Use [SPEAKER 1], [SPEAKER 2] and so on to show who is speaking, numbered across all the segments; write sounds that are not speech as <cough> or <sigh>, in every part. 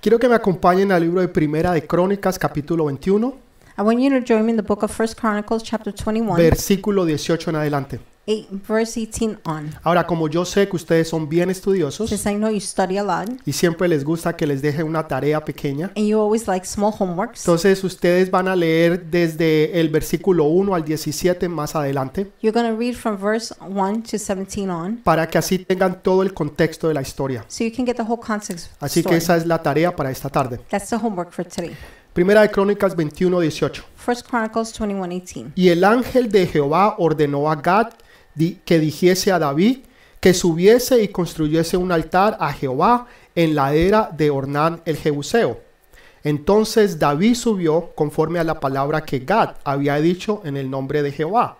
[SPEAKER 1] Quiero que me acompañen al libro de Primera de Crónicas, capítulo 21,
[SPEAKER 2] I want you to join me in the book of First Chronicles, chapter 21,
[SPEAKER 1] versículo 18 en adelante.
[SPEAKER 2] eight, verse 18 on.
[SPEAKER 1] Ahora, como yo sé que ustedes son bien estudiosos
[SPEAKER 2] Since I know you study a lot
[SPEAKER 1] y siempre les gusta que les deje una tarea pequeña,
[SPEAKER 2] and you always like small homeworks,
[SPEAKER 1] entonces ustedes van a leer desde el versículo 1 al 17 más adelante
[SPEAKER 2] you're going to read from verse 1 to 17 on
[SPEAKER 1] para que así tengan todo el contexto de la historia.
[SPEAKER 2] so you can get the whole context. of the
[SPEAKER 1] Así que
[SPEAKER 2] story.
[SPEAKER 1] esa es la tarea para esta tarde.
[SPEAKER 2] That's the homework for today.
[SPEAKER 1] Primera de Crónicas 21, 18.
[SPEAKER 2] First Chronicles 21, 18.
[SPEAKER 1] Y el ángel de Jehová ordenó a Gad di- que dijese a David que subiese y construyese un altar a Jehová en la era de Ornán el Jebuseo. Entonces David subió conforme a la palabra que Gad había dicho en el nombre de Jehová.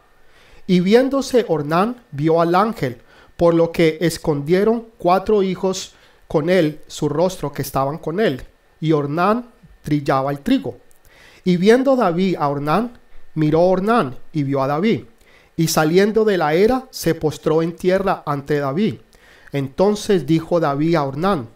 [SPEAKER 1] Y viéndose Ornán vio al ángel, por lo que escondieron cuatro hijos con él su rostro que estaban con él. Y Ornán trillaba el trigo. Y viendo David a Ornán, miró a Ornán y vio a David. Y saliendo de la era, se postró en tierra ante David. Entonces dijo David a Ornán,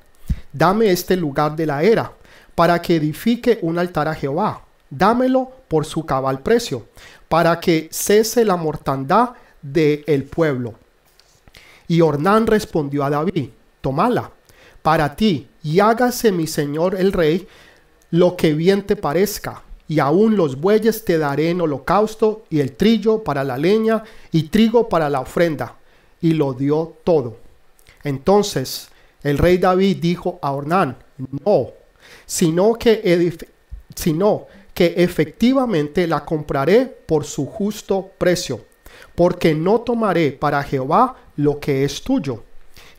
[SPEAKER 1] dame este lugar de la era, para que edifique un altar a Jehová. Dámelo por su cabal precio, para que cese la mortandad del pueblo. Y Ornán respondió a David, tomala para ti, y hágase mi señor el rey lo que bien te parezca, y aún los bueyes te daré en holocausto, y el trillo para la leña, y trigo para la ofrenda. Y lo dio todo. Entonces el rey David dijo a Ornán, no, sino que, edif- sino que efectivamente la compraré por su justo precio, porque no tomaré para Jehová lo que es tuyo,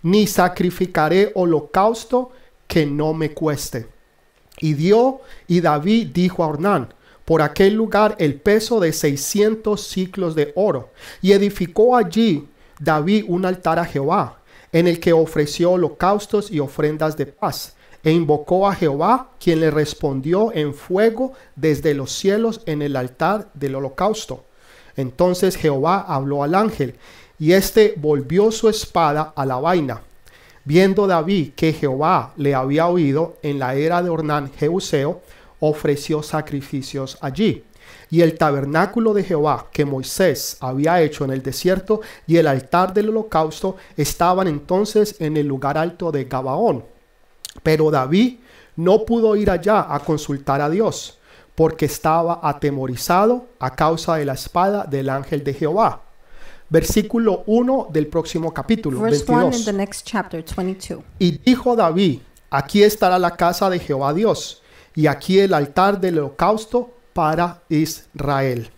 [SPEAKER 1] ni sacrificaré holocausto que no me cueste. Y dio, y David dijo a Ornán, por aquel lugar el peso de 600 ciclos de oro. Y edificó allí David un altar a Jehová, en el que ofreció holocaustos y ofrendas de paz. E invocó a Jehová, quien le respondió en fuego desde los cielos en el altar del holocausto. Entonces Jehová habló al ángel, y éste volvió su espada a la vaina. Viendo David que Jehová le había oído en la era de Ornán Jeuseo, ofreció sacrificios allí. Y el tabernáculo de Jehová que Moisés había hecho en el desierto y el altar del holocausto estaban entonces en el lugar alto de Gabaón. Pero David no pudo ir allá a consultar a Dios, porque estaba atemorizado a causa de la espada del ángel de Jehová. Versículo 1 del próximo capítulo.
[SPEAKER 2] Verse 1 in
[SPEAKER 1] 22.
[SPEAKER 2] the next chapter, 22.
[SPEAKER 1] Y dijo David, aquí estará la casa de Jehová Dios, y aquí el altar del holocausto para Israel.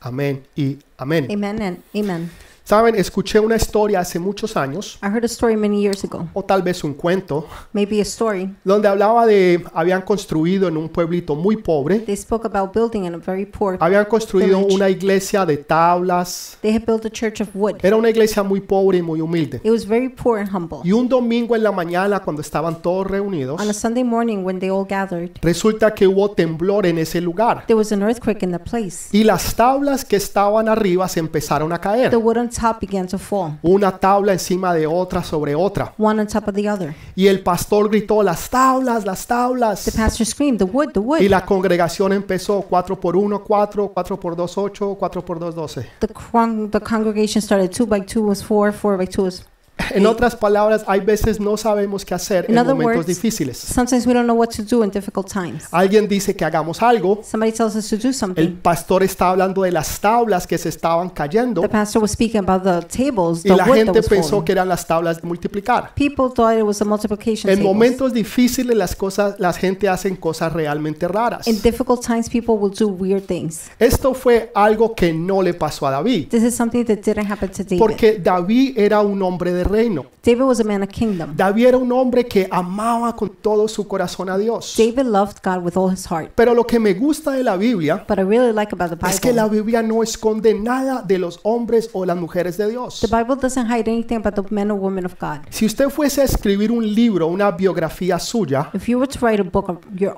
[SPEAKER 1] Amén y amén.
[SPEAKER 2] Amen and amen.
[SPEAKER 1] Saben, escuché una historia hace muchos años,
[SPEAKER 2] I heard a story many years ago,
[SPEAKER 1] o tal vez un cuento,
[SPEAKER 2] maybe a story.
[SPEAKER 1] donde hablaba de, habían construido en un pueblito muy pobre,
[SPEAKER 2] They spoke about building in a very poor.
[SPEAKER 1] habían construido una iglesia de tablas,
[SPEAKER 2] They had built a church of wood.
[SPEAKER 1] era una iglesia muy pobre y muy humilde.
[SPEAKER 2] It was very poor and humble.
[SPEAKER 1] Y un domingo en la mañana, cuando estaban todos
[SPEAKER 2] On a
[SPEAKER 1] reunidos,
[SPEAKER 2] Sunday morning, when they all gathered,
[SPEAKER 1] resulta que hubo temblor en ese lugar.
[SPEAKER 2] there was an earthquake in the place.
[SPEAKER 1] y las tablas que estaban arriba se empezaron a
[SPEAKER 2] The
[SPEAKER 1] caer.
[SPEAKER 2] wood on top began to fall,
[SPEAKER 1] Una tabla encima de otra sobre otra.
[SPEAKER 2] one on top of the other.
[SPEAKER 1] Y el pastor gritó, las tablas, las
[SPEAKER 2] The
[SPEAKER 1] tablas.
[SPEAKER 2] pastor screamed, The wood, the
[SPEAKER 1] Y
[SPEAKER 2] wood.
[SPEAKER 1] la congregación empezó 4 por 1, 4, 4 por 2, 8, 4 por 2, 12.
[SPEAKER 2] The, con- the congregation started. Two by two was four, four by two was.
[SPEAKER 1] En otras palabras, hay veces no sabemos qué hacer en
[SPEAKER 2] In other
[SPEAKER 1] momentos
[SPEAKER 2] words-
[SPEAKER 1] difíciles.
[SPEAKER 2] Sometimes we don't know what to do in difficult times.
[SPEAKER 1] Alguien dice que hagamos algo.
[SPEAKER 2] Somebody tells us to do
[SPEAKER 1] El
[SPEAKER 2] something.
[SPEAKER 1] pastor está hablando de las tablas que se estaban cayendo
[SPEAKER 2] The pastor was speaking about the tables,
[SPEAKER 1] y
[SPEAKER 2] the
[SPEAKER 1] la
[SPEAKER 2] wood that
[SPEAKER 1] gente
[SPEAKER 2] was
[SPEAKER 1] pensó
[SPEAKER 2] falling.
[SPEAKER 1] que eran las tablas de multiplicar.
[SPEAKER 2] People thought it was a multiplication
[SPEAKER 1] En
[SPEAKER 2] table.
[SPEAKER 1] momentos difíciles las cosas, la gente hacen cosas realmente raras.
[SPEAKER 2] In difficult times, people will do weird things.
[SPEAKER 1] Esto fue algo que no le pasó a David,
[SPEAKER 2] This is something that didn't happen to David.
[SPEAKER 1] porque David era un hombre de reino.
[SPEAKER 2] David was a man of kingdom.
[SPEAKER 1] David era un hombre que amaba con todo su corazón a Dios.
[SPEAKER 2] David loved God with all his heart.
[SPEAKER 1] Pero lo que me gusta de la Biblia
[SPEAKER 2] But I really like about the Bible.
[SPEAKER 1] es que la Biblia no esconde nada de los hombres o las mujeres de Dios.
[SPEAKER 2] The Bible doesn't hide anything about the men or women of God.
[SPEAKER 1] Si usted fuese a escribir un libro, una biografía suya,
[SPEAKER 2] If you were to write a book of your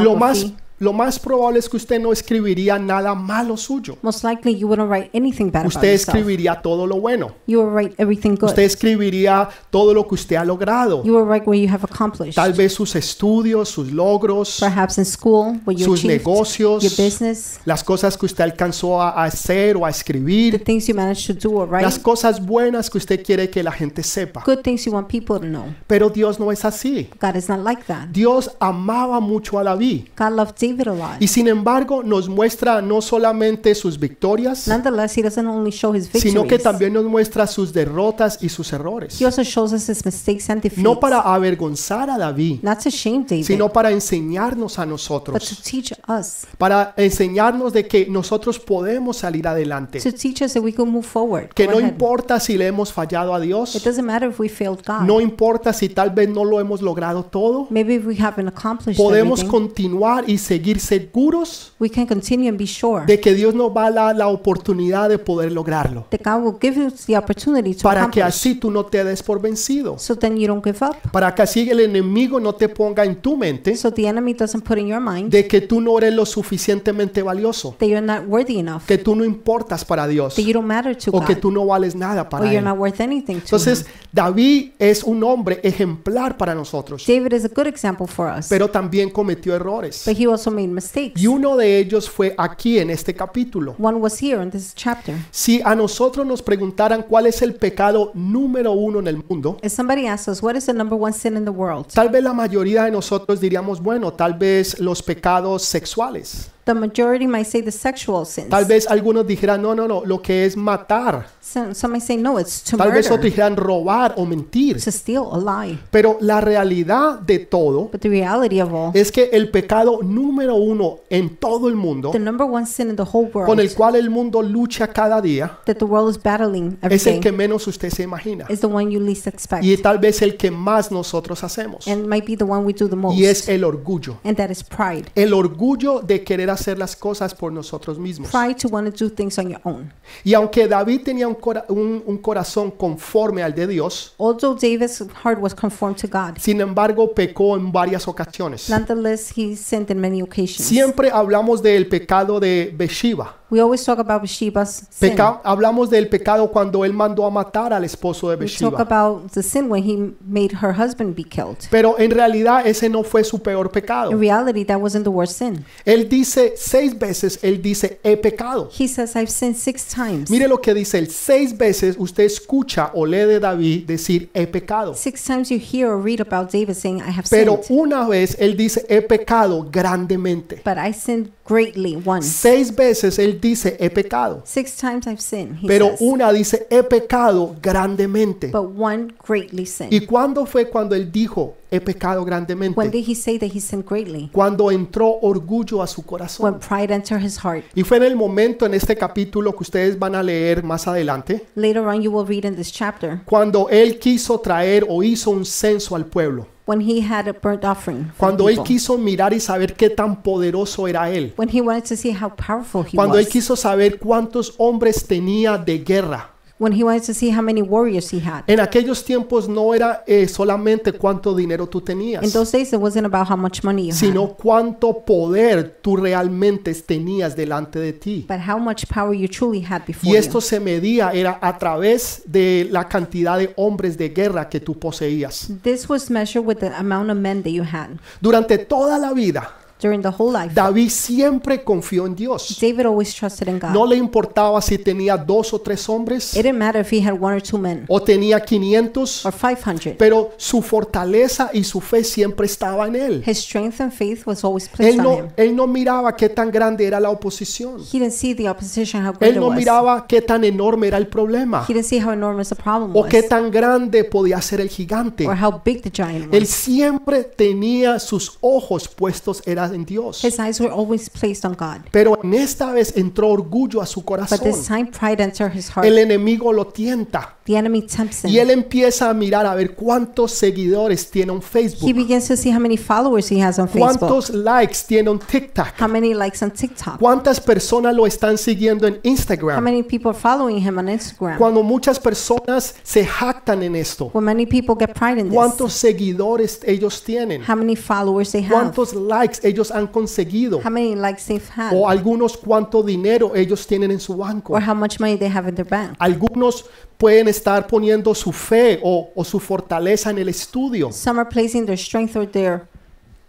[SPEAKER 1] lo más
[SPEAKER 2] Ah, pues autobiography,
[SPEAKER 1] lo más probable es que usted no escribiría nada malo suyo.
[SPEAKER 2] Most likely, you wouldn't write anything bad about
[SPEAKER 1] Usted
[SPEAKER 2] yourself.
[SPEAKER 1] escribiría todo lo bueno.
[SPEAKER 2] You will write everything
[SPEAKER 1] Usted
[SPEAKER 2] good.
[SPEAKER 1] escribiría todo lo que usted ha logrado.
[SPEAKER 2] You will write what you have accomplished.
[SPEAKER 1] Tal vez sus estudios, sus logros,
[SPEAKER 2] Perhaps in school, what you
[SPEAKER 1] sus
[SPEAKER 2] achieved,
[SPEAKER 1] negocios,
[SPEAKER 2] your business,
[SPEAKER 1] las cosas que usted alcanzó a a hacer o a
[SPEAKER 2] the
[SPEAKER 1] escribir,
[SPEAKER 2] things you managed to do or
[SPEAKER 1] las
[SPEAKER 2] write,
[SPEAKER 1] cosas buenas que usted quiere que la gente sepa.
[SPEAKER 2] good things you want people to know.
[SPEAKER 1] Pero Dios no es así.
[SPEAKER 2] God is not like that.
[SPEAKER 1] Dios amaba mucho a David.
[SPEAKER 2] God loved David a lot.
[SPEAKER 1] Y sin embargo nos muestra no solamente sus victorias,
[SPEAKER 2] Nonetheless, he doesn't only show his
[SPEAKER 1] sino que
[SPEAKER 2] victories.
[SPEAKER 1] también nos muestra sus derrotas y sus errores.
[SPEAKER 2] He also shows us his mistakes and defeats.
[SPEAKER 1] No para avergonzar a David,
[SPEAKER 2] not to shame David,
[SPEAKER 1] sino para enseñarnos a
[SPEAKER 2] but to
[SPEAKER 1] nosotros,
[SPEAKER 2] teach us,
[SPEAKER 1] para enseñarnos de que nosotros podemos salir adelante,
[SPEAKER 2] to teach us that we can move forward.
[SPEAKER 1] que
[SPEAKER 2] Go
[SPEAKER 1] no
[SPEAKER 2] ahead.
[SPEAKER 1] importa si le hemos fallado a
[SPEAKER 2] It
[SPEAKER 1] Dios,
[SPEAKER 2] doesn't matter if we failed God.
[SPEAKER 1] no importa si tal vez no lo hemos logrado todo,
[SPEAKER 2] Maybe if we haven't accomplished
[SPEAKER 1] podemos
[SPEAKER 2] everything.
[SPEAKER 1] continuar y seguir seguros
[SPEAKER 2] we can continue and be sure
[SPEAKER 1] de que Dios nos va a dar la oportunidad de poder lograrlo.
[SPEAKER 2] that God will give us the opportunity to
[SPEAKER 1] para que
[SPEAKER 2] accomplish.
[SPEAKER 1] así tú no te des por vencido,
[SPEAKER 2] so then you don't give up.
[SPEAKER 1] para que así el enemigo no te ponga en tu mente
[SPEAKER 2] So the enemy doesn't put in your mind
[SPEAKER 1] de que tú no eres lo suficientemente valioso,
[SPEAKER 2] that you're not worthy enough,
[SPEAKER 1] que tú no importas para Dios
[SPEAKER 2] that you don't matter to
[SPEAKER 1] o que
[SPEAKER 2] God,
[SPEAKER 1] tú no vales nada
[SPEAKER 2] or
[SPEAKER 1] para
[SPEAKER 2] you're
[SPEAKER 1] Él.
[SPEAKER 2] not worth anything to
[SPEAKER 1] Entonces,
[SPEAKER 2] him.
[SPEAKER 1] David es un hombre ejemplar para nosotros,
[SPEAKER 2] David is a good example for us,
[SPEAKER 1] pero también cometió errores.
[SPEAKER 2] but he also made mistakes.
[SPEAKER 1] Y uno de ellos fue aquí en este capítulo.
[SPEAKER 2] One was here in this chapter.
[SPEAKER 1] Si a nosotros nos preguntaran cuál es el pecado número uno en el mundo,
[SPEAKER 2] If somebody asks us, what is the number one sin in the world?
[SPEAKER 1] tal vez la mayoría de nosotros diríamos, bueno, tal vez los pecados sexuales.
[SPEAKER 2] The majority might say the sexual sins.
[SPEAKER 1] Tal vez algunos dijeran, no, no, no, lo que es matar.
[SPEAKER 2] Some, some might say, no, it's to
[SPEAKER 1] Tal vez otros
[SPEAKER 2] murder,
[SPEAKER 1] dijeran robar o mentir.
[SPEAKER 2] to steal, a lie.
[SPEAKER 1] Pero la realidad de todo
[SPEAKER 2] But the reality of all,
[SPEAKER 1] es que el pecado número uno en todo el mundo,
[SPEAKER 2] the number one sin in the whole
[SPEAKER 1] con el
[SPEAKER 2] world
[SPEAKER 1] cual el mundo lucha cada día,
[SPEAKER 2] that the world is battling every
[SPEAKER 1] es el que
[SPEAKER 2] day
[SPEAKER 1] menos usted se imagina.
[SPEAKER 2] is the one you least expect.
[SPEAKER 1] Y tal vez el que más nosotros hacemos.
[SPEAKER 2] And might be the one we do the
[SPEAKER 1] Y es
[SPEAKER 2] most.
[SPEAKER 1] el orgullo.
[SPEAKER 2] And that is pride.
[SPEAKER 1] El orgullo de querer hacer las cosas por nosotros mismos.
[SPEAKER 2] Pride to want to do things on your own.
[SPEAKER 1] Y aunque David tenía un, cora- un- un corazón conforme al de Dios,
[SPEAKER 2] Although David's heart was conformed to God,
[SPEAKER 1] sin embargo pecó en varias ocasiones.
[SPEAKER 2] nonetheless, he sinned in many occasions.
[SPEAKER 1] Siempre hablamos del pecado de Bathsheba.
[SPEAKER 2] We always talk about Bathsheba's sin.
[SPEAKER 1] Peca- hablamos del pecado cuando él mandó a matar al esposo de
[SPEAKER 2] We talk
[SPEAKER 1] Bathsheba.
[SPEAKER 2] about the sin when he made her husband be killed.
[SPEAKER 1] Pero en realidad ese no fue su peor
[SPEAKER 2] In
[SPEAKER 1] pecado.
[SPEAKER 2] reality, that wasn't the worst sin.
[SPEAKER 1] Él dice seis veces, él dice he pecado.
[SPEAKER 2] He says, I've sinned six times.
[SPEAKER 1] Mire lo que dice él. Seis veces usted escucha o lee de David decir he pecado.
[SPEAKER 2] Six times you hear or read about David saying, I have
[SPEAKER 1] Pero
[SPEAKER 2] sinned.
[SPEAKER 1] una vez él dice he pecado grandemente.
[SPEAKER 2] But I sinned greatly once.
[SPEAKER 1] Seis veces él dice he pecado.
[SPEAKER 2] Six times I've sinned, he
[SPEAKER 1] Pero
[SPEAKER 2] says.
[SPEAKER 1] una dice he pecado grandemente.
[SPEAKER 2] But one greatly
[SPEAKER 1] ¿Y
[SPEAKER 2] sinned.
[SPEAKER 1] cuándo fue cuando él dijo, he pecado
[SPEAKER 2] When
[SPEAKER 1] grandemente?
[SPEAKER 2] did he say that he sinned greatly?
[SPEAKER 1] Cuando entró orgullo a su
[SPEAKER 2] When
[SPEAKER 1] corazón.
[SPEAKER 2] pride entered his heart.
[SPEAKER 1] Y fue en el momento en este capítulo que ustedes van a leer más adelante,
[SPEAKER 2] Later on, you will read in this chapter
[SPEAKER 1] cuando él quiso traer o hizo un censo al pueblo,
[SPEAKER 2] when he had a burnt offering. for
[SPEAKER 1] cuando él
[SPEAKER 2] people.
[SPEAKER 1] quiso mirar y saber qué tan poderoso era él,
[SPEAKER 2] when he wanted to see how powerful he
[SPEAKER 1] cuando él
[SPEAKER 2] was.
[SPEAKER 1] quiso saber cuántos hombres tenía de guerra.
[SPEAKER 2] when he wanted to see how many warriors he had.
[SPEAKER 1] En aquellos tiempos no era eh, solamente cuánto dinero tú
[SPEAKER 2] In
[SPEAKER 1] tenías,
[SPEAKER 2] those days, it wasn't about how much money you had,
[SPEAKER 1] sino cuánto poder tú realmente tenías delante de ti.
[SPEAKER 2] but how much power you truly had before
[SPEAKER 1] Y esto
[SPEAKER 2] you.
[SPEAKER 1] se medía era a través de la cantidad de hombres de guerra que tú poseías.
[SPEAKER 2] This was measured with the amount of men that you had
[SPEAKER 1] Durante toda la vida,
[SPEAKER 2] during the whole life.
[SPEAKER 1] David siempre confió en Dios.
[SPEAKER 2] David always trusted in God.
[SPEAKER 1] No le importaba si tenía dos o tres hombres
[SPEAKER 2] it didn't matter if he had one or two men
[SPEAKER 1] o tenía 500,
[SPEAKER 2] or 500.
[SPEAKER 1] pero su fortaleza y su fe siempre estaba en él.
[SPEAKER 2] His strength and faith was always placed
[SPEAKER 1] Él
[SPEAKER 2] on
[SPEAKER 1] no,
[SPEAKER 2] him.
[SPEAKER 1] él no miraba qué tan grande era la oposición.
[SPEAKER 2] He didn't see the opposition, how great
[SPEAKER 1] Él no
[SPEAKER 2] it was.
[SPEAKER 1] miraba qué tan enorme era el problema
[SPEAKER 2] He didn't see how enormous the problem
[SPEAKER 1] o
[SPEAKER 2] was
[SPEAKER 1] qué tan grande podía ser el gigante.
[SPEAKER 2] or how big the giant
[SPEAKER 1] Él
[SPEAKER 2] was.
[SPEAKER 1] siempre tenía sus ojos puestos era en Dios.
[SPEAKER 2] His eyes were always placed on God.
[SPEAKER 1] Pero en esta vez entró orgullo a su
[SPEAKER 2] But
[SPEAKER 1] corazón.
[SPEAKER 2] this time, pride entered his heart.
[SPEAKER 1] El enemigo lo tienta
[SPEAKER 2] the enemy tempts him.
[SPEAKER 1] y él empieza a mirar a ver cuántos seguidores tiene un
[SPEAKER 2] He
[SPEAKER 1] Facebook,
[SPEAKER 2] begins to see how many followers he has on Facebook,
[SPEAKER 1] cuántos likes tiene un
[SPEAKER 2] how
[SPEAKER 1] TikTok,
[SPEAKER 2] many likes on TikTok,
[SPEAKER 1] cuántas personas lo están siguiendo en
[SPEAKER 2] how
[SPEAKER 1] Instagram.
[SPEAKER 2] many people are following him on Instagram.
[SPEAKER 1] Cuando muchas personas se jactan en esto,
[SPEAKER 2] When many people get pride in this,
[SPEAKER 1] cuántos seguidores ellos tienen,
[SPEAKER 2] how many followers they have,
[SPEAKER 1] cuántos likes ellos han conseguido
[SPEAKER 2] how many like safe have,
[SPEAKER 1] o algunos cuánto dinero ellos tienen en su banco.
[SPEAKER 2] or how much money they have in their bank.
[SPEAKER 1] Algunos pueden estar poniendo su fe o, o su fortaleza en el estudio
[SPEAKER 2] Some are placing their strength or their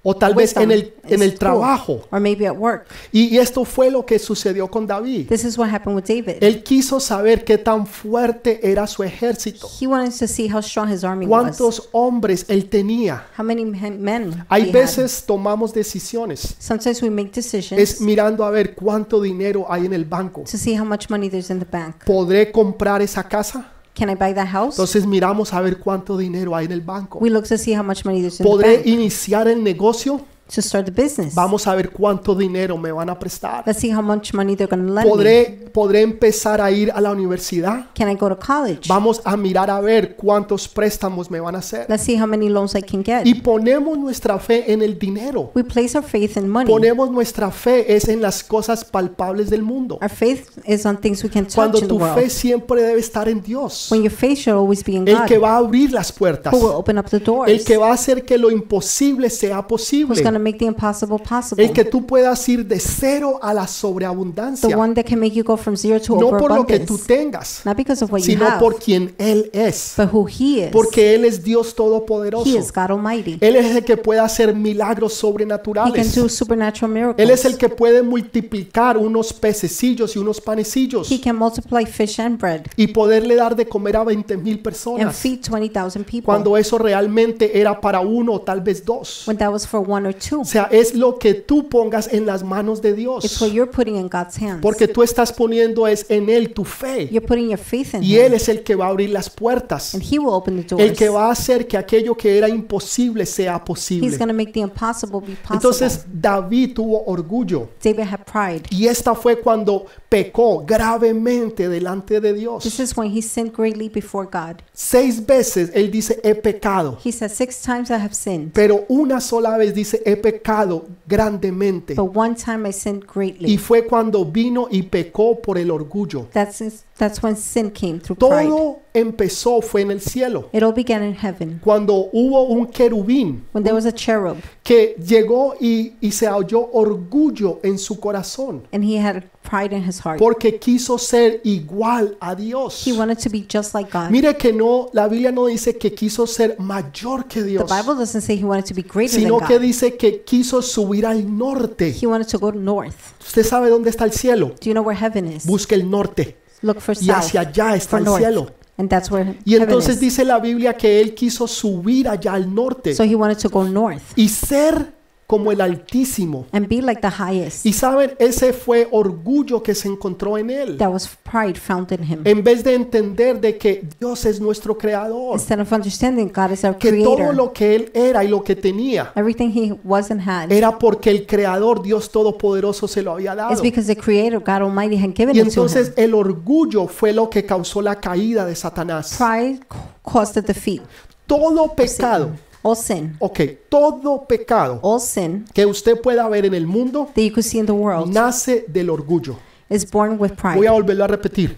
[SPEAKER 1] o tal vez
[SPEAKER 2] wisdom
[SPEAKER 1] en el,
[SPEAKER 2] in
[SPEAKER 1] en el
[SPEAKER 2] school,
[SPEAKER 1] trabajo.
[SPEAKER 2] or maybe at work.
[SPEAKER 1] Y, y esto fue lo que sucedió con David.
[SPEAKER 2] This is what happened with David.
[SPEAKER 1] Él quiso saber qué tan fuerte era su ejército,
[SPEAKER 2] he wanted to see how strong his army was.
[SPEAKER 1] cuántos hombres él tenía.
[SPEAKER 2] How many men men
[SPEAKER 1] Hay
[SPEAKER 2] he had.
[SPEAKER 1] veces tomamos decisiones
[SPEAKER 2] Sometimes we make decisions
[SPEAKER 1] es mirando a ver cuánto dinero hay en el banco.
[SPEAKER 2] to see how much money there's in the bank.
[SPEAKER 1] ¿Podré comprar esa casa?
[SPEAKER 2] Can I buy that house?
[SPEAKER 1] Entonces miramos a ver cuánto dinero hay en el banco.
[SPEAKER 2] we look to see how much money there's in the
[SPEAKER 1] ¿Podré
[SPEAKER 2] bank
[SPEAKER 1] iniciar el negocio?
[SPEAKER 2] to start the business.
[SPEAKER 1] Vamos a ver cuánto dinero me van a prestar.
[SPEAKER 2] Let's see how much money they're going to lend me.
[SPEAKER 1] ¿Podré, ¿Podré empezar a ir a la universidad?
[SPEAKER 2] Can I go to college?
[SPEAKER 1] Vamos a mirar a ver cuántos préstamos me van a hacer.
[SPEAKER 2] Let's see how many loans I can get.
[SPEAKER 1] Y ponemos nuestra fe en el dinero.
[SPEAKER 2] We place our faith in money.
[SPEAKER 1] Ponemos nuestra fe es en las cosas palpables del mundo.
[SPEAKER 2] Our faith is on things we can touch
[SPEAKER 1] Cuando
[SPEAKER 2] in the
[SPEAKER 1] tu fe
[SPEAKER 2] world.
[SPEAKER 1] siempre debe estar en Dios.
[SPEAKER 2] When your faith should always be in
[SPEAKER 1] El
[SPEAKER 2] God,
[SPEAKER 1] que va a abrir las puertas.
[SPEAKER 2] who will open up the
[SPEAKER 1] El
[SPEAKER 2] doors,
[SPEAKER 1] que va a hacer que lo imposible sea
[SPEAKER 2] who's
[SPEAKER 1] posible.
[SPEAKER 2] going to make the impossible possible,
[SPEAKER 1] El que tú puedas ir de cero a la
[SPEAKER 2] the
[SPEAKER 1] sobreabundancia.
[SPEAKER 2] one that can make you go from zero to
[SPEAKER 1] No por lo que tú
[SPEAKER 2] overabundance,
[SPEAKER 1] tengas,
[SPEAKER 2] not because of what you
[SPEAKER 1] sino
[SPEAKER 2] have,
[SPEAKER 1] por quien Él es.
[SPEAKER 2] but who He is.
[SPEAKER 1] Porque Él es Dios
[SPEAKER 2] He is
[SPEAKER 1] Todopoderoso.
[SPEAKER 2] God Almighty.
[SPEAKER 1] Él es el que puede hacer milagros
[SPEAKER 2] He can
[SPEAKER 1] sobrenaturales.
[SPEAKER 2] do supernatural
[SPEAKER 1] Él es el
[SPEAKER 2] miracles.
[SPEAKER 1] que puede multiplicar unos pececillos y unos panecillos
[SPEAKER 2] He can multiply fish and bread
[SPEAKER 1] y poderle dar de comer a 20 mil
[SPEAKER 2] and
[SPEAKER 1] personas
[SPEAKER 2] feed 20,000 people
[SPEAKER 1] cuando eso realmente era para uno o tal vez dos.
[SPEAKER 2] when that was for one or two.
[SPEAKER 1] O sea, es lo que tú pongas en las manos de
[SPEAKER 2] It's
[SPEAKER 1] Dios.
[SPEAKER 2] what you're putting in God's hands.
[SPEAKER 1] Porque tú estás poniendo es en Él tu fe.
[SPEAKER 2] You're putting your faith in
[SPEAKER 1] Y Él
[SPEAKER 2] Him,
[SPEAKER 1] es el que va a abrir las puertas.
[SPEAKER 2] and He will open the
[SPEAKER 1] El que
[SPEAKER 2] doors.
[SPEAKER 1] va a hacer que aquello que era imposible sea
[SPEAKER 2] He's
[SPEAKER 1] posible.
[SPEAKER 2] going to make the impossible be possible.
[SPEAKER 1] Entonces David tuvo orgullo.
[SPEAKER 2] David had pride.
[SPEAKER 1] Y esta fue cuando pecó gravemente delante de
[SPEAKER 2] This
[SPEAKER 1] Dios.
[SPEAKER 2] is when he sinned greatly before God.
[SPEAKER 1] Seis veces Él dice he pecado.
[SPEAKER 2] He says, Six times I have sinned,
[SPEAKER 1] Pero una sola vez dice he pecado grandemente.
[SPEAKER 2] but one time I sinned
[SPEAKER 1] Y
[SPEAKER 2] greatly.
[SPEAKER 1] fue cuando vino y pecó por el orgullo.
[SPEAKER 2] That's, that's when sin came through pride.
[SPEAKER 1] Todo empezó fue en el cielo,
[SPEAKER 2] It all began in heaven
[SPEAKER 1] cuando hubo un querubín
[SPEAKER 2] when there was a cherub
[SPEAKER 1] que llegó y, y se halló orgullo en su corazón,
[SPEAKER 2] and he had pride in his heart.
[SPEAKER 1] porque quiso ser igual a Dios.
[SPEAKER 2] He wanted to be just like God.
[SPEAKER 1] Mire que no, la Biblia no dice que quiso ser mayor que
[SPEAKER 2] The
[SPEAKER 1] Dios,
[SPEAKER 2] Bible doesn't say he wanted to be greater than
[SPEAKER 1] sino que
[SPEAKER 2] God.
[SPEAKER 1] dice que quiso subir al norte.
[SPEAKER 2] He wanted to go north.
[SPEAKER 1] Usted sabe dónde está el cielo,
[SPEAKER 2] Do you know where heaven is?
[SPEAKER 1] busque el norte
[SPEAKER 2] Look for
[SPEAKER 1] y hacia
[SPEAKER 2] south,
[SPEAKER 1] allá está
[SPEAKER 2] for
[SPEAKER 1] el
[SPEAKER 2] north.
[SPEAKER 1] cielo.
[SPEAKER 2] And that's where
[SPEAKER 1] Y
[SPEAKER 2] heaven
[SPEAKER 1] entonces
[SPEAKER 2] is.
[SPEAKER 1] dice la Biblia que él quiso subir allá al norte.
[SPEAKER 2] So he wanted to go north
[SPEAKER 1] y ser como el Altísimo.
[SPEAKER 2] and be like the highest.
[SPEAKER 1] Y saben, ese fue orgullo que se encontró en él.
[SPEAKER 2] That was pride found in him.
[SPEAKER 1] En vez de entender de que Dios es nuestro creador,
[SPEAKER 2] Instead of understanding God is our
[SPEAKER 1] que todo
[SPEAKER 2] creator,
[SPEAKER 1] lo que él era y lo que tenía
[SPEAKER 2] everything he was and had
[SPEAKER 1] era porque el creador Dios todopoderoso se lo había
[SPEAKER 2] is
[SPEAKER 1] dado.
[SPEAKER 2] because the creator, God Almighty, had given
[SPEAKER 1] Y
[SPEAKER 2] it to him.
[SPEAKER 1] entonces el orgullo fue lo que causó la caída de Satanás.
[SPEAKER 2] Pride Pues c- caused the defeat.
[SPEAKER 1] Todo pecado,
[SPEAKER 2] All sin.
[SPEAKER 1] ok, todo pecado
[SPEAKER 2] All sin
[SPEAKER 1] que usted pueda ver en el mundo
[SPEAKER 2] that you could see in the world
[SPEAKER 1] nace del orgullo.
[SPEAKER 2] is born with
[SPEAKER 1] Voy a
[SPEAKER 2] pride.
[SPEAKER 1] volverlo a repetir.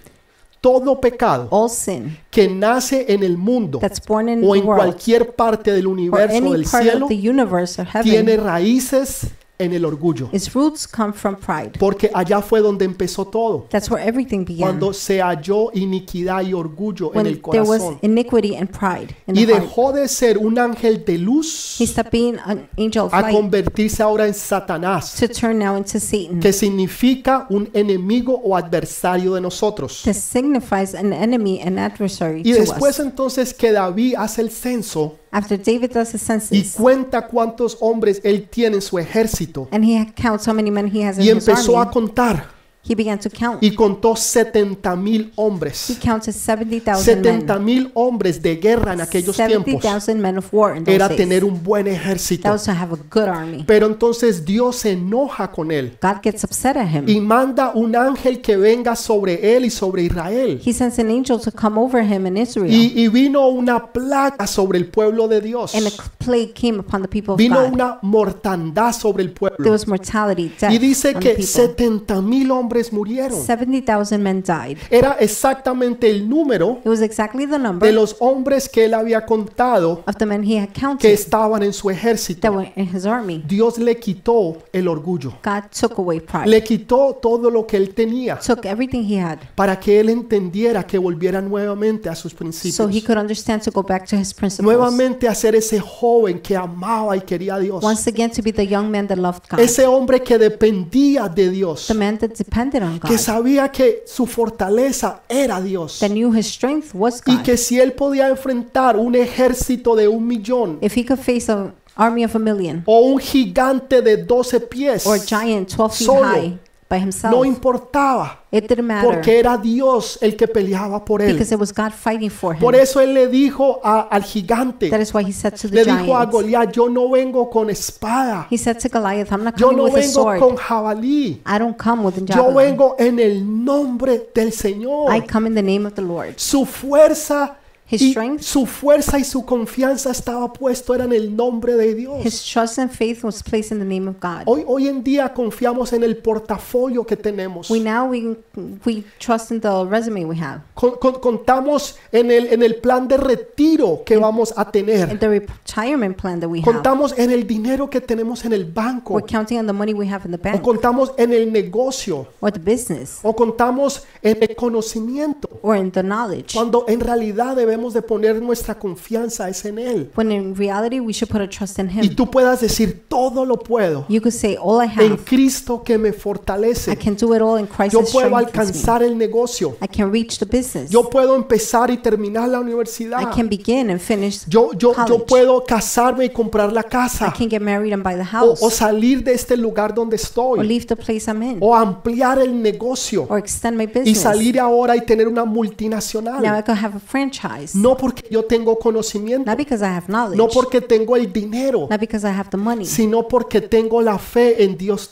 [SPEAKER 1] Todo pecado
[SPEAKER 2] All sin
[SPEAKER 1] que nace en el mundo
[SPEAKER 2] that's born in
[SPEAKER 1] o
[SPEAKER 2] the
[SPEAKER 1] en
[SPEAKER 2] world
[SPEAKER 1] cualquier parte del
[SPEAKER 2] or
[SPEAKER 1] universo o
[SPEAKER 2] any
[SPEAKER 1] del
[SPEAKER 2] part
[SPEAKER 1] cielo
[SPEAKER 2] of the universe or
[SPEAKER 1] tiene
[SPEAKER 2] heaven,
[SPEAKER 1] raíces en el orgullo,
[SPEAKER 2] its roots come from pride.
[SPEAKER 1] porque allá fue donde empezó todo,
[SPEAKER 2] That's where everything began.
[SPEAKER 1] cuando se halló iniquidad y orgullo en
[SPEAKER 2] When
[SPEAKER 1] el
[SPEAKER 2] there was
[SPEAKER 1] corazón
[SPEAKER 2] iniquity and pride in
[SPEAKER 1] y
[SPEAKER 2] the heart.
[SPEAKER 1] dejó de ser un ángel de
[SPEAKER 2] He
[SPEAKER 1] luz
[SPEAKER 2] stopped being an angel of
[SPEAKER 1] a
[SPEAKER 2] light
[SPEAKER 1] convertirse ahora en Satanás,
[SPEAKER 2] to turn now into Satan.
[SPEAKER 1] que significa un enemigo o adversario de nosotros.
[SPEAKER 2] This signifies an enemy and adversary
[SPEAKER 1] Y
[SPEAKER 2] to
[SPEAKER 1] después
[SPEAKER 2] us.
[SPEAKER 1] entonces que David hace el censo
[SPEAKER 2] After David does his
[SPEAKER 1] y
[SPEAKER 2] census,
[SPEAKER 1] cuenta cuántos hombres él tiene en su ejército
[SPEAKER 2] and he counts how many men he has in
[SPEAKER 1] y
[SPEAKER 2] his
[SPEAKER 1] empezó a
[SPEAKER 2] army,
[SPEAKER 1] contar
[SPEAKER 2] he began to count.
[SPEAKER 1] y contó 70 mil
[SPEAKER 2] He
[SPEAKER 1] hombres.
[SPEAKER 2] counted 70,000
[SPEAKER 1] 70
[SPEAKER 2] men.
[SPEAKER 1] mil hombres de guerra en aquellos tiempos
[SPEAKER 2] 70,000 men of war in
[SPEAKER 1] era
[SPEAKER 2] those
[SPEAKER 1] tener
[SPEAKER 2] days.
[SPEAKER 1] un buen
[SPEAKER 2] That
[SPEAKER 1] ejército.
[SPEAKER 2] was to have a good army.
[SPEAKER 1] Pero entonces Dios se enoja con él
[SPEAKER 2] God gets upset at him.
[SPEAKER 1] y manda un ángel que venga sobre él y sobre Israel.
[SPEAKER 2] He sends an angel to come over him in Israel,
[SPEAKER 1] Y, y vino una plaga sobre el pueblo de Dios.
[SPEAKER 2] and a plague came upon the people of
[SPEAKER 1] Vino
[SPEAKER 2] God.
[SPEAKER 1] una mortandad sobre el
[SPEAKER 2] There
[SPEAKER 1] pueblo.
[SPEAKER 2] was mortality, death
[SPEAKER 1] Y dice
[SPEAKER 2] on the
[SPEAKER 1] que
[SPEAKER 2] people.
[SPEAKER 1] 70 mil hombres murieron.
[SPEAKER 2] 70,000 men died.
[SPEAKER 1] Era exactamente el número
[SPEAKER 2] It was exactly the
[SPEAKER 1] de
[SPEAKER 2] number
[SPEAKER 1] los hombres que él había contado
[SPEAKER 2] of the men he had
[SPEAKER 1] que
[SPEAKER 2] counted
[SPEAKER 1] estaban en su
[SPEAKER 2] that
[SPEAKER 1] ejército.
[SPEAKER 2] were in his army.
[SPEAKER 1] Dios le quitó el orgullo.
[SPEAKER 2] God took away pride,
[SPEAKER 1] Le quitó todo lo que él tenía
[SPEAKER 2] took everything he had,
[SPEAKER 1] para que él entendiera que volviera nuevamente a sus
[SPEAKER 2] so he
[SPEAKER 1] principios.
[SPEAKER 2] could understand to go back to his principles.
[SPEAKER 1] Nuevamente a ser ese joven que amaba y quería a Dios.
[SPEAKER 2] Once again, to be the young man that loved God,
[SPEAKER 1] Ese hombre que dependía de Dios.
[SPEAKER 2] the man that depended on
[SPEAKER 1] Que
[SPEAKER 2] God,
[SPEAKER 1] sabía que su fortaleza era Dios.
[SPEAKER 2] that knew his strength was
[SPEAKER 1] Y
[SPEAKER 2] God.
[SPEAKER 1] que si él podía enfrentar un ejército de un millón
[SPEAKER 2] If he could face an army of a million
[SPEAKER 1] o un gigante de 12 pies,
[SPEAKER 2] or a giant 12 feet
[SPEAKER 1] Solo.
[SPEAKER 2] high by
[SPEAKER 1] no
[SPEAKER 2] himself,
[SPEAKER 1] importaba,
[SPEAKER 2] it didn't matter
[SPEAKER 1] porque era Dios el que peleaba por él.
[SPEAKER 2] because it was God fighting for him.
[SPEAKER 1] Por eso él le dijo a- al
[SPEAKER 2] That
[SPEAKER 1] gigante,
[SPEAKER 2] is why he said to
[SPEAKER 1] le
[SPEAKER 2] the
[SPEAKER 1] dijo a
[SPEAKER 2] giant,
[SPEAKER 1] Goliat, yo no vengo con espada,
[SPEAKER 2] he said to Goliath, I'm not
[SPEAKER 1] yo
[SPEAKER 2] coming
[SPEAKER 1] no
[SPEAKER 2] with a
[SPEAKER 1] vengo
[SPEAKER 2] sword.
[SPEAKER 1] con jabalí,
[SPEAKER 2] I don't come with a
[SPEAKER 1] yo
[SPEAKER 2] javelin.
[SPEAKER 1] vengo en el nombre del Señor.
[SPEAKER 2] I come in the name of the Lord.
[SPEAKER 1] Su fuerza
[SPEAKER 2] His
[SPEAKER 1] y
[SPEAKER 2] strength.
[SPEAKER 1] su fuerza y su confianza estaba puesto era en el nombre de Dios.
[SPEAKER 2] His trust and faith was placed in the name of God.
[SPEAKER 1] Hoy, hoy en día confiamos en el portafolio que tenemos.
[SPEAKER 2] We now we we trust in the resume we have
[SPEAKER 1] Con- con- contamos en el, en el plan de retiro que vamos a
[SPEAKER 2] and
[SPEAKER 1] tener.
[SPEAKER 2] the retirement plan that we have.
[SPEAKER 1] Contamos en el dinero que tenemos en el banco.
[SPEAKER 2] We're counting on the money we have in the
[SPEAKER 1] O
[SPEAKER 2] bank
[SPEAKER 1] contamos en el negocio.
[SPEAKER 2] or the business
[SPEAKER 1] O contamos en el conocimiento.
[SPEAKER 2] or in the knowledge.
[SPEAKER 1] Cuando en realidad debemos de poner nuestra confianza es en Él.
[SPEAKER 2] When in reality we should put our trust in
[SPEAKER 1] Y
[SPEAKER 2] Him.
[SPEAKER 1] tú puedas decir, todo lo puedo
[SPEAKER 2] You could say, "All I
[SPEAKER 1] en
[SPEAKER 2] have,
[SPEAKER 1] Cristo que me
[SPEAKER 2] I
[SPEAKER 1] fortalece.
[SPEAKER 2] can do it all in Christ
[SPEAKER 1] Yo
[SPEAKER 2] that
[SPEAKER 1] puedo
[SPEAKER 2] strengthens me.
[SPEAKER 1] alcanzar el negocio.
[SPEAKER 2] I can reach the business.
[SPEAKER 1] Yo puedo empezar y terminar la
[SPEAKER 2] I
[SPEAKER 1] universidad.
[SPEAKER 2] can begin and finish.
[SPEAKER 1] Yo, yo, yo
[SPEAKER 2] college.
[SPEAKER 1] puedo casarme y comprar la
[SPEAKER 2] I
[SPEAKER 1] casa.
[SPEAKER 2] can get married and buy the
[SPEAKER 1] O,
[SPEAKER 2] house
[SPEAKER 1] o salir de este lugar donde
[SPEAKER 2] or
[SPEAKER 1] estoy.
[SPEAKER 2] leave the place I'm in
[SPEAKER 1] O ampliar el negocio.
[SPEAKER 2] or extend my
[SPEAKER 1] Y
[SPEAKER 2] business."
[SPEAKER 1] salir ahora y tener una
[SPEAKER 2] Now I
[SPEAKER 1] multinacional.
[SPEAKER 2] could have a franchise.
[SPEAKER 1] No porque yo tengo conocimiento.
[SPEAKER 2] Not because I have knowledge.
[SPEAKER 1] No porque tengo el dinero.
[SPEAKER 2] not because I have the money.
[SPEAKER 1] Sino porque tengo la fe en Dios
[SPEAKER 2] but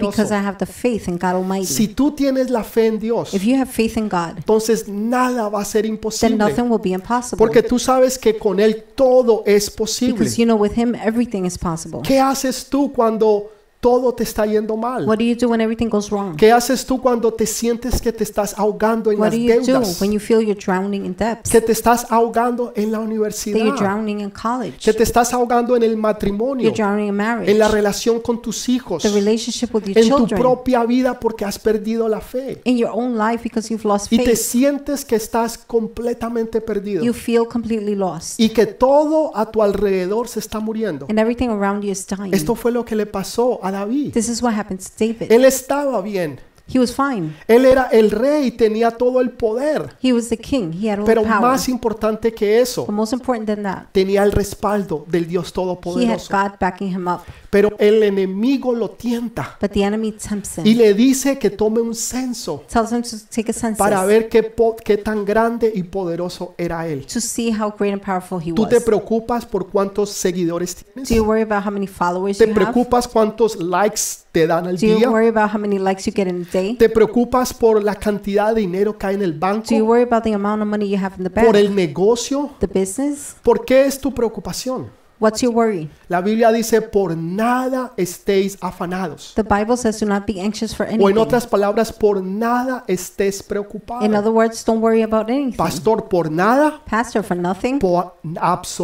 [SPEAKER 2] because
[SPEAKER 1] Todopoderoso.
[SPEAKER 2] I have the faith in God Almighty.
[SPEAKER 1] Si tú tienes la fe en Dios,
[SPEAKER 2] if you have faith in God,
[SPEAKER 1] entonces nada va a ser
[SPEAKER 2] then
[SPEAKER 1] imposible.
[SPEAKER 2] nothing will be impossible.
[SPEAKER 1] Porque tú sabes que con Él todo es posible.
[SPEAKER 2] because you know with Him everything is possible.
[SPEAKER 1] ¿Qué haces tú cuando todo te está yendo mal?
[SPEAKER 2] What do you do when everything goes wrong?
[SPEAKER 1] ¿Qué haces tú cuando te sientes que te estás ahogando en
[SPEAKER 2] What
[SPEAKER 1] las
[SPEAKER 2] do you do
[SPEAKER 1] deudas?
[SPEAKER 2] when you feel you're drowning in debts?
[SPEAKER 1] Que te estás ahogando en la
[SPEAKER 2] that you're
[SPEAKER 1] universidad.
[SPEAKER 2] drowning in college?
[SPEAKER 1] Que te estás ahogando en el matrimonio,
[SPEAKER 2] you're drowning in marriage?
[SPEAKER 1] en la relación con tus hijos,
[SPEAKER 2] the relationship with your
[SPEAKER 1] en tu
[SPEAKER 2] children?
[SPEAKER 1] propia vida porque has perdido la fe.
[SPEAKER 2] in your own life because you've lost
[SPEAKER 1] Y te
[SPEAKER 2] faith?
[SPEAKER 1] sientes que estás completamente
[SPEAKER 2] You
[SPEAKER 1] perdido
[SPEAKER 2] feel completely lost.
[SPEAKER 1] y que todo a tu alrededor se está muriendo.
[SPEAKER 2] and everything around you is dying.
[SPEAKER 1] Esto fue lo que le pasó a David.
[SPEAKER 2] this is what happened to David.
[SPEAKER 1] Él estaba bien.
[SPEAKER 2] he was fine.
[SPEAKER 1] Él era el rey, tenía todo el poder.
[SPEAKER 2] He was the king. He had all
[SPEAKER 1] Pero
[SPEAKER 2] the power.
[SPEAKER 1] más importante que eso,
[SPEAKER 2] But most important than that,
[SPEAKER 1] tenía el respaldo del Dios
[SPEAKER 2] he had
[SPEAKER 1] Todopoderoso.
[SPEAKER 2] God backing him up.
[SPEAKER 1] Pero el enemigo lo tienta
[SPEAKER 2] But the enemy tempts him,
[SPEAKER 1] y le dice que tome un censo
[SPEAKER 2] tells him to take a census
[SPEAKER 1] para ver qué, po- qué tan grande y poderoso era él.
[SPEAKER 2] to see how great and powerful he
[SPEAKER 1] Tú
[SPEAKER 2] was.
[SPEAKER 1] te preocupas por cuántos seguidores
[SPEAKER 2] Do you
[SPEAKER 1] tienes.
[SPEAKER 2] worry about how many followers
[SPEAKER 1] Te
[SPEAKER 2] you have?
[SPEAKER 1] preocupas cuántos likes te dan al
[SPEAKER 2] Do you
[SPEAKER 1] día.
[SPEAKER 2] worry about how many likes you get in a day?
[SPEAKER 1] Te preocupas por la cantidad de dinero que hay en el
[SPEAKER 2] Do you
[SPEAKER 1] banco,
[SPEAKER 2] worry about the amount of money you have in the bank?
[SPEAKER 1] por el negocio.
[SPEAKER 2] the business?
[SPEAKER 1] ¿Por qué es tu preocupación?
[SPEAKER 2] What's your worry?
[SPEAKER 1] La Biblia dice, por nada estéis afanados.
[SPEAKER 2] The Bible says do not be anxious for
[SPEAKER 1] O en
[SPEAKER 2] anything.
[SPEAKER 1] otras palabras, por nada estés
[SPEAKER 2] in
[SPEAKER 1] preocupado.
[SPEAKER 2] other words, don't worry about anything.
[SPEAKER 1] Pastor, por nada,
[SPEAKER 2] Pastor, for nothing,
[SPEAKER 1] por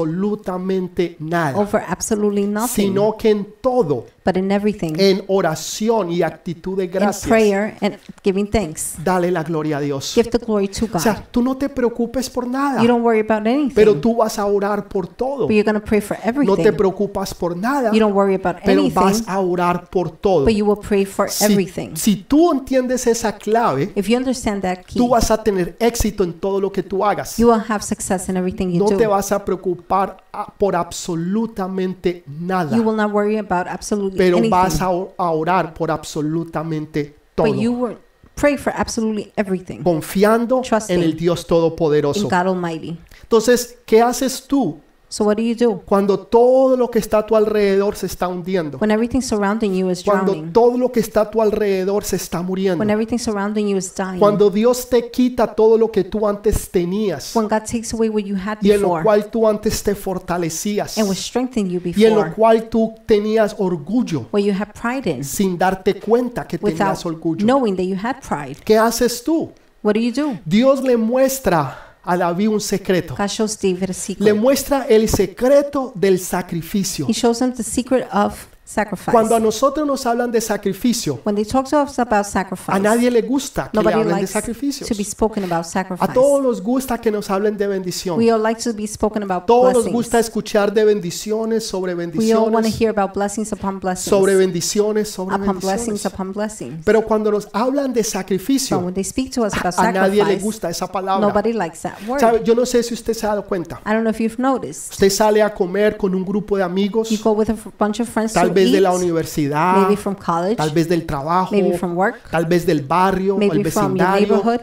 [SPEAKER 1] absolutamente
[SPEAKER 2] or
[SPEAKER 1] nada,
[SPEAKER 2] for absolutely nothing,
[SPEAKER 1] sino que en todo,
[SPEAKER 2] but in everything,
[SPEAKER 1] en oración y actitud de
[SPEAKER 2] in
[SPEAKER 1] eh, gracias,
[SPEAKER 2] prayer and giving thanks.
[SPEAKER 1] dale la gloria a Dios.
[SPEAKER 2] Give the glory to
[SPEAKER 1] O
[SPEAKER 2] God.
[SPEAKER 1] sea, tú no te preocupes por
[SPEAKER 2] You
[SPEAKER 1] nada,
[SPEAKER 2] don't worry about anything.
[SPEAKER 1] pero tú vas a orar por todo.
[SPEAKER 2] but you're going to pray for
[SPEAKER 1] No te
[SPEAKER 2] everything.
[SPEAKER 1] preocupas por nada,
[SPEAKER 2] you don't worry about
[SPEAKER 1] pero vas
[SPEAKER 2] anything,
[SPEAKER 1] a orar por todo.
[SPEAKER 2] but you will pray for
[SPEAKER 1] Si,
[SPEAKER 2] everything.
[SPEAKER 1] si tú entiendes esa clave,
[SPEAKER 2] If you understand that key,
[SPEAKER 1] tú vas a tener éxito en todo lo que tú hagas.
[SPEAKER 2] you will have success in everything you
[SPEAKER 1] No te
[SPEAKER 2] do.
[SPEAKER 1] vas a preocupar a- por absolutamente nada,
[SPEAKER 2] You will not worry about absolutely
[SPEAKER 1] pero
[SPEAKER 2] anything,
[SPEAKER 1] vas a o- a orar por absolutamente
[SPEAKER 2] but you
[SPEAKER 1] todo,
[SPEAKER 2] will pray for absolutely everything
[SPEAKER 1] confiando
[SPEAKER 2] Trusting
[SPEAKER 1] en el Dios
[SPEAKER 2] in
[SPEAKER 1] Todopoderoso.
[SPEAKER 2] God Almighty.
[SPEAKER 1] Entonces, ¿qué haces tú
[SPEAKER 2] So what do you do?
[SPEAKER 1] Cuando todo lo que está a tu alrededor se está hundiendo.
[SPEAKER 2] When everything surrounding you is
[SPEAKER 1] Cuando
[SPEAKER 2] drowning.
[SPEAKER 1] todo lo que está a tu alrededor se está muriendo.
[SPEAKER 2] When everything surrounding you is dying.
[SPEAKER 1] Cuando Dios te quita todo lo que tú antes tenías
[SPEAKER 2] When God takes away what you had
[SPEAKER 1] y en lo
[SPEAKER 2] before
[SPEAKER 1] cual tú antes te fortalecías
[SPEAKER 2] and will strengthen you
[SPEAKER 1] y en lo
[SPEAKER 2] before,
[SPEAKER 1] cual tú tenías orgullo
[SPEAKER 2] what you had pride in,
[SPEAKER 1] sin darte cuenta que
[SPEAKER 2] without
[SPEAKER 1] tenías orgullo.
[SPEAKER 2] knowing that you had pride.
[SPEAKER 1] ¿Qué haces tú?
[SPEAKER 2] What do you do?
[SPEAKER 1] Dios le muestra a David un secreto.
[SPEAKER 2] God shows David a
[SPEAKER 1] Le
[SPEAKER 2] secret.
[SPEAKER 1] muestra el secreto del sacrificio.
[SPEAKER 2] He shows him the secret of sacrifice.
[SPEAKER 1] Cuando a nosotros nos hablan de sacrificio,
[SPEAKER 2] When they talk to us about
[SPEAKER 1] a
[SPEAKER 2] sacrifice,
[SPEAKER 1] nadie le gusta que le
[SPEAKER 2] nobody
[SPEAKER 1] hablen de
[SPEAKER 2] likes
[SPEAKER 1] sacrificios.
[SPEAKER 2] to be spoken about
[SPEAKER 1] A
[SPEAKER 2] sacrifice.
[SPEAKER 1] todos nos gusta que nos hablen de bendición.
[SPEAKER 2] We all like to be spoken about
[SPEAKER 1] Todos nos gusta
[SPEAKER 2] blessings.
[SPEAKER 1] escuchar de bendiciones sobre
[SPEAKER 2] We all want to
[SPEAKER 1] bendiciones,
[SPEAKER 2] hear about blessings upon blessings,
[SPEAKER 1] sobre bendiciones, sobre
[SPEAKER 2] upon blessings,
[SPEAKER 1] bendiciones.
[SPEAKER 2] upon blessings.
[SPEAKER 1] Pero cuando nos hablan de
[SPEAKER 2] But
[SPEAKER 1] sacrificio,
[SPEAKER 2] when they speak to us about
[SPEAKER 1] a nadie le
[SPEAKER 2] sacrifice,
[SPEAKER 1] gusta esa palabra.
[SPEAKER 2] nobody likes that word.
[SPEAKER 1] ¿Sabe? Yo no sé si usted se ha dado cuenta.
[SPEAKER 2] I don't know if you've noticed.
[SPEAKER 1] Usted sale a comer con un grupo de amigos,
[SPEAKER 2] You go with a f- bunch of friends
[SPEAKER 1] tal
[SPEAKER 2] to
[SPEAKER 1] vez
[SPEAKER 2] eat,
[SPEAKER 1] de la universidad,
[SPEAKER 2] maybe from college,
[SPEAKER 1] tal vez del trabajo,
[SPEAKER 2] maybe from work,
[SPEAKER 1] tal vez del barrio, o el
[SPEAKER 2] maybe from your
[SPEAKER 1] vecindario,
[SPEAKER 2] neighborhood,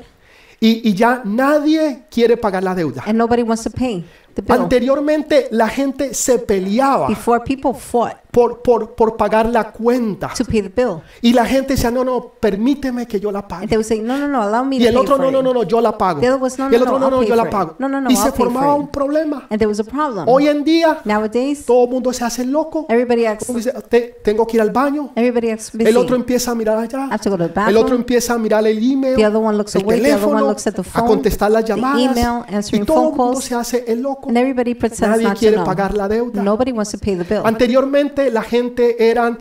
[SPEAKER 1] y, y ya nadie quiere pagar la deuda.
[SPEAKER 2] and nobody wants to pay the bill.
[SPEAKER 1] Anteriormente la gente se peleaba
[SPEAKER 2] Before people fought
[SPEAKER 1] por, por, por pagar la cuenta
[SPEAKER 2] to pay the bill,
[SPEAKER 1] y la gente decía, no, no, permíteme que yo la
[SPEAKER 2] and
[SPEAKER 1] pague.
[SPEAKER 2] they would say, "No, no, no, allow me
[SPEAKER 1] Y
[SPEAKER 2] to
[SPEAKER 1] el
[SPEAKER 2] pay
[SPEAKER 1] otro,
[SPEAKER 2] for
[SPEAKER 1] no, no,
[SPEAKER 2] it."
[SPEAKER 1] no, no, yo la pago.
[SPEAKER 2] The other was, no,
[SPEAKER 1] Y el
[SPEAKER 2] no,
[SPEAKER 1] otro,
[SPEAKER 2] no,
[SPEAKER 1] no, no,
[SPEAKER 2] I'll pay
[SPEAKER 1] yo la
[SPEAKER 2] for it.
[SPEAKER 1] pago.
[SPEAKER 2] No, no, no,
[SPEAKER 1] Y
[SPEAKER 2] I'll
[SPEAKER 1] se
[SPEAKER 2] pay for
[SPEAKER 1] formaba
[SPEAKER 2] it.
[SPEAKER 1] un problema.
[SPEAKER 2] And there was a problem.
[SPEAKER 1] Hoy en día
[SPEAKER 2] Nowadays,
[SPEAKER 1] todo el mundo se hace loco.
[SPEAKER 2] everybody acts.
[SPEAKER 1] Uno dice, "Te- tengo que ir al baño.
[SPEAKER 2] Everybody acts busy.
[SPEAKER 1] El otro empieza a mirar allá.
[SPEAKER 2] I have to go to the
[SPEAKER 1] El otro
[SPEAKER 2] bathroom.
[SPEAKER 1] empieza a mirar el email,
[SPEAKER 2] The other one looks
[SPEAKER 1] el
[SPEAKER 2] away. The other one
[SPEAKER 1] teléfono,
[SPEAKER 2] looks at the
[SPEAKER 1] a
[SPEAKER 2] phone,
[SPEAKER 1] contestar las
[SPEAKER 2] the email,
[SPEAKER 1] llamadas. Y
[SPEAKER 2] answering
[SPEAKER 1] todo
[SPEAKER 2] phone
[SPEAKER 1] el mundo
[SPEAKER 2] calls.
[SPEAKER 1] se hace el loco.
[SPEAKER 2] And everybody pretends
[SPEAKER 1] Nadie
[SPEAKER 2] not to
[SPEAKER 1] quiere
[SPEAKER 2] know.
[SPEAKER 1] pagar la deuda.
[SPEAKER 2] Nobody wants to pay the bill.
[SPEAKER 1] Anteriormente la gente eran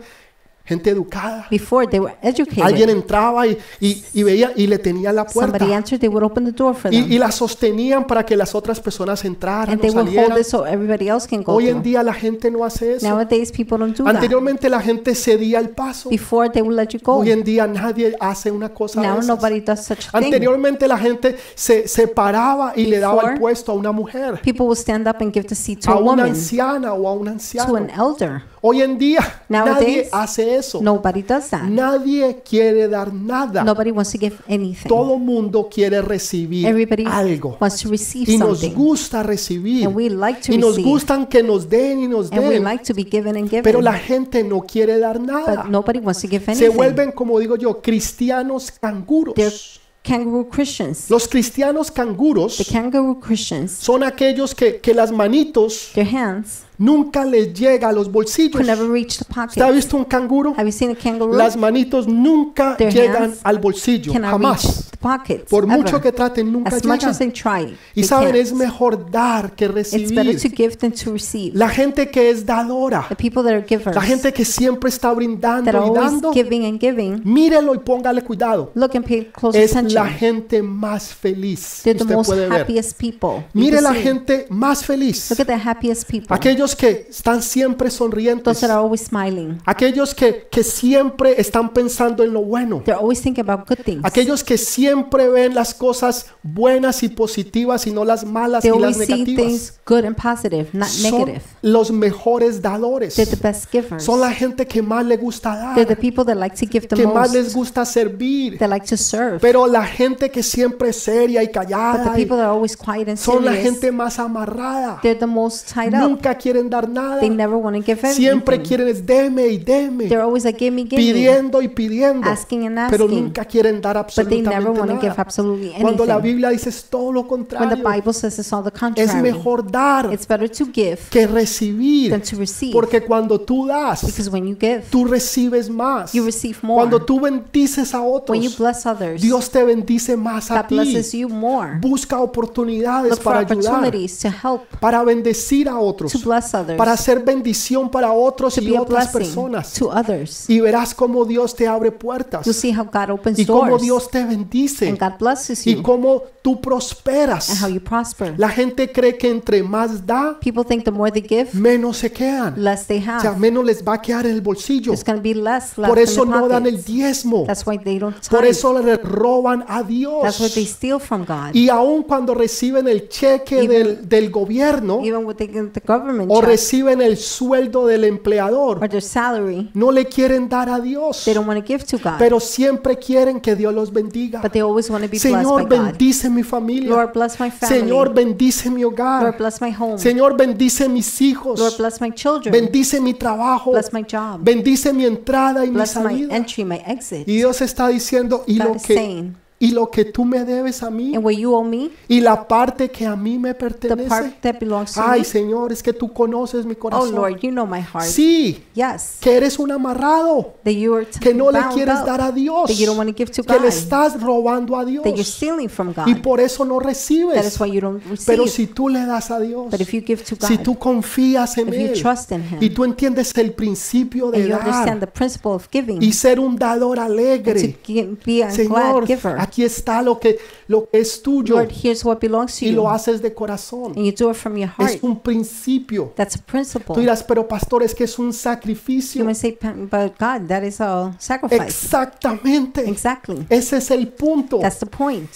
[SPEAKER 1] gente educada.
[SPEAKER 2] Before they were
[SPEAKER 1] Alguien
[SPEAKER 2] educated,
[SPEAKER 1] entraba y, y- y veía y le tenía la puerta.
[SPEAKER 2] somebody entered, they would open the door for
[SPEAKER 1] Y, y
[SPEAKER 2] them.
[SPEAKER 1] la sostenían para que las otras personas entraran
[SPEAKER 2] And
[SPEAKER 1] o
[SPEAKER 2] they would hold
[SPEAKER 1] salieran.
[SPEAKER 2] it so everybody else can go
[SPEAKER 1] Hoy en
[SPEAKER 2] through.
[SPEAKER 1] día la gente no hace eso.
[SPEAKER 2] Nowadays, people don't do that.
[SPEAKER 1] Anteriormente la gente cedía el paso.
[SPEAKER 2] Before, they would let you go.
[SPEAKER 1] Hoy en día nadie hace una cosa
[SPEAKER 2] Now,
[SPEAKER 1] de esas.
[SPEAKER 2] nobody does such a thing.
[SPEAKER 1] Anteriormente la gente se separaba y le daba el
[SPEAKER 2] Before,
[SPEAKER 1] puesto a una mujer,
[SPEAKER 2] People will stand up and give the seat to
[SPEAKER 1] a
[SPEAKER 2] a
[SPEAKER 1] una
[SPEAKER 2] woman,
[SPEAKER 1] anciana o a un
[SPEAKER 2] to an
[SPEAKER 1] anciano.
[SPEAKER 2] elder.
[SPEAKER 1] Hoy en día nadie
[SPEAKER 2] Nowadays,
[SPEAKER 1] hace eso.
[SPEAKER 2] Nobody does that.
[SPEAKER 1] Nadie quiere dar nada.
[SPEAKER 2] Nobody wants to give anything.
[SPEAKER 1] Todo mundo quiere recibir
[SPEAKER 2] Everybody
[SPEAKER 1] algo.
[SPEAKER 2] wants to receive
[SPEAKER 1] Y nos
[SPEAKER 2] something.
[SPEAKER 1] gusta recibir.
[SPEAKER 2] And we like to
[SPEAKER 1] Y nos
[SPEAKER 2] receive.
[SPEAKER 1] gustan que nos den y nos
[SPEAKER 2] And we
[SPEAKER 1] den.
[SPEAKER 2] like to be given and
[SPEAKER 1] Pero
[SPEAKER 2] given.
[SPEAKER 1] la gente no quiere dar nada.
[SPEAKER 2] But nobody wants to give
[SPEAKER 1] Se
[SPEAKER 2] anything.
[SPEAKER 1] vuelven, como digo yo, cristianos
[SPEAKER 2] They're
[SPEAKER 1] canguros.
[SPEAKER 2] kangaroo Christians.
[SPEAKER 1] Los cristianos
[SPEAKER 2] The
[SPEAKER 1] canguros
[SPEAKER 2] kangaroo Christians,
[SPEAKER 1] son aquellos que, que las manitos
[SPEAKER 2] their hands
[SPEAKER 1] nunca les llega a los bolsillos.
[SPEAKER 2] could never reach the
[SPEAKER 1] ¿Usted ha
[SPEAKER 2] pocket.
[SPEAKER 1] visto un canguro?
[SPEAKER 2] Have you seen a kangaroo?
[SPEAKER 1] Las manitos nunca
[SPEAKER 2] Their
[SPEAKER 1] llegan
[SPEAKER 2] hands
[SPEAKER 1] al bolsillo,
[SPEAKER 2] cannot reach
[SPEAKER 1] jamás.
[SPEAKER 2] the pockets.
[SPEAKER 1] Por mucho
[SPEAKER 2] Ever.
[SPEAKER 1] que traten, nunca
[SPEAKER 2] As much
[SPEAKER 1] llegan.
[SPEAKER 2] as they try,
[SPEAKER 1] Y
[SPEAKER 2] they
[SPEAKER 1] saben, es
[SPEAKER 2] can't.
[SPEAKER 1] mejor dar que
[SPEAKER 2] It's better to
[SPEAKER 1] recibir.
[SPEAKER 2] give than to receive.
[SPEAKER 1] La gente que es dadora,
[SPEAKER 2] The people that are givers,
[SPEAKER 1] la gente que siempre está
[SPEAKER 2] that are
[SPEAKER 1] brindando y
[SPEAKER 2] always
[SPEAKER 1] dando,
[SPEAKER 2] giving and giving,
[SPEAKER 1] mírelo y póngale cuidado.
[SPEAKER 2] look and pay close
[SPEAKER 1] Es la
[SPEAKER 2] attention.
[SPEAKER 1] gente más feliz. que
[SPEAKER 2] They're the
[SPEAKER 1] Usted
[SPEAKER 2] most
[SPEAKER 1] puede ver.
[SPEAKER 2] happiest people. you
[SPEAKER 1] Mire
[SPEAKER 2] can
[SPEAKER 1] la
[SPEAKER 2] see.
[SPEAKER 1] gente más feliz.
[SPEAKER 2] Look at the happiest people.
[SPEAKER 1] Aquellos que están siempre
[SPEAKER 2] Those
[SPEAKER 1] sonrientes.
[SPEAKER 2] that are always smiling.
[SPEAKER 1] Aquellos que, que siempre están pensando en lo bueno.
[SPEAKER 2] They're always thinking about good things.
[SPEAKER 1] Aquellos que siempre ven las cosas buenas y positivas y no las malas
[SPEAKER 2] They
[SPEAKER 1] y las
[SPEAKER 2] always see
[SPEAKER 1] negativas.
[SPEAKER 2] things good and positive, not
[SPEAKER 1] Son
[SPEAKER 2] negative.
[SPEAKER 1] los mejores
[SPEAKER 2] They're the
[SPEAKER 1] dadores.
[SPEAKER 2] best givers.
[SPEAKER 1] Son la gente que más le gusta
[SPEAKER 2] They're the
[SPEAKER 1] dar,
[SPEAKER 2] people that like to give the
[SPEAKER 1] que más les
[SPEAKER 2] most.
[SPEAKER 1] gusta servir.
[SPEAKER 2] They like to serve.
[SPEAKER 1] Pero la gente que siempre es seria y
[SPEAKER 2] But the
[SPEAKER 1] callada y-
[SPEAKER 2] people that are always quiet and
[SPEAKER 1] son la
[SPEAKER 2] serious,
[SPEAKER 1] gente más amarrada.
[SPEAKER 2] they're the most tied up.
[SPEAKER 1] Nunca quieren dar nada.
[SPEAKER 2] They never want to give
[SPEAKER 1] Siempre
[SPEAKER 2] anything.
[SPEAKER 1] quieren es deme y deme.
[SPEAKER 2] They're always like, give me, give me.
[SPEAKER 1] pidiendo y pidiendo,
[SPEAKER 2] Asking and
[SPEAKER 1] pero
[SPEAKER 2] asking.
[SPEAKER 1] nunca quieren dar
[SPEAKER 2] But they never
[SPEAKER 1] absolutamente
[SPEAKER 2] want to give
[SPEAKER 1] nada.
[SPEAKER 2] absolutely
[SPEAKER 1] Cuando la
[SPEAKER 2] anything.
[SPEAKER 1] Biblia dice es todo lo
[SPEAKER 2] When the
[SPEAKER 1] contrario,
[SPEAKER 2] Bible says it's all the
[SPEAKER 1] es
[SPEAKER 2] contrary.
[SPEAKER 1] mejor dar
[SPEAKER 2] It's better to give
[SPEAKER 1] que
[SPEAKER 2] than
[SPEAKER 1] recibir,
[SPEAKER 2] to receive.
[SPEAKER 1] porque cuando tú das,
[SPEAKER 2] Because when you give,
[SPEAKER 1] tú recibes más.
[SPEAKER 2] you receive more.
[SPEAKER 1] Cuando tú bendices a
[SPEAKER 2] When you
[SPEAKER 1] otros,
[SPEAKER 2] bless others,
[SPEAKER 1] Dios te bendice más a
[SPEAKER 2] God
[SPEAKER 1] ti.
[SPEAKER 2] blesses you more.
[SPEAKER 1] Busca oportunidades
[SPEAKER 2] Look for
[SPEAKER 1] para ayudar,
[SPEAKER 2] opportunities to help,
[SPEAKER 1] para bendecir a otros,
[SPEAKER 2] to bless others,
[SPEAKER 1] para hacer bendición para otros
[SPEAKER 2] to
[SPEAKER 1] y
[SPEAKER 2] be a
[SPEAKER 1] otras
[SPEAKER 2] blessing
[SPEAKER 1] personas.
[SPEAKER 2] to others.
[SPEAKER 1] Y verás cómo Dios te abre puertas
[SPEAKER 2] You'll see how God opens
[SPEAKER 1] y cómo
[SPEAKER 2] doors
[SPEAKER 1] Dios te bendice.
[SPEAKER 2] and God blesses
[SPEAKER 1] y
[SPEAKER 2] you
[SPEAKER 1] cómo tú
[SPEAKER 2] and
[SPEAKER 1] prosperas.
[SPEAKER 2] how you prosper.
[SPEAKER 1] La gente cree que entre más da,
[SPEAKER 2] People think the more they give,
[SPEAKER 1] menos se quedan.
[SPEAKER 2] less they
[SPEAKER 1] O sea,
[SPEAKER 2] have.
[SPEAKER 1] menos les va a quedar en el bolsillo.
[SPEAKER 2] There's going to be less left
[SPEAKER 1] Por eso
[SPEAKER 2] in the
[SPEAKER 1] no dan el
[SPEAKER 2] pockets.
[SPEAKER 1] diezmo.
[SPEAKER 2] That's why they don't
[SPEAKER 1] Por
[SPEAKER 2] tithe.
[SPEAKER 1] eso le roban a
[SPEAKER 2] That's what they
[SPEAKER 1] Dios.
[SPEAKER 2] steal from God.
[SPEAKER 1] Y aun cuando reciben el cheque
[SPEAKER 2] Even-
[SPEAKER 1] del, del gobierno
[SPEAKER 2] Even with the, the government
[SPEAKER 1] o
[SPEAKER 2] check
[SPEAKER 1] reciben el sueldo del
[SPEAKER 2] or
[SPEAKER 1] empleador,
[SPEAKER 2] their salary,
[SPEAKER 1] no le quieren dar a Dios.
[SPEAKER 2] they don't want to give to God.
[SPEAKER 1] Pero siempre quieren que Dios los bendiga.
[SPEAKER 2] But they always want to be blessed by
[SPEAKER 1] Señor,
[SPEAKER 2] God.
[SPEAKER 1] bendíceme mi familia.
[SPEAKER 2] Lord, bless my family.
[SPEAKER 1] Señor, bendice mi
[SPEAKER 2] Lord,
[SPEAKER 1] hogar.
[SPEAKER 2] bless my home.
[SPEAKER 1] Señor, bendice mis
[SPEAKER 2] Lord,
[SPEAKER 1] hijos.
[SPEAKER 2] bless my children.
[SPEAKER 1] Bendice mi trabajo.
[SPEAKER 2] Bless my job.
[SPEAKER 1] Bendice mi entrada y mi
[SPEAKER 2] bless my
[SPEAKER 1] salida.
[SPEAKER 2] entry, my exit.
[SPEAKER 1] Y Dios está diciendo, y lo
[SPEAKER 2] God is
[SPEAKER 1] que,
[SPEAKER 2] saying,
[SPEAKER 1] y lo que tú me debes a mí,
[SPEAKER 2] and what you owe me,
[SPEAKER 1] y la parte que a mí me
[SPEAKER 2] the
[SPEAKER 1] pertenece.
[SPEAKER 2] part that belongs to
[SPEAKER 1] Ay,
[SPEAKER 2] me.
[SPEAKER 1] Señor, es que tú conoces mi
[SPEAKER 2] Oh
[SPEAKER 1] corazón.
[SPEAKER 2] Lord, you know my heart.
[SPEAKER 1] Sí,
[SPEAKER 2] Yes,
[SPEAKER 1] que eres un amarrado,
[SPEAKER 2] that you are t-
[SPEAKER 1] que no le
[SPEAKER 2] bound
[SPEAKER 1] quieres
[SPEAKER 2] up,
[SPEAKER 1] dar a Dios,
[SPEAKER 2] that you don't want to give to
[SPEAKER 1] que
[SPEAKER 2] God,
[SPEAKER 1] le estás robando a Dios
[SPEAKER 2] that you're stealing from
[SPEAKER 1] y
[SPEAKER 2] God.
[SPEAKER 1] por eso no
[SPEAKER 2] That is
[SPEAKER 1] recibes.
[SPEAKER 2] why you don't receive.
[SPEAKER 1] Pero si tú le das a Dios,
[SPEAKER 2] but if you give to God,
[SPEAKER 1] si tú confías en
[SPEAKER 2] if you
[SPEAKER 1] Él
[SPEAKER 2] trust in Him,
[SPEAKER 1] y tú entiendes el principio
[SPEAKER 2] and
[SPEAKER 1] de
[SPEAKER 2] you
[SPEAKER 1] dar
[SPEAKER 2] understand the principle of giving,
[SPEAKER 1] y ser un dador
[SPEAKER 2] to
[SPEAKER 1] alegre,
[SPEAKER 2] gi- be a
[SPEAKER 1] Señor,
[SPEAKER 2] glad giver,
[SPEAKER 1] aquí está lo que, lo que es tuyo
[SPEAKER 2] Lord, here's what belongs to
[SPEAKER 1] y lo
[SPEAKER 2] you,
[SPEAKER 1] haces de corazón.
[SPEAKER 2] and you do it from your heart.
[SPEAKER 1] Es un principio.
[SPEAKER 2] That's a principle.
[SPEAKER 1] Tú dirás, pero pastor, es que es un
[SPEAKER 2] You
[SPEAKER 1] sacrificio.
[SPEAKER 2] may say, "Pa- but God, that is a sacrifice.
[SPEAKER 1] Exactamente.
[SPEAKER 2] Exactly.
[SPEAKER 1] Ese es el punto.
[SPEAKER 2] That's the point.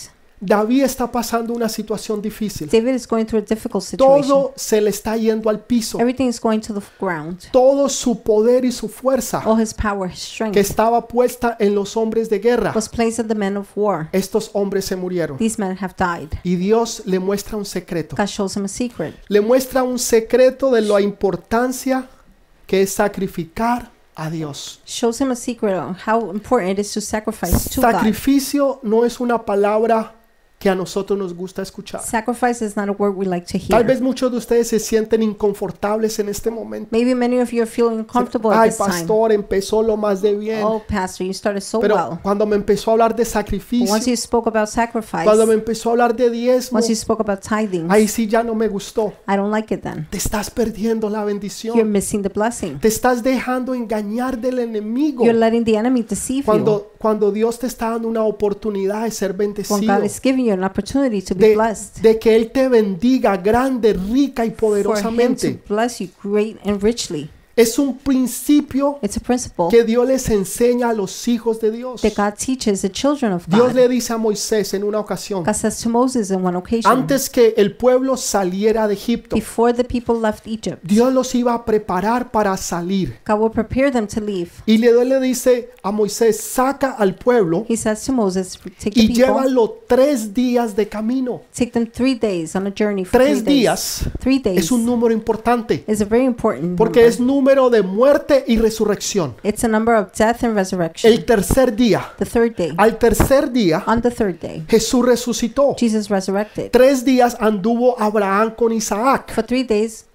[SPEAKER 1] David está pasando una situación difícil.
[SPEAKER 2] David is going through a difficult situation.
[SPEAKER 1] Todo se le está yendo al piso.
[SPEAKER 2] Everything is going to the ground.
[SPEAKER 1] Todo su poder y su fuerza
[SPEAKER 2] All his power, his
[SPEAKER 1] que
[SPEAKER 2] strength
[SPEAKER 1] estaba puesta en los hombres de guerra,
[SPEAKER 2] was placed on the men of war.
[SPEAKER 1] estos hombres se murieron.
[SPEAKER 2] These men have died.
[SPEAKER 1] Y Dios le muestra un secreto.
[SPEAKER 2] God shows him a secret.
[SPEAKER 1] Le muestra un secreto de la importancia que es sacrificar a Dios.
[SPEAKER 2] Shows him a secret on how important it is to sacrifice to God.
[SPEAKER 1] Sacrificio no es una palabra que a nosotros nos gusta escuchar.
[SPEAKER 2] Sacrifice is not a word we like to
[SPEAKER 1] Tal
[SPEAKER 2] hear.
[SPEAKER 1] vez muchos de ustedes se sienten inconfortables en este momento.
[SPEAKER 2] Maybe many of you are feeling comfortable at
[SPEAKER 1] Ay,
[SPEAKER 2] this time.
[SPEAKER 1] pastor, empezó lo más de bien.
[SPEAKER 2] Oh, pastor, you started so
[SPEAKER 1] Pero
[SPEAKER 2] well.
[SPEAKER 1] cuando me empezó a hablar de
[SPEAKER 2] But once
[SPEAKER 1] sacrificio,
[SPEAKER 2] you spoke about
[SPEAKER 1] cuando me
[SPEAKER 2] sacrifice,
[SPEAKER 1] empezó a hablar de diezmo,
[SPEAKER 2] once you spoke about tithing,
[SPEAKER 1] ahí sí ya no me gustó.
[SPEAKER 2] I don't like it then.
[SPEAKER 1] Te estás perdiendo la
[SPEAKER 2] You're
[SPEAKER 1] bendición.
[SPEAKER 2] missing the blessing.
[SPEAKER 1] Te estás dejando engañar del enemigo.
[SPEAKER 2] You're letting the enemy deceive you.
[SPEAKER 1] Cuando, cuando Dios te está dando una oportunidad de ser
[SPEAKER 2] When
[SPEAKER 1] bendecido,
[SPEAKER 2] God is giving you an opportunity to be
[SPEAKER 1] de,
[SPEAKER 2] blessed,
[SPEAKER 1] de que Él te bendiga grande, rica y
[SPEAKER 2] for Him to
[SPEAKER 1] poderosamente.
[SPEAKER 2] bless you great and richly.
[SPEAKER 1] Es un principio
[SPEAKER 2] It's a principle
[SPEAKER 1] que Dios les enseña a los hijos de Dios.
[SPEAKER 2] that God teaches the children of
[SPEAKER 1] Dios
[SPEAKER 2] God.
[SPEAKER 1] le dice a Moisés en una ocasión,
[SPEAKER 2] God says to Moses in one occasion,
[SPEAKER 1] antes que el pueblo saliera de Egipto,
[SPEAKER 2] before the people left Egypt,
[SPEAKER 1] Dios los iba a preparar para salir.
[SPEAKER 2] God will prepare them to leave.
[SPEAKER 1] Y Dios le dice a Moisés, saca al pueblo
[SPEAKER 2] He says to Moses, take the
[SPEAKER 1] y
[SPEAKER 2] people,
[SPEAKER 1] llévalo tres días de camino.
[SPEAKER 2] take them three days on a journey for three
[SPEAKER 1] Tres
[SPEAKER 2] days.
[SPEAKER 1] días
[SPEAKER 2] Three days
[SPEAKER 1] es un número importante
[SPEAKER 2] is a very important
[SPEAKER 1] porque
[SPEAKER 2] number.
[SPEAKER 1] es número de muerte y resurrección.
[SPEAKER 2] It's a number of death and resurrection.
[SPEAKER 1] El tercer día,
[SPEAKER 2] The third day.
[SPEAKER 1] al tercer día,
[SPEAKER 2] On the third day,
[SPEAKER 1] Jesús resucitó.
[SPEAKER 2] Jesus resurrected.
[SPEAKER 1] Tres días anduvo Abraham con Isaac.
[SPEAKER 2] For three days,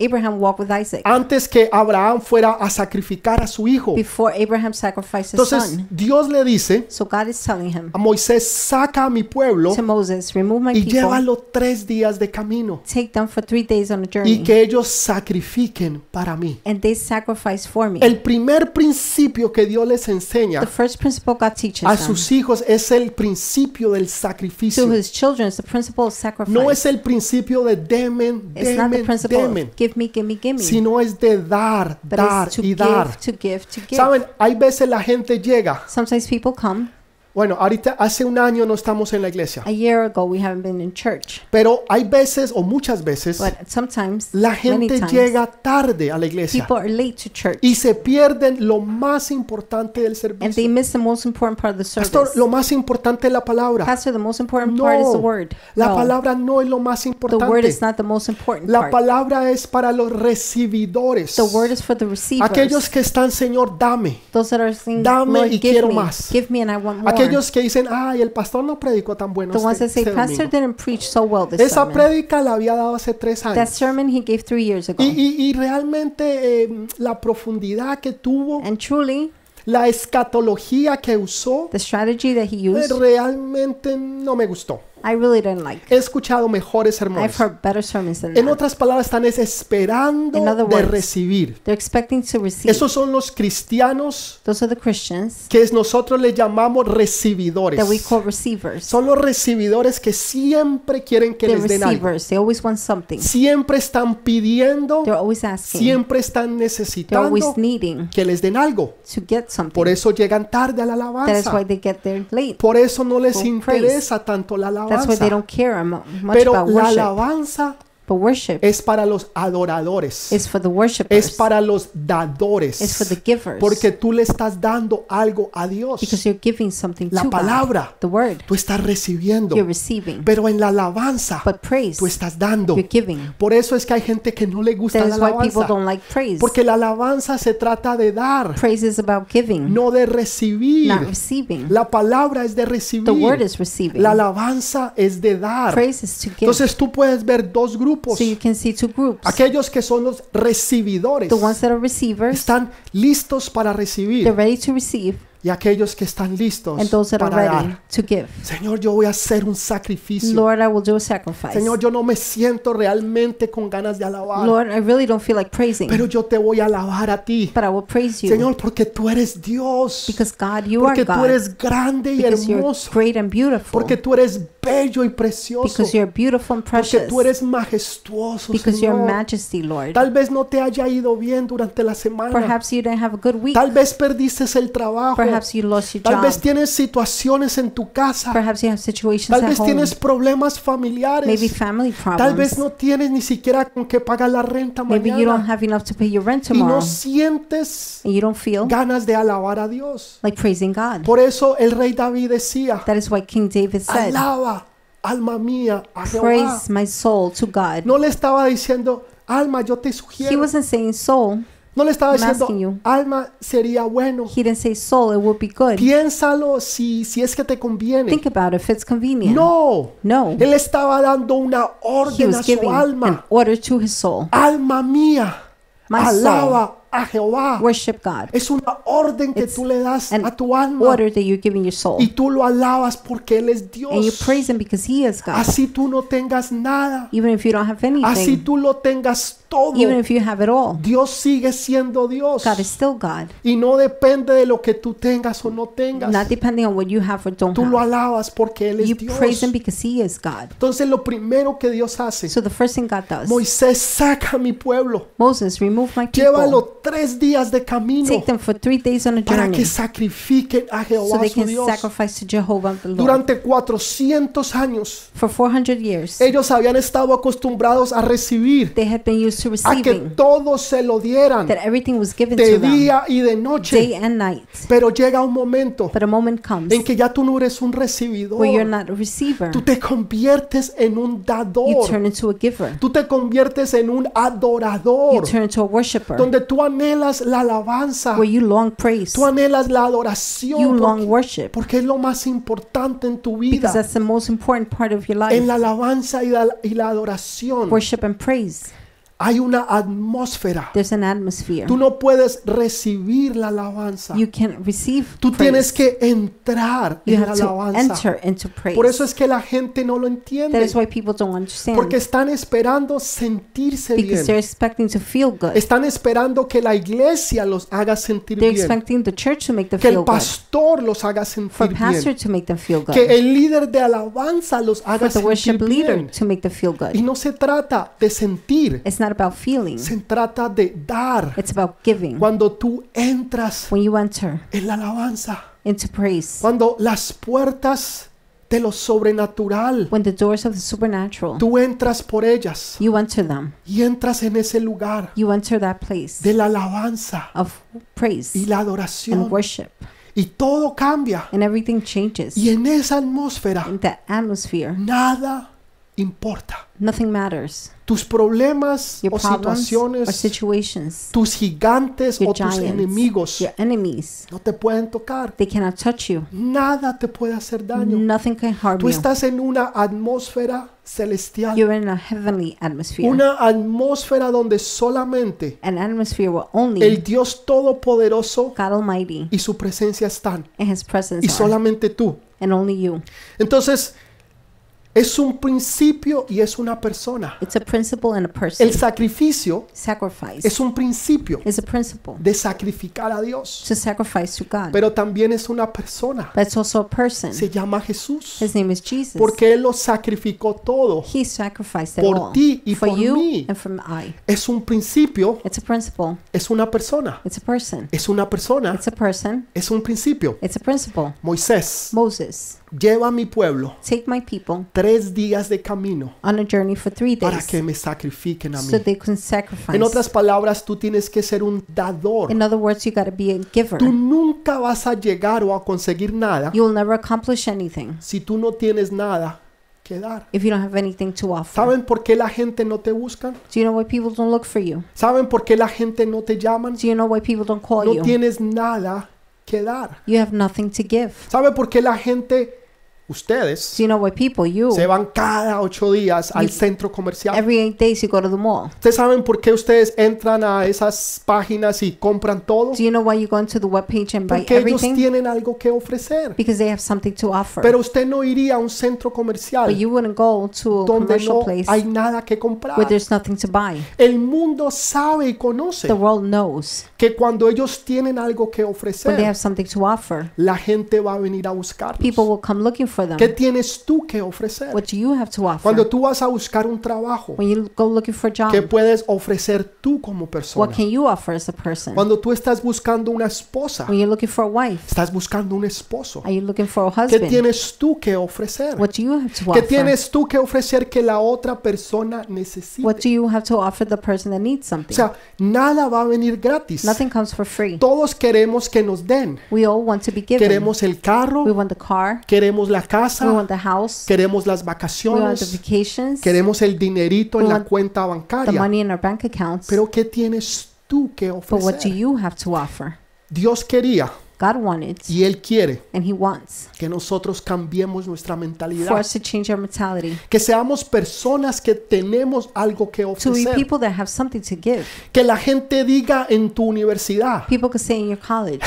[SPEAKER 2] Abraham walked with Isaac
[SPEAKER 1] antes que Abraham fuera a sacrificar a su hijo.
[SPEAKER 2] before Abraham sacrificed his
[SPEAKER 1] Entonces
[SPEAKER 2] son.
[SPEAKER 1] Dios le dice
[SPEAKER 2] So God is telling him
[SPEAKER 1] a Moisés, saca a mi pueblo
[SPEAKER 2] to Moses, remove my
[SPEAKER 1] y
[SPEAKER 2] people,
[SPEAKER 1] llévalo tres días de camino
[SPEAKER 2] take them for three days on a
[SPEAKER 1] y
[SPEAKER 2] journey,
[SPEAKER 1] que ellos sacrifiquen para mí.
[SPEAKER 2] and they sacrifice for me.
[SPEAKER 1] El primer principio que Dios les enseña
[SPEAKER 2] The first principle God teaches
[SPEAKER 1] a
[SPEAKER 2] them
[SPEAKER 1] sus hijos es el principio del
[SPEAKER 2] to
[SPEAKER 1] sacrificio.
[SPEAKER 2] his children is the principle
[SPEAKER 1] No
[SPEAKER 2] of sacrifice.
[SPEAKER 1] es el principio de demen,
[SPEAKER 2] It's not the
[SPEAKER 1] demen,
[SPEAKER 2] principle
[SPEAKER 1] demen,
[SPEAKER 2] of give me, give me, give me,
[SPEAKER 1] sino es de dar,
[SPEAKER 2] but
[SPEAKER 1] dar
[SPEAKER 2] it's to
[SPEAKER 1] y dar.
[SPEAKER 2] give, to give, to give.
[SPEAKER 1] Saben, hay veces la gente llega.
[SPEAKER 2] Sometimes people come.
[SPEAKER 1] Bueno, ahorita hace un año no estamos en la iglesia.
[SPEAKER 2] A year ago, we haven't been in church,
[SPEAKER 1] Pero hay veces o muchas veces
[SPEAKER 2] but sometimes,
[SPEAKER 1] la
[SPEAKER 2] many
[SPEAKER 1] gente
[SPEAKER 2] times,
[SPEAKER 1] llega tarde a la iglesia
[SPEAKER 2] people are late to church.
[SPEAKER 1] y se pierden lo más importante del
[SPEAKER 2] and they
[SPEAKER 1] servicio.
[SPEAKER 2] miss the most important part of the service.
[SPEAKER 1] Pastor, lo más importante es la palabra.
[SPEAKER 2] Pastor, the most important part is the
[SPEAKER 1] No,
[SPEAKER 2] word.
[SPEAKER 1] la
[SPEAKER 2] No,
[SPEAKER 1] palabra no es lo más
[SPEAKER 2] the word is
[SPEAKER 1] importante.
[SPEAKER 2] not the most important
[SPEAKER 1] La
[SPEAKER 2] part.
[SPEAKER 1] palabra es para los recibidores.
[SPEAKER 2] The word is for the receivers.
[SPEAKER 1] Aquellos que están, Señor, dame.
[SPEAKER 2] Those that are saying,
[SPEAKER 1] Dame
[SPEAKER 2] Lord,
[SPEAKER 1] y
[SPEAKER 2] give
[SPEAKER 1] quiero
[SPEAKER 2] me,
[SPEAKER 1] más."
[SPEAKER 2] give me, and I want more.
[SPEAKER 1] Aquellos que dicen, ay, el pastor no predicó tan bueno
[SPEAKER 2] the ones
[SPEAKER 1] este,
[SPEAKER 2] that say,
[SPEAKER 1] este
[SPEAKER 2] Pastor
[SPEAKER 1] domingo.
[SPEAKER 2] didn't preach so well this
[SPEAKER 1] Esa
[SPEAKER 2] sermon.
[SPEAKER 1] prédica la había dado hace tres
[SPEAKER 2] that
[SPEAKER 1] años.
[SPEAKER 2] sermon he gave three years ago,
[SPEAKER 1] Y, y- y realmente eh, la profundidad que tuvo
[SPEAKER 2] and truly,
[SPEAKER 1] La escatología que usó
[SPEAKER 2] the strategy that he
[SPEAKER 1] eh,
[SPEAKER 2] used,
[SPEAKER 1] realmente no me gustó.
[SPEAKER 2] I really didn't like.
[SPEAKER 1] He escuchado mejores
[SPEAKER 2] I've
[SPEAKER 1] sermones.
[SPEAKER 2] heard better sermons than
[SPEAKER 1] En
[SPEAKER 2] that.
[SPEAKER 1] otras palabras, están es esperando
[SPEAKER 2] In other
[SPEAKER 1] de
[SPEAKER 2] words,
[SPEAKER 1] recibir.
[SPEAKER 2] They're expecting to receive.
[SPEAKER 1] Esos son los cristianos
[SPEAKER 2] Those are the Christians
[SPEAKER 1] que nosotros le llamamos recibidores.
[SPEAKER 2] that we call receivers.
[SPEAKER 1] Son los recibidores que siempre quieren que
[SPEAKER 2] They're
[SPEAKER 1] les den algo.
[SPEAKER 2] receivers. They always want something.
[SPEAKER 1] Siempre están pidiendo,
[SPEAKER 2] They're always asking.
[SPEAKER 1] siempre están
[SPEAKER 2] They're
[SPEAKER 1] necesitando
[SPEAKER 2] always needing
[SPEAKER 1] que les den algo.
[SPEAKER 2] to get something.
[SPEAKER 1] Por eso llegan tarde a la
[SPEAKER 2] That is why
[SPEAKER 1] alabanza.
[SPEAKER 2] they get there late.
[SPEAKER 1] Por eso no les
[SPEAKER 2] For praise.
[SPEAKER 1] interesa tanto la
[SPEAKER 2] That's why they
[SPEAKER 1] alabanza.
[SPEAKER 2] don't care amo- much
[SPEAKER 1] Pero
[SPEAKER 2] about
[SPEAKER 1] la
[SPEAKER 2] worship.
[SPEAKER 1] alabanza
[SPEAKER 2] But worship
[SPEAKER 1] es para los adoradores,
[SPEAKER 2] is for the worshipers.
[SPEAKER 1] es para los
[SPEAKER 2] It's for the
[SPEAKER 1] dadores,
[SPEAKER 2] givers.
[SPEAKER 1] porque tú le estás dando algo a
[SPEAKER 2] because
[SPEAKER 1] Dios.
[SPEAKER 2] you're giving something
[SPEAKER 1] La
[SPEAKER 2] to God.
[SPEAKER 1] palabra.
[SPEAKER 2] The word
[SPEAKER 1] Tú estás recibiendo,
[SPEAKER 2] you're receiving.
[SPEAKER 1] pero en la alabanza
[SPEAKER 2] but praise
[SPEAKER 1] tú estás dando.
[SPEAKER 2] you're giving.
[SPEAKER 1] Por eso es que hay gente que no le gusta
[SPEAKER 2] That
[SPEAKER 1] la
[SPEAKER 2] is why people
[SPEAKER 1] alabanza,
[SPEAKER 2] don't like praise.
[SPEAKER 1] porque la alabanza se trata de dar,
[SPEAKER 2] praise is about giving,
[SPEAKER 1] no de recibir.
[SPEAKER 2] not receiving.
[SPEAKER 1] La palabra es de
[SPEAKER 2] the word
[SPEAKER 1] recibir,
[SPEAKER 2] is receiving.
[SPEAKER 1] la alabanza es de dar.
[SPEAKER 2] praise is to give.
[SPEAKER 1] Entonces tú puedes ver dos grupos.
[SPEAKER 2] so you can see two groups.
[SPEAKER 1] Aquellos que son los recibidores
[SPEAKER 2] the ones that are receivers,
[SPEAKER 1] están listos para
[SPEAKER 2] they're
[SPEAKER 1] recibir
[SPEAKER 2] ready to receive,
[SPEAKER 1] y aquellos que están
[SPEAKER 2] and
[SPEAKER 1] listos
[SPEAKER 2] those that are
[SPEAKER 1] para
[SPEAKER 2] ready
[SPEAKER 1] dar.
[SPEAKER 2] to give.
[SPEAKER 1] Señor, yo voy a hacer un sacrificio.
[SPEAKER 2] Lord, I will do a sacrifice.
[SPEAKER 1] Señor, yo no me siento realmente con ganas de alabar,
[SPEAKER 2] Lord, I really don't feel like praising,
[SPEAKER 1] pero yo te voy a alabar a ti.
[SPEAKER 2] but I will praise you.
[SPEAKER 1] Señor, porque tú eres Dios,
[SPEAKER 2] because God, you are
[SPEAKER 1] porque
[SPEAKER 2] God.
[SPEAKER 1] tú eres grande y
[SPEAKER 2] because you're
[SPEAKER 1] hermoso,
[SPEAKER 2] great and beautiful.
[SPEAKER 1] porque tú eres bello y precioso,
[SPEAKER 2] because you're beautiful and
[SPEAKER 1] porque
[SPEAKER 2] precious.
[SPEAKER 1] tú eres majestuoso,
[SPEAKER 2] because your
[SPEAKER 1] Señor.
[SPEAKER 2] majesty, Lord.
[SPEAKER 1] Tal vez no te haya ido bien durante la semana.
[SPEAKER 2] Perhaps you didn't have a good week.
[SPEAKER 1] Tal vez perdiste el trabajo.
[SPEAKER 2] Perhaps you lost your
[SPEAKER 1] Tal
[SPEAKER 2] job.
[SPEAKER 1] vez tienes situaciones en tu casa.
[SPEAKER 2] Perhaps you have situations
[SPEAKER 1] Tal
[SPEAKER 2] at
[SPEAKER 1] vez
[SPEAKER 2] home.
[SPEAKER 1] tienes problemas
[SPEAKER 2] Maybe
[SPEAKER 1] familiares.
[SPEAKER 2] family problems.
[SPEAKER 1] Tal vez no tienes ni siquiera con qué pagar la renta
[SPEAKER 2] Maybe you don't
[SPEAKER 1] mañana.
[SPEAKER 2] have enough to pay your rent
[SPEAKER 1] Y
[SPEAKER 2] tomorrow.
[SPEAKER 1] no sientes
[SPEAKER 2] and you don't feel
[SPEAKER 1] ganas de alabar a Dios.
[SPEAKER 2] like praising God.
[SPEAKER 1] Por eso el rey David decía,
[SPEAKER 2] That is why King David said,
[SPEAKER 1] alaba, alma mía, a Jehová.
[SPEAKER 2] Praise my soul to God.
[SPEAKER 1] No le estaba diciendo, alma, yo te
[SPEAKER 2] He
[SPEAKER 1] sugiero.
[SPEAKER 2] wasn't saying soul.
[SPEAKER 1] No le estaba
[SPEAKER 2] I'm
[SPEAKER 1] diciendo,
[SPEAKER 2] asking you.
[SPEAKER 1] alma, sería bueno.
[SPEAKER 2] He didn't say soul. It would be good.
[SPEAKER 1] Piénsalo si, si es que te conviene.
[SPEAKER 2] Think about it if it's convenient.
[SPEAKER 1] No.
[SPEAKER 2] No.
[SPEAKER 1] Él estaba dando una
[SPEAKER 2] He
[SPEAKER 1] orden a
[SPEAKER 2] was
[SPEAKER 1] su
[SPEAKER 2] giving an
[SPEAKER 1] alma.
[SPEAKER 2] order to his soul.
[SPEAKER 1] Alma mía,
[SPEAKER 2] My soul,
[SPEAKER 1] alaba a Jehová.
[SPEAKER 2] worship God.
[SPEAKER 1] Es una orden que
[SPEAKER 2] It's
[SPEAKER 1] tú le das
[SPEAKER 2] an
[SPEAKER 1] a tu alma
[SPEAKER 2] Order that you're giving your soul.
[SPEAKER 1] y tú lo alabas porque Él es
[SPEAKER 2] And you
[SPEAKER 1] Dios.
[SPEAKER 2] praise him because he is God.
[SPEAKER 1] Así tú no tengas nada,
[SPEAKER 2] Even if you don't have
[SPEAKER 1] así
[SPEAKER 2] anything.
[SPEAKER 1] tú lo tengas todo.
[SPEAKER 2] Even if you have it all.
[SPEAKER 1] Dios sigue siendo Dios
[SPEAKER 2] God is still God.
[SPEAKER 1] y no depende de lo que tú tengas o no tengas.
[SPEAKER 2] Not depending on what you have or don't
[SPEAKER 1] Tú lo
[SPEAKER 2] have.
[SPEAKER 1] alabas porque Él
[SPEAKER 2] You
[SPEAKER 1] es
[SPEAKER 2] praise
[SPEAKER 1] Dios.
[SPEAKER 2] him because he is God.
[SPEAKER 1] Entonces lo primero que Dios hace,
[SPEAKER 2] So the first thing God does,
[SPEAKER 1] Moisés saca a mi pueblo.
[SPEAKER 2] Moses, remove my people.
[SPEAKER 1] Llévalo tres días de camino
[SPEAKER 2] Take them for three days on a
[SPEAKER 1] para que
[SPEAKER 2] journey
[SPEAKER 1] sacrifiquen a
[SPEAKER 2] so
[SPEAKER 1] Jehová
[SPEAKER 2] they
[SPEAKER 1] su
[SPEAKER 2] can
[SPEAKER 1] Dios.
[SPEAKER 2] sacrifice to Jehovah the Lord.
[SPEAKER 1] Durante 400 años,
[SPEAKER 2] For 400 years,
[SPEAKER 1] ellos habían estado acostumbrados a recibir,
[SPEAKER 2] they had been used to
[SPEAKER 1] a que
[SPEAKER 2] receiving
[SPEAKER 1] todo se lo dieran
[SPEAKER 2] that everything was given to
[SPEAKER 1] de
[SPEAKER 2] them
[SPEAKER 1] día y de
[SPEAKER 2] day
[SPEAKER 1] noche.
[SPEAKER 2] and night.
[SPEAKER 1] Pero llega un momento
[SPEAKER 2] But a moment comes
[SPEAKER 1] en que ya tú no eres un
[SPEAKER 2] where you're
[SPEAKER 1] recibidor,
[SPEAKER 2] not a receiver.
[SPEAKER 1] tú te conviertes en un
[SPEAKER 2] You
[SPEAKER 1] dador,
[SPEAKER 2] turn into a giver.
[SPEAKER 1] tú te conviertes en un
[SPEAKER 2] You
[SPEAKER 1] adorador,
[SPEAKER 2] turn into a worshiper
[SPEAKER 1] donde tú anhelas la alabanza,
[SPEAKER 2] where you long praise.
[SPEAKER 1] tú anhelas la
[SPEAKER 2] You
[SPEAKER 1] adoración, porque-
[SPEAKER 2] long worship
[SPEAKER 1] Porque es lo más importante en tu
[SPEAKER 2] because
[SPEAKER 1] vida.
[SPEAKER 2] that's the most important part of your
[SPEAKER 1] En
[SPEAKER 2] life.
[SPEAKER 1] la alabanza y la, y la adoración
[SPEAKER 2] Worship and praise.
[SPEAKER 1] hay una atmósfera.
[SPEAKER 2] There's an atmosphere.
[SPEAKER 1] Tú no puedes recibir la alabanza.
[SPEAKER 2] You can receive
[SPEAKER 1] Tú
[SPEAKER 2] praise.
[SPEAKER 1] tienes que entrar
[SPEAKER 2] You
[SPEAKER 1] en la
[SPEAKER 2] have to enter
[SPEAKER 1] alabanza.
[SPEAKER 2] into praise.
[SPEAKER 1] Por eso es que la gente no lo
[SPEAKER 2] that
[SPEAKER 1] entiende.
[SPEAKER 2] is why people don't understand.
[SPEAKER 1] Porque están esperando sentirse
[SPEAKER 2] because they're
[SPEAKER 1] bien.
[SPEAKER 2] expecting to feel good.
[SPEAKER 1] Están esperando que la iglesia los haga sentir
[SPEAKER 2] They're
[SPEAKER 1] bien.
[SPEAKER 2] expecting the church to make them
[SPEAKER 1] Que el
[SPEAKER 2] feel good.
[SPEAKER 1] pastor los haga
[SPEAKER 2] For
[SPEAKER 1] sentir
[SPEAKER 2] pastor
[SPEAKER 1] bien.
[SPEAKER 2] to make them feel good.
[SPEAKER 1] Que el líder de alabanza los haga
[SPEAKER 2] For the
[SPEAKER 1] sentir
[SPEAKER 2] worship leader
[SPEAKER 1] bien.
[SPEAKER 2] to make them feel
[SPEAKER 1] Y
[SPEAKER 2] good.
[SPEAKER 1] no se trata de sentir,
[SPEAKER 2] It's not about feeling.
[SPEAKER 1] se trata de dar.
[SPEAKER 2] It's about giving.
[SPEAKER 1] Cuando tú entras
[SPEAKER 2] When you enter
[SPEAKER 1] en la alabanza,
[SPEAKER 2] into praise,
[SPEAKER 1] cuando las puertas de lo sobrenatural,
[SPEAKER 2] when the doors of the supernatural,
[SPEAKER 1] tú entras por ellas
[SPEAKER 2] you enter them.
[SPEAKER 1] y entras en ese lugar
[SPEAKER 2] You enter that place
[SPEAKER 1] de la alabanza
[SPEAKER 2] of
[SPEAKER 1] y
[SPEAKER 2] praise
[SPEAKER 1] la
[SPEAKER 2] and
[SPEAKER 1] adoración
[SPEAKER 2] worship.
[SPEAKER 1] y todo cambia.
[SPEAKER 2] And everything changes.
[SPEAKER 1] Y en esa atmósfera
[SPEAKER 2] In that atmosphere,
[SPEAKER 1] nada importa.
[SPEAKER 2] nothing matters.
[SPEAKER 1] Tus problemas
[SPEAKER 2] Your
[SPEAKER 1] o
[SPEAKER 2] problems or
[SPEAKER 1] situaciones,
[SPEAKER 2] situations,
[SPEAKER 1] tus gigantes
[SPEAKER 2] your
[SPEAKER 1] o tus
[SPEAKER 2] giants,
[SPEAKER 1] enemigos
[SPEAKER 2] your enemies,
[SPEAKER 1] no te pueden tocar.
[SPEAKER 2] they cannot touch you.
[SPEAKER 1] Nada te puede hacer daño.
[SPEAKER 2] Nothing can harm
[SPEAKER 1] Tú
[SPEAKER 2] you.
[SPEAKER 1] estás en una atmósfera celestial,
[SPEAKER 2] You're in a heavenly atmosphere.
[SPEAKER 1] una atmósfera donde solamente
[SPEAKER 2] An atmosphere where only
[SPEAKER 1] el Dios Todopoderoso
[SPEAKER 2] God Almighty
[SPEAKER 1] y su presencia están,
[SPEAKER 2] and His
[SPEAKER 1] y
[SPEAKER 2] presence are,
[SPEAKER 1] solamente tú.
[SPEAKER 2] and only you.
[SPEAKER 1] Entonces, es un principio y es una persona.
[SPEAKER 2] It's a principle and a person.
[SPEAKER 1] El sacrificio
[SPEAKER 2] Sacrifice
[SPEAKER 1] es un principio
[SPEAKER 2] is a principle
[SPEAKER 1] de sacrificar a Dios,
[SPEAKER 2] to sacrifice to God.
[SPEAKER 1] pero también es una persona.
[SPEAKER 2] But it's also a person.
[SPEAKER 1] Se llama Jesús,
[SPEAKER 2] His name is Jesus.
[SPEAKER 1] porque Él lo sacrificó todo.
[SPEAKER 2] He sacrificed it
[SPEAKER 1] Por
[SPEAKER 2] all
[SPEAKER 1] ti y
[SPEAKER 2] for
[SPEAKER 1] por
[SPEAKER 2] you
[SPEAKER 1] mí.
[SPEAKER 2] and for I.
[SPEAKER 1] Es un principio,
[SPEAKER 2] It's a principle.
[SPEAKER 1] es una persona.
[SPEAKER 2] It's a person.
[SPEAKER 1] Es una persona,
[SPEAKER 2] It's a person.
[SPEAKER 1] es un principio.
[SPEAKER 2] It's a principle.
[SPEAKER 1] Moisés,
[SPEAKER 2] Moses,
[SPEAKER 1] lleva a mi pueblo
[SPEAKER 2] take my people
[SPEAKER 1] tres días de camino
[SPEAKER 2] on a journey for three
[SPEAKER 1] para
[SPEAKER 2] days
[SPEAKER 1] que me sacrifiquen a mí.
[SPEAKER 2] so they can sacrifice.
[SPEAKER 1] En otras palabras, tú tienes que ser un dador.
[SPEAKER 2] In other words, you got to be a giver.
[SPEAKER 1] Tú nunca vas a llegar o a conseguir nada
[SPEAKER 2] You will never accomplish anything
[SPEAKER 1] si tú no tienes nada que dar.
[SPEAKER 2] if you don't have anything to offer.
[SPEAKER 1] ¿Saben por qué la gente no te busca?
[SPEAKER 2] Do you know why people don't look for you?
[SPEAKER 1] ¿Saben por qué la gente no te llaman?
[SPEAKER 2] Do you know why people don't call
[SPEAKER 1] No
[SPEAKER 2] you?
[SPEAKER 1] tienes nada que dar.
[SPEAKER 2] You have nothing to give.
[SPEAKER 1] ¿Saben por qué la gente, ustedes,
[SPEAKER 2] Do you know why people,
[SPEAKER 1] se
[SPEAKER 2] you,
[SPEAKER 1] van cada ocho días al
[SPEAKER 2] You-
[SPEAKER 1] centro comercial?
[SPEAKER 2] every eight days you go to the mall?
[SPEAKER 1] ¿Ustedes saben por qué ustedes entran a esas páginas y compran todo?
[SPEAKER 2] Do you know why you go into the webpage and buy
[SPEAKER 1] Porque ellos
[SPEAKER 2] everything?
[SPEAKER 1] tienen algo que ofrecer.
[SPEAKER 2] Because they have something to offer.
[SPEAKER 1] Pero usted no iría a un centro
[SPEAKER 2] But
[SPEAKER 1] comercial
[SPEAKER 2] you wouldn't go to a
[SPEAKER 1] donde
[SPEAKER 2] commercial
[SPEAKER 1] no
[SPEAKER 2] place
[SPEAKER 1] hay nada que
[SPEAKER 2] where
[SPEAKER 1] comprar.
[SPEAKER 2] there's nothing to buy.
[SPEAKER 1] El mundo sabe y
[SPEAKER 2] The
[SPEAKER 1] conoce
[SPEAKER 2] world knows
[SPEAKER 1] que cuando ellos tienen algo que
[SPEAKER 2] when they
[SPEAKER 1] ofrecer,
[SPEAKER 2] have something to offer.
[SPEAKER 1] la gente va a venir a buscar.
[SPEAKER 2] People will come looking for them.
[SPEAKER 1] ¿Qué tienes tú que ofrecer?
[SPEAKER 2] What do you have to offer?
[SPEAKER 1] Cuando tú vas a buscar un trabajo,
[SPEAKER 2] When you go looking for a job,
[SPEAKER 1] ¿qué puedes ofrecer tú como
[SPEAKER 2] what
[SPEAKER 1] persona?
[SPEAKER 2] can you offer as a person?
[SPEAKER 1] Cuando tú estás buscando una esposa,
[SPEAKER 2] When you're looking for a wife,
[SPEAKER 1] estás buscando un esposo.
[SPEAKER 2] are you looking for a
[SPEAKER 1] ¿Qué
[SPEAKER 2] husband?
[SPEAKER 1] tienes tú que ofrecer?
[SPEAKER 2] What do you have to
[SPEAKER 1] ¿Qué
[SPEAKER 2] offer?
[SPEAKER 1] tienes tú que ofrecer que la otra persona
[SPEAKER 2] What
[SPEAKER 1] necesite?
[SPEAKER 2] do you have to offer the person that needs
[SPEAKER 1] O
[SPEAKER 2] something?
[SPEAKER 1] sea, nada va a venir gratis.
[SPEAKER 2] Nothing comes for free.
[SPEAKER 1] Todos queremos que nos den.
[SPEAKER 2] We all want to be given.
[SPEAKER 1] Queremos el
[SPEAKER 2] We
[SPEAKER 1] carro,
[SPEAKER 2] want the car.
[SPEAKER 1] queremos la
[SPEAKER 2] We
[SPEAKER 1] casa,
[SPEAKER 2] want the house.
[SPEAKER 1] queremos las
[SPEAKER 2] We want the
[SPEAKER 1] vacaciones,
[SPEAKER 2] vacations. The
[SPEAKER 1] queremos el dinerito en
[SPEAKER 2] We
[SPEAKER 1] la
[SPEAKER 2] want
[SPEAKER 1] cuenta bancaria.
[SPEAKER 2] money in our bank accounts.
[SPEAKER 1] Pero ¿qué tienes tú que
[SPEAKER 2] But what do
[SPEAKER 1] ofrecer?
[SPEAKER 2] you have to offer?
[SPEAKER 1] Dios quería
[SPEAKER 2] God wanted
[SPEAKER 1] y Él quiere
[SPEAKER 2] and He wants
[SPEAKER 1] que nosotros cambiemos nuestra
[SPEAKER 2] for
[SPEAKER 1] mentalidad.
[SPEAKER 2] us to change our mentality.
[SPEAKER 1] Que seamos personas que tenemos algo que
[SPEAKER 2] To be
[SPEAKER 1] ofrecer.
[SPEAKER 2] people that have something to give.
[SPEAKER 1] Que la gente diga en tu universidad,
[SPEAKER 2] People could say in your
[SPEAKER 1] <laughs>
[SPEAKER 2] college,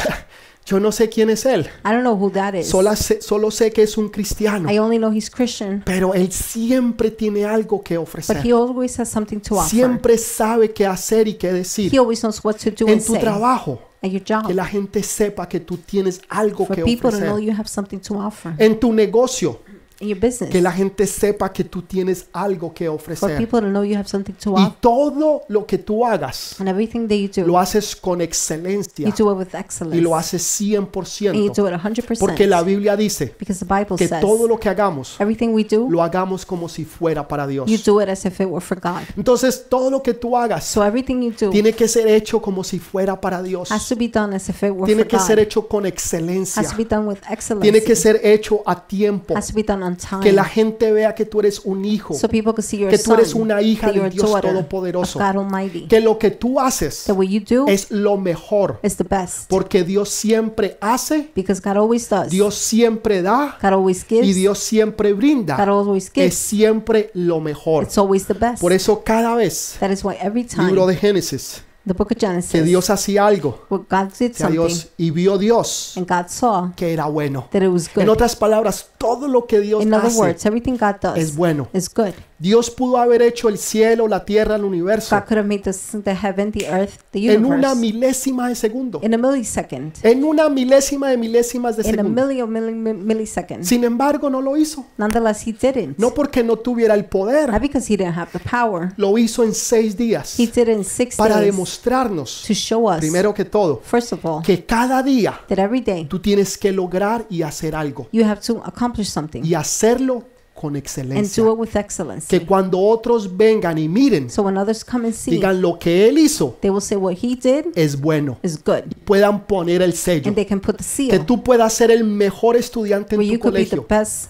[SPEAKER 1] yo no sé quién es Él,
[SPEAKER 2] I don't know who that is.
[SPEAKER 1] solo sé, solo sé que es un cristiano,
[SPEAKER 2] I only know he's Christian,
[SPEAKER 1] pero Él siempre tiene algo que
[SPEAKER 2] but
[SPEAKER 1] ofrecer.
[SPEAKER 2] he always has something to offer.
[SPEAKER 1] Siempre sabe qué hacer y qué decir.
[SPEAKER 2] He always knows what to do
[SPEAKER 1] en
[SPEAKER 2] and
[SPEAKER 1] tu
[SPEAKER 2] say
[SPEAKER 1] trabajo,
[SPEAKER 2] at your job
[SPEAKER 1] que la gente sepa que tú tienes algo
[SPEAKER 2] for
[SPEAKER 1] que
[SPEAKER 2] people to know
[SPEAKER 1] ofrecer.
[SPEAKER 2] you have something to offer
[SPEAKER 1] En tu negocio,
[SPEAKER 2] in your business.
[SPEAKER 1] que la gente sepa que tú tienes algo que
[SPEAKER 2] for
[SPEAKER 1] ofrecer.
[SPEAKER 2] people to know you have something to
[SPEAKER 1] Y
[SPEAKER 2] offer
[SPEAKER 1] todo lo que tú hagas,
[SPEAKER 2] and everything that you do,
[SPEAKER 1] lo haces con
[SPEAKER 2] you
[SPEAKER 1] excelencia
[SPEAKER 2] do it with
[SPEAKER 1] y lo
[SPEAKER 2] excellence
[SPEAKER 1] haces
[SPEAKER 2] and you
[SPEAKER 1] 100%.
[SPEAKER 2] do it 100%.
[SPEAKER 1] Porque la Biblia dice
[SPEAKER 2] because the Bible
[SPEAKER 1] que
[SPEAKER 2] says
[SPEAKER 1] todo lo que hagamos,
[SPEAKER 2] everything we do,
[SPEAKER 1] lo hagamos como si fuera para
[SPEAKER 2] you
[SPEAKER 1] Dios.
[SPEAKER 2] do it as if it were for God.
[SPEAKER 1] Entonces, todo lo que tú hagas
[SPEAKER 2] So everything you do
[SPEAKER 1] tiene que ser hecho como si fuera para Dios.
[SPEAKER 2] has to be done as if it were
[SPEAKER 1] Tiene
[SPEAKER 2] for
[SPEAKER 1] que ser
[SPEAKER 2] God.
[SPEAKER 1] hecho con
[SPEAKER 2] Has
[SPEAKER 1] excelencia.
[SPEAKER 2] to be done with excellence.
[SPEAKER 1] Tiene que ser hecho a tiempo.
[SPEAKER 2] has to be done on time.
[SPEAKER 1] Que la gente vea que tú eres un hijo.
[SPEAKER 2] so people can see your
[SPEAKER 1] que tú eres
[SPEAKER 2] son,
[SPEAKER 1] una hija
[SPEAKER 2] that
[SPEAKER 1] del
[SPEAKER 2] you're a
[SPEAKER 1] Dios
[SPEAKER 2] daughter
[SPEAKER 1] Todopoderoso.
[SPEAKER 2] of God Almighty.
[SPEAKER 1] Que lo que tú haces
[SPEAKER 2] that what you do
[SPEAKER 1] es lo mejor.
[SPEAKER 2] is the best
[SPEAKER 1] Porque Dios siempre hace,
[SPEAKER 2] because God always does.
[SPEAKER 1] Dios siempre da
[SPEAKER 2] God always
[SPEAKER 1] y
[SPEAKER 2] gives.
[SPEAKER 1] Dios siempre
[SPEAKER 2] God
[SPEAKER 1] brinda.
[SPEAKER 2] always
[SPEAKER 1] Es
[SPEAKER 2] gives.
[SPEAKER 1] siempre lo mejor.
[SPEAKER 2] It's always the best.
[SPEAKER 1] Por eso cada vez,
[SPEAKER 2] That is why every
[SPEAKER 1] libro
[SPEAKER 2] time
[SPEAKER 1] de Génesis,
[SPEAKER 2] the book of
[SPEAKER 1] que
[SPEAKER 2] Genesis,
[SPEAKER 1] Dios hacía algo,
[SPEAKER 2] where God did
[SPEAKER 1] sea
[SPEAKER 2] something
[SPEAKER 1] Dios y vio Dios
[SPEAKER 2] and God saw
[SPEAKER 1] que era bueno.
[SPEAKER 2] that it was
[SPEAKER 1] En
[SPEAKER 2] good.
[SPEAKER 1] otras palabras, todo lo que Dios
[SPEAKER 2] In other
[SPEAKER 1] hace
[SPEAKER 2] words, everything God
[SPEAKER 1] es
[SPEAKER 2] does
[SPEAKER 1] bueno.
[SPEAKER 2] is good.
[SPEAKER 1] Dios pudo haber hecho el cielo, la tierra, el universo
[SPEAKER 2] God could have made this, the heaven, the earth, the
[SPEAKER 1] en una
[SPEAKER 2] universe
[SPEAKER 1] milésima de segundo.
[SPEAKER 2] in a millisecond.
[SPEAKER 1] En una milésima de milésimas de
[SPEAKER 2] In a
[SPEAKER 1] segundo.
[SPEAKER 2] million milli, millisecond.
[SPEAKER 1] Sin embargo, no lo hizo.
[SPEAKER 2] Nonetheless, he didn't.
[SPEAKER 1] No porque no tuviera el
[SPEAKER 2] Not
[SPEAKER 1] poder.
[SPEAKER 2] because he didn't have the power.
[SPEAKER 1] Lo hizo en seis días
[SPEAKER 2] He did it in six
[SPEAKER 1] para
[SPEAKER 2] days
[SPEAKER 1] demostrarnos,
[SPEAKER 2] to show us,
[SPEAKER 1] primero que todo,
[SPEAKER 2] first of all,
[SPEAKER 1] que cada día
[SPEAKER 2] that every day
[SPEAKER 1] tú tienes que lograr y hacer algo.
[SPEAKER 2] you have to accomplish something
[SPEAKER 1] Y hacerlo con
[SPEAKER 2] and do
[SPEAKER 1] excelencia.
[SPEAKER 2] it with excellence.
[SPEAKER 1] Que cuando otros vengan y miren,
[SPEAKER 2] So when others come and see,
[SPEAKER 1] digan Eh, lo que él hizo
[SPEAKER 2] they will say what he did
[SPEAKER 1] es bueno.
[SPEAKER 2] is good.
[SPEAKER 1] Puedan poner el sello.
[SPEAKER 2] And they can put the
[SPEAKER 1] Que
[SPEAKER 2] seal
[SPEAKER 1] tú puedas ser el mejor estudiante
[SPEAKER 2] where
[SPEAKER 1] en
[SPEAKER 2] you
[SPEAKER 1] tu
[SPEAKER 2] could be the
[SPEAKER 1] colegio.
[SPEAKER 2] best,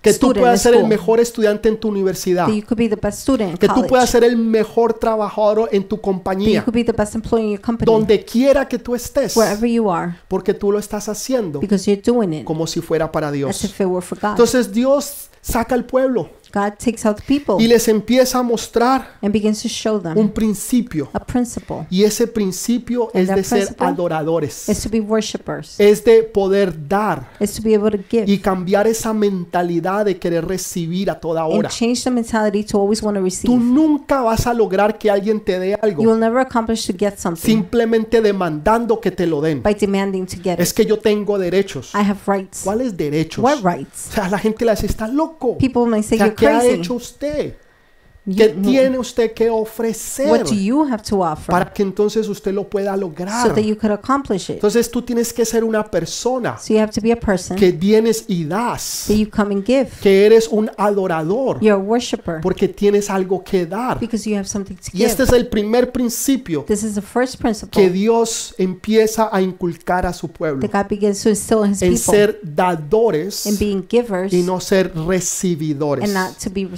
[SPEAKER 1] Que tú
[SPEAKER 2] student in
[SPEAKER 1] puedas ser el
[SPEAKER 2] school.
[SPEAKER 1] mejor estudiante en tu universidad.
[SPEAKER 2] that you could be the best student
[SPEAKER 1] que
[SPEAKER 2] in
[SPEAKER 1] tú
[SPEAKER 2] college,
[SPEAKER 1] puedas
[SPEAKER 2] that
[SPEAKER 1] ser el mejor trabajador en tu
[SPEAKER 2] you
[SPEAKER 1] compañía,
[SPEAKER 2] could be the best employee in your company,
[SPEAKER 1] donde quiera que tú estés,
[SPEAKER 2] wherever you are,
[SPEAKER 1] porque tú lo estás haciendo
[SPEAKER 2] because you're doing it
[SPEAKER 1] como si fuera para
[SPEAKER 2] as
[SPEAKER 1] Dios.
[SPEAKER 2] if it were for God.
[SPEAKER 1] Entonces Dios saca al pueblo
[SPEAKER 2] God takes out the people
[SPEAKER 1] y les empieza a mostrar
[SPEAKER 2] and begins to show them
[SPEAKER 1] un principio,
[SPEAKER 2] a principle
[SPEAKER 1] y ese principio es de ser
[SPEAKER 2] is
[SPEAKER 1] adoradores,
[SPEAKER 2] to be worshipers,
[SPEAKER 1] es de poder dar
[SPEAKER 2] is to be able to give
[SPEAKER 1] Eh, y cambiar esa mentalidad de querer recibir a toda hora.
[SPEAKER 2] and change the mentality to always want to
[SPEAKER 1] Tú
[SPEAKER 2] receive.
[SPEAKER 1] nunca vas a lograr que alguien te dé
[SPEAKER 2] You
[SPEAKER 1] algo
[SPEAKER 2] will never accomplish to get something
[SPEAKER 1] simplemente demandando que te lo den.
[SPEAKER 2] by demanding to get
[SPEAKER 1] Es
[SPEAKER 2] it.
[SPEAKER 1] que yo tengo derechos.
[SPEAKER 2] I have rights.
[SPEAKER 1] ¿Cuáles derechos?
[SPEAKER 2] What
[SPEAKER 1] O
[SPEAKER 2] rights?
[SPEAKER 1] sea, la gente le dice, está loco. O
[SPEAKER 2] People may say you're
[SPEAKER 1] sea, ¿qué ha
[SPEAKER 2] crazy.
[SPEAKER 1] hecho usted? ¿Qué tiene usted que ofrecer
[SPEAKER 2] What do you have to offer
[SPEAKER 1] para que entonces usted lo pueda
[SPEAKER 2] so
[SPEAKER 1] lograr?
[SPEAKER 2] that you could accomplish it?
[SPEAKER 1] Entonces tú tienes que ser una persona
[SPEAKER 2] So you have to be a person
[SPEAKER 1] que tienes y das,
[SPEAKER 2] that you come and give.
[SPEAKER 1] que eres un adorador,
[SPEAKER 2] You're a worshiper
[SPEAKER 1] porque tienes algo que dar.
[SPEAKER 2] because you have something to
[SPEAKER 1] Y este
[SPEAKER 2] give.
[SPEAKER 1] es el primer principio
[SPEAKER 2] This is the first
[SPEAKER 1] que
[SPEAKER 2] principle
[SPEAKER 1] Dios empieza a inculcar a su pueblo,
[SPEAKER 2] that God begins to instill in His
[SPEAKER 1] en
[SPEAKER 2] people
[SPEAKER 1] ser dadores
[SPEAKER 2] in being givers
[SPEAKER 1] y no ser
[SPEAKER 2] and
[SPEAKER 1] recibidores.
[SPEAKER 2] not to be
[SPEAKER 1] Cuando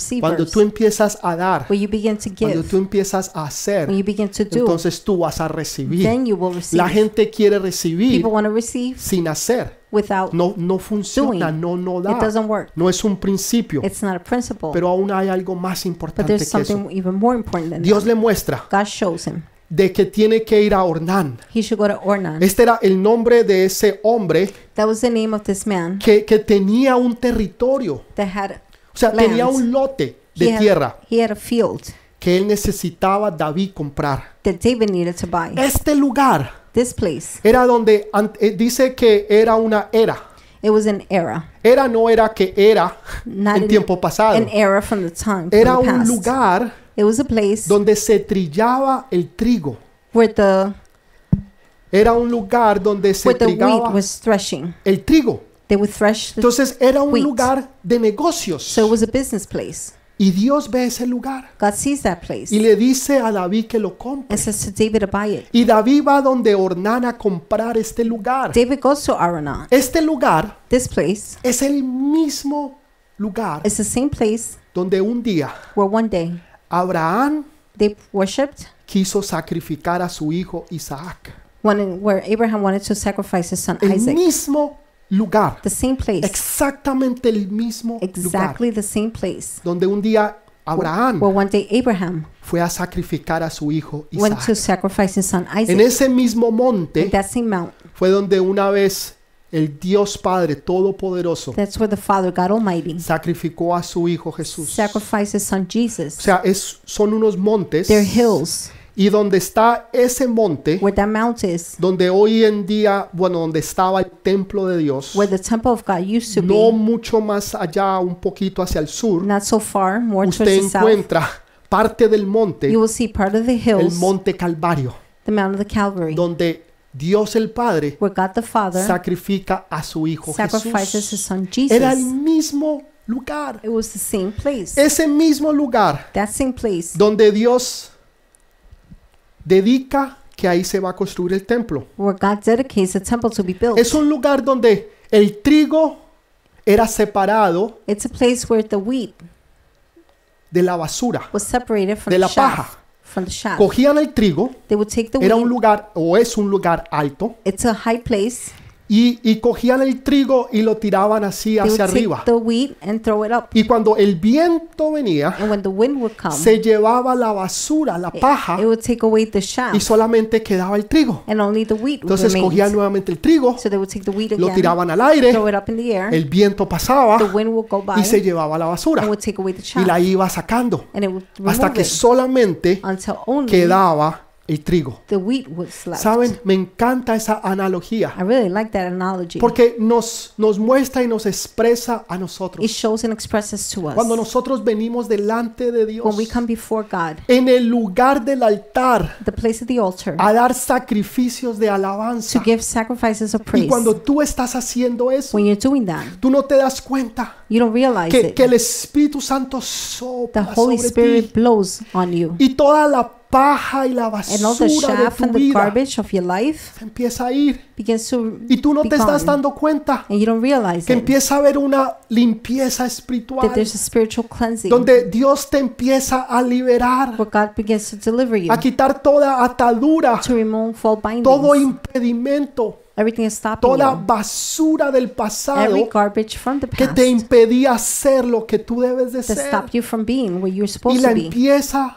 [SPEAKER 2] receivers.
[SPEAKER 1] tú empiezas a dar,
[SPEAKER 2] When you begin to
[SPEAKER 1] cuando
[SPEAKER 2] give,
[SPEAKER 1] tú empiezas a
[SPEAKER 2] when
[SPEAKER 1] hacer,
[SPEAKER 2] you begin to do,
[SPEAKER 1] entonces tú vas a recibir.
[SPEAKER 2] then you will
[SPEAKER 1] La
[SPEAKER 2] receive.
[SPEAKER 1] gente quiere recibir
[SPEAKER 2] People want to receive
[SPEAKER 1] sin hacer.
[SPEAKER 2] without. It
[SPEAKER 1] No, no funciona,
[SPEAKER 2] Doing.
[SPEAKER 1] no, no da.
[SPEAKER 2] doesn't work.
[SPEAKER 1] No es un principio,
[SPEAKER 2] It's not a principle.
[SPEAKER 1] pero aún hay algo más
[SPEAKER 2] But
[SPEAKER 1] importante
[SPEAKER 2] there's
[SPEAKER 1] que eso.
[SPEAKER 2] something even more important than that.
[SPEAKER 1] Dios le muestra
[SPEAKER 2] God shows him.
[SPEAKER 1] de que tiene que ir a Ornán.
[SPEAKER 2] He should go to Ornan.
[SPEAKER 1] Este era el nombre de ese hombre
[SPEAKER 2] That was the name of this man
[SPEAKER 1] que, que tenía un territorio, o
[SPEAKER 2] that had
[SPEAKER 1] sea, tenía
[SPEAKER 2] Lands.
[SPEAKER 1] un lote
[SPEAKER 2] he,
[SPEAKER 1] de
[SPEAKER 2] had
[SPEAKER 1] tierra
[SPEAKER 2] he had a field
[SPEAKER 1] que él necesitaba David comprar.
[SPEAKER 2] that David needed to buy.
[SPEAKER 1] Este lugar
[SPEAKER 2] This place,
[SPEAKER 1] era donde an- eh, dice que era una era.
[SPEAKER 2] it was an era,
[SPEAKER 1] Era no era que era
[SPEAKER 2] Not
[SPEAKER 1] en
[SPEAKER 2] an-
[SPEAKER 1] tiempo pasado.
[SPEAKER 2] an era from the time from
[SPEAKER 1] Era
[SPEAKER 2] the
[SPEAKER 1] un
[SPEAKER 2] past.
[SPEAKER 1] lugar
[SPEAKER 2] It was a place
[SPEAKER 1] donde se trillaba el trigo.
[SPEAKER 2] where the
[SPEAKER 1] Era un lugar donde se
[SPEAKER 2] where the wheat
[SPEAKER 1] trigaba
[SPEAKER 2] was threshing.
[SPEAKER 1] el trigo.
[SPEAKER 2] They would thresh. The,
[SPEAKER 1] Entonces era un
[SPEAKER 2] Wheat.
[SPEAKER 1] lugar de negocios.
[SPEAKER 2] so it was a business place.
[SPEAKER 1] Y Dios ve ese lugar
[SPEAKER 2] God sees that place
[SPEAKER 1] y le dice a David que lo compre.
[SPEAKER 2] and says to David to buy it.
[SPEAKER 1] Y David va donde Ornán a comprar este lugar.
[SPEAKER 2] David goes to Aranon.
[SPEAKER 1] Este lugar
[SPEAKER 2] This place
[SPEAKER 1] es el mismo lugar
[SPEAKER 2] is the same place
[SPEAKER 1] donde un día
[SPEAKER 2] where one day
[SPEAKER 1] Abraham
[SPEAKER 2] they worshipped
[SPEAKER 1] quiso sacrificar a su hijo Isaac.
[SPEAKER 2] when where Abraham wanted to sacrifice his son
[SPEAKER 1] El
[SPEAKER 2] Isaac.
[SPEAKER 1] mismo lugar.
[SPEAKER 2] The same place.
[SPEAKER 1] Exactamente el mismo lugar
[SPEAKER 2] Exactly the same place.
[SPEAKER 1] donde un día Abraham
[SPEAKER 2] Well, one day Abraham
[SPEAKER 1] fue a sacrificar a su hijo
[SPEAKER 2] went to
[SPEAKER 1] Isaac.
[SPEAKER 2] sacrifice his son
[SPEAKER 1] En
[SPEAKER 2] Isaac.
[SPEAKER 1] ese mismo
[SPEAKER 2] In
[SPEAKER 1] monte
[SPEAKER 2] that same mount.
[SPEAKER 1] fue donde una vez el Dios Padre Todopoderoso
[SPEAKER 2] That's where the Father God Almighty
[SPEAKER 1] sacrificó a su hijo Jesús. O
[SPEAKER 2] sacrificed his son Jesus.
[SPEAKER 1] sea, es, son unos montes
[SPEAKER 2] They're hills
[SPEAKER 1] y donde está ese monte,
[SPEAKER 2] where that mount is,
[SPEAKER 1] donde hoy en día, bueno, donde estaba el templo de Dios,
[SPEAKER 2] where the temple of God used to
[SPEAKER 1] no
[SPEAKER 2] be.
[SPEAKER 1] mucho más allá, un poquito hacia el sur,
[SPEAKER 2] Not so far, more towards
[SPEAKER 1] usted
[SPEAKER 2] the south.
[SPEAKER 1] encuentra parte del monte,
[SPEAKER 2] You will see part of the
[SPEAKER 1] el
[SPEAKER 2] hills,
[SPEAKER 1] monte Calvario,
[SPEAKER 2] the Mount of the Calvary,
[SPEAKER 1] donde Dios el Padre
[SPEAKER 2] where God the Father
[SPEAKER 1] sacrifica a su hijo
[SPEAKER 2] sacrifices his
[SPEAKER 1] Jesús.
[SPEAKER 2] son
[SPEAKER 1] Era el
[SPEAKER 2] Jesus.
[SPEAKER 1] mismo lugar,
[SPEAKER 2] It was the same place.
[SPEAKER 1] ese mismo lugar
[SPEAKER 2] That same place
[SPEAKER 1] donde Dios dedica que ahí se va a construir el templo.
[SPEAKER 2] where God dedicates the temple to be built.
[SPEAKER 1] Es un lugar donde el trigo era separado
[SPEAKER 2] It's a place where the wheat
[SPEAKER 1] de la basura.
[SPEAKER 2] was separated from
[SPEAKER 1] De la
[SPEAKER 2] the chaff.
[SPEAKER 1] paja.
[SPEAKER 2] From the chaff.
[SPEAKER 1] Cogían el trigo,
[SPEAKER 2] They would take the
[SPEAKER 1] era un
[SPEAKER 2] wheat.
[SPEAKER 1] lugar o es un lugar alto,
[SPEAKER 2] It's a high place.
[SPEAKER 1] y, y cogían el trigo y lo tiraban así
[SPEAKER 2] They would
[SPEAKER 1] hacia
[SPEAKER 2] take
[SPEAKER 1] arriba.
[SPEAKER 2] the wheat and throw it up.
[SPEAKER 1] Y cuando el viento venía,
[SPEAKER 2] And when the wind would come,
[SPEAKER 1] se llevaba la basura, la paja,
[SPEAKER 2] it would take away the
[SPEAKER 1] y
[SPEAKER 2] chaff,
[SPEAKER 1] solamente quedaba el trigo.
[SPEAKER 2] and only the wheat would
[SPEAKER 1] Entonces cogían
[SPEAKER 2] remain.
[SPEAKER 1] nuevamente el trigo,
[SPEAKER 2] So they would take the wheat
[SPEAKER 1] lo
[SPEAKER 2] again,
[SPEAKER 1] tiraban al aire,
[SPEAKER 2] throw it up in the air.
[SPEAKER 1] el viento
[SPEAKER 2] The
[SPEAKER 1] pasaba
[SPEAKER 2] wind would go by
[SPEAKER 1] y se
[SPEAKER 2] and
[SPEAKER 1] llevaba la basura
[SPEAKER 2] would take away the
[SPEAKER 1] y la
[SPEAKER 2] chaff,
[SPEAKER 1] iba sacando
[SPEAKER 2] and it would
[SPEAKER 1] hasta
[SPEAKER 2] remove Ah,
[SPEAKER 1] que
[SPEAKER 2] it
[SPEAKER 1] solamente
[SPEAKER 2] until only
[SPEAKER 1] quedaba el trigo.
[SPEAKER 2] the wheat was left.
[SPEAKER 1] Saben, me encanta esa analogía
[SPEAKER 2] I really like that analogy.
[SPEAKER 1] porque nos, nos muestra y nos expresa a
[SPEAKER 2] It
[SPEAKER 1] nosotros.
[SPEAKER 2] shows and expresses to us
[SPEAKER 1] Cuando nosotros venimos delante de Dios
[SPEAKER 2] when we come before God,
[SPEAKER 1] en el lugar del altar
[SPEAKER 2] the place of the altar,
[SPEAKER 1] a dar sacrificios de
[SPEAKER 2] to
[SPEAKER 1] alabanza.
[SPEAKER 2] give sacrifices of
[SPEAKER 1] ah. Y
[SPEAKER 2] praise.
[SPEAKER 1] cuando tú estás haciendo eso,
[SPEAKER 2] When you're doing that,
[SPEAKER 1] tú no te das cuenta
[SPEAKER 2] you don't realize
[SPEAKER 1] que,
[SPEAKER 2] it.
[SPEAKER 1] que el Espíritu Santo
[SPEAKER 2] The
[SPEAKER 1] sopla sobre
[SPEAKER 2] Holy
[SPEAKER 1] ti
[SPEAKER 2] Spirit blows on you.
[SPEAKER 1] y toda la paja y la
[SPEAKER 2] And all the
[SPEAKER 1] basura de
[SPEAKER 2] chaff
[SPEAKER 1] tu
[SPEAKER 2] and the
[SPEAKER 1] vida
[SPEAKER 2] garbage of your life
[SPEAKER 1] se empieza a ir
[SPEAKER 2] begins to
[SPEAKER 1] y tú no
[SPEAKER 2] be
[SPEAKER 1] te estás
[SPEAKER 2] gone.
[SPEAKER 1] dando cuenta
[SPEAKER 2] And you don't realize
[SPEAKER 1] que
[SPEAKER 2] it,
[SPEAKER 1] empieza a haber una limpieza espiritual
[SPEAKER 2] that there's a spiritual cleansing
[SPEAKER 1] donde Dios te empieza a liberar,
[SPEAKER 2] where God begins to deliver you,
[SPEAKER 1] a quitar toda atadura,
[SPEAKER 2] to remove all
[SPEAKER 1] todo
[SPEAKER 2] bindings.
[SPEAKER 1] impedimento,
[SPEAKER 2] Everything is stopping
[SPEAKER 1] toda
[SPEAKER 2] you.
[SPEAKER 1] basura del
[SPEAKER 2] Every
[SPEAKER 1] pasado
[SPEAKER 2] garbage from the
[SPEAKER 1] que te
[SPEAKER 2] past
[SPEAKER 1] impedía hacer lo que tú debes de
[SPEAKER 2] that
[SPEAKER 1] ser e
[SPEAKER 2] stopped you from being where you're
[SPEAKER 1] y
[SPEAKER 2] supposed
[SPEAKER 1] la
[SPEAKER 2] to be.
[SPEAKER 1] empieza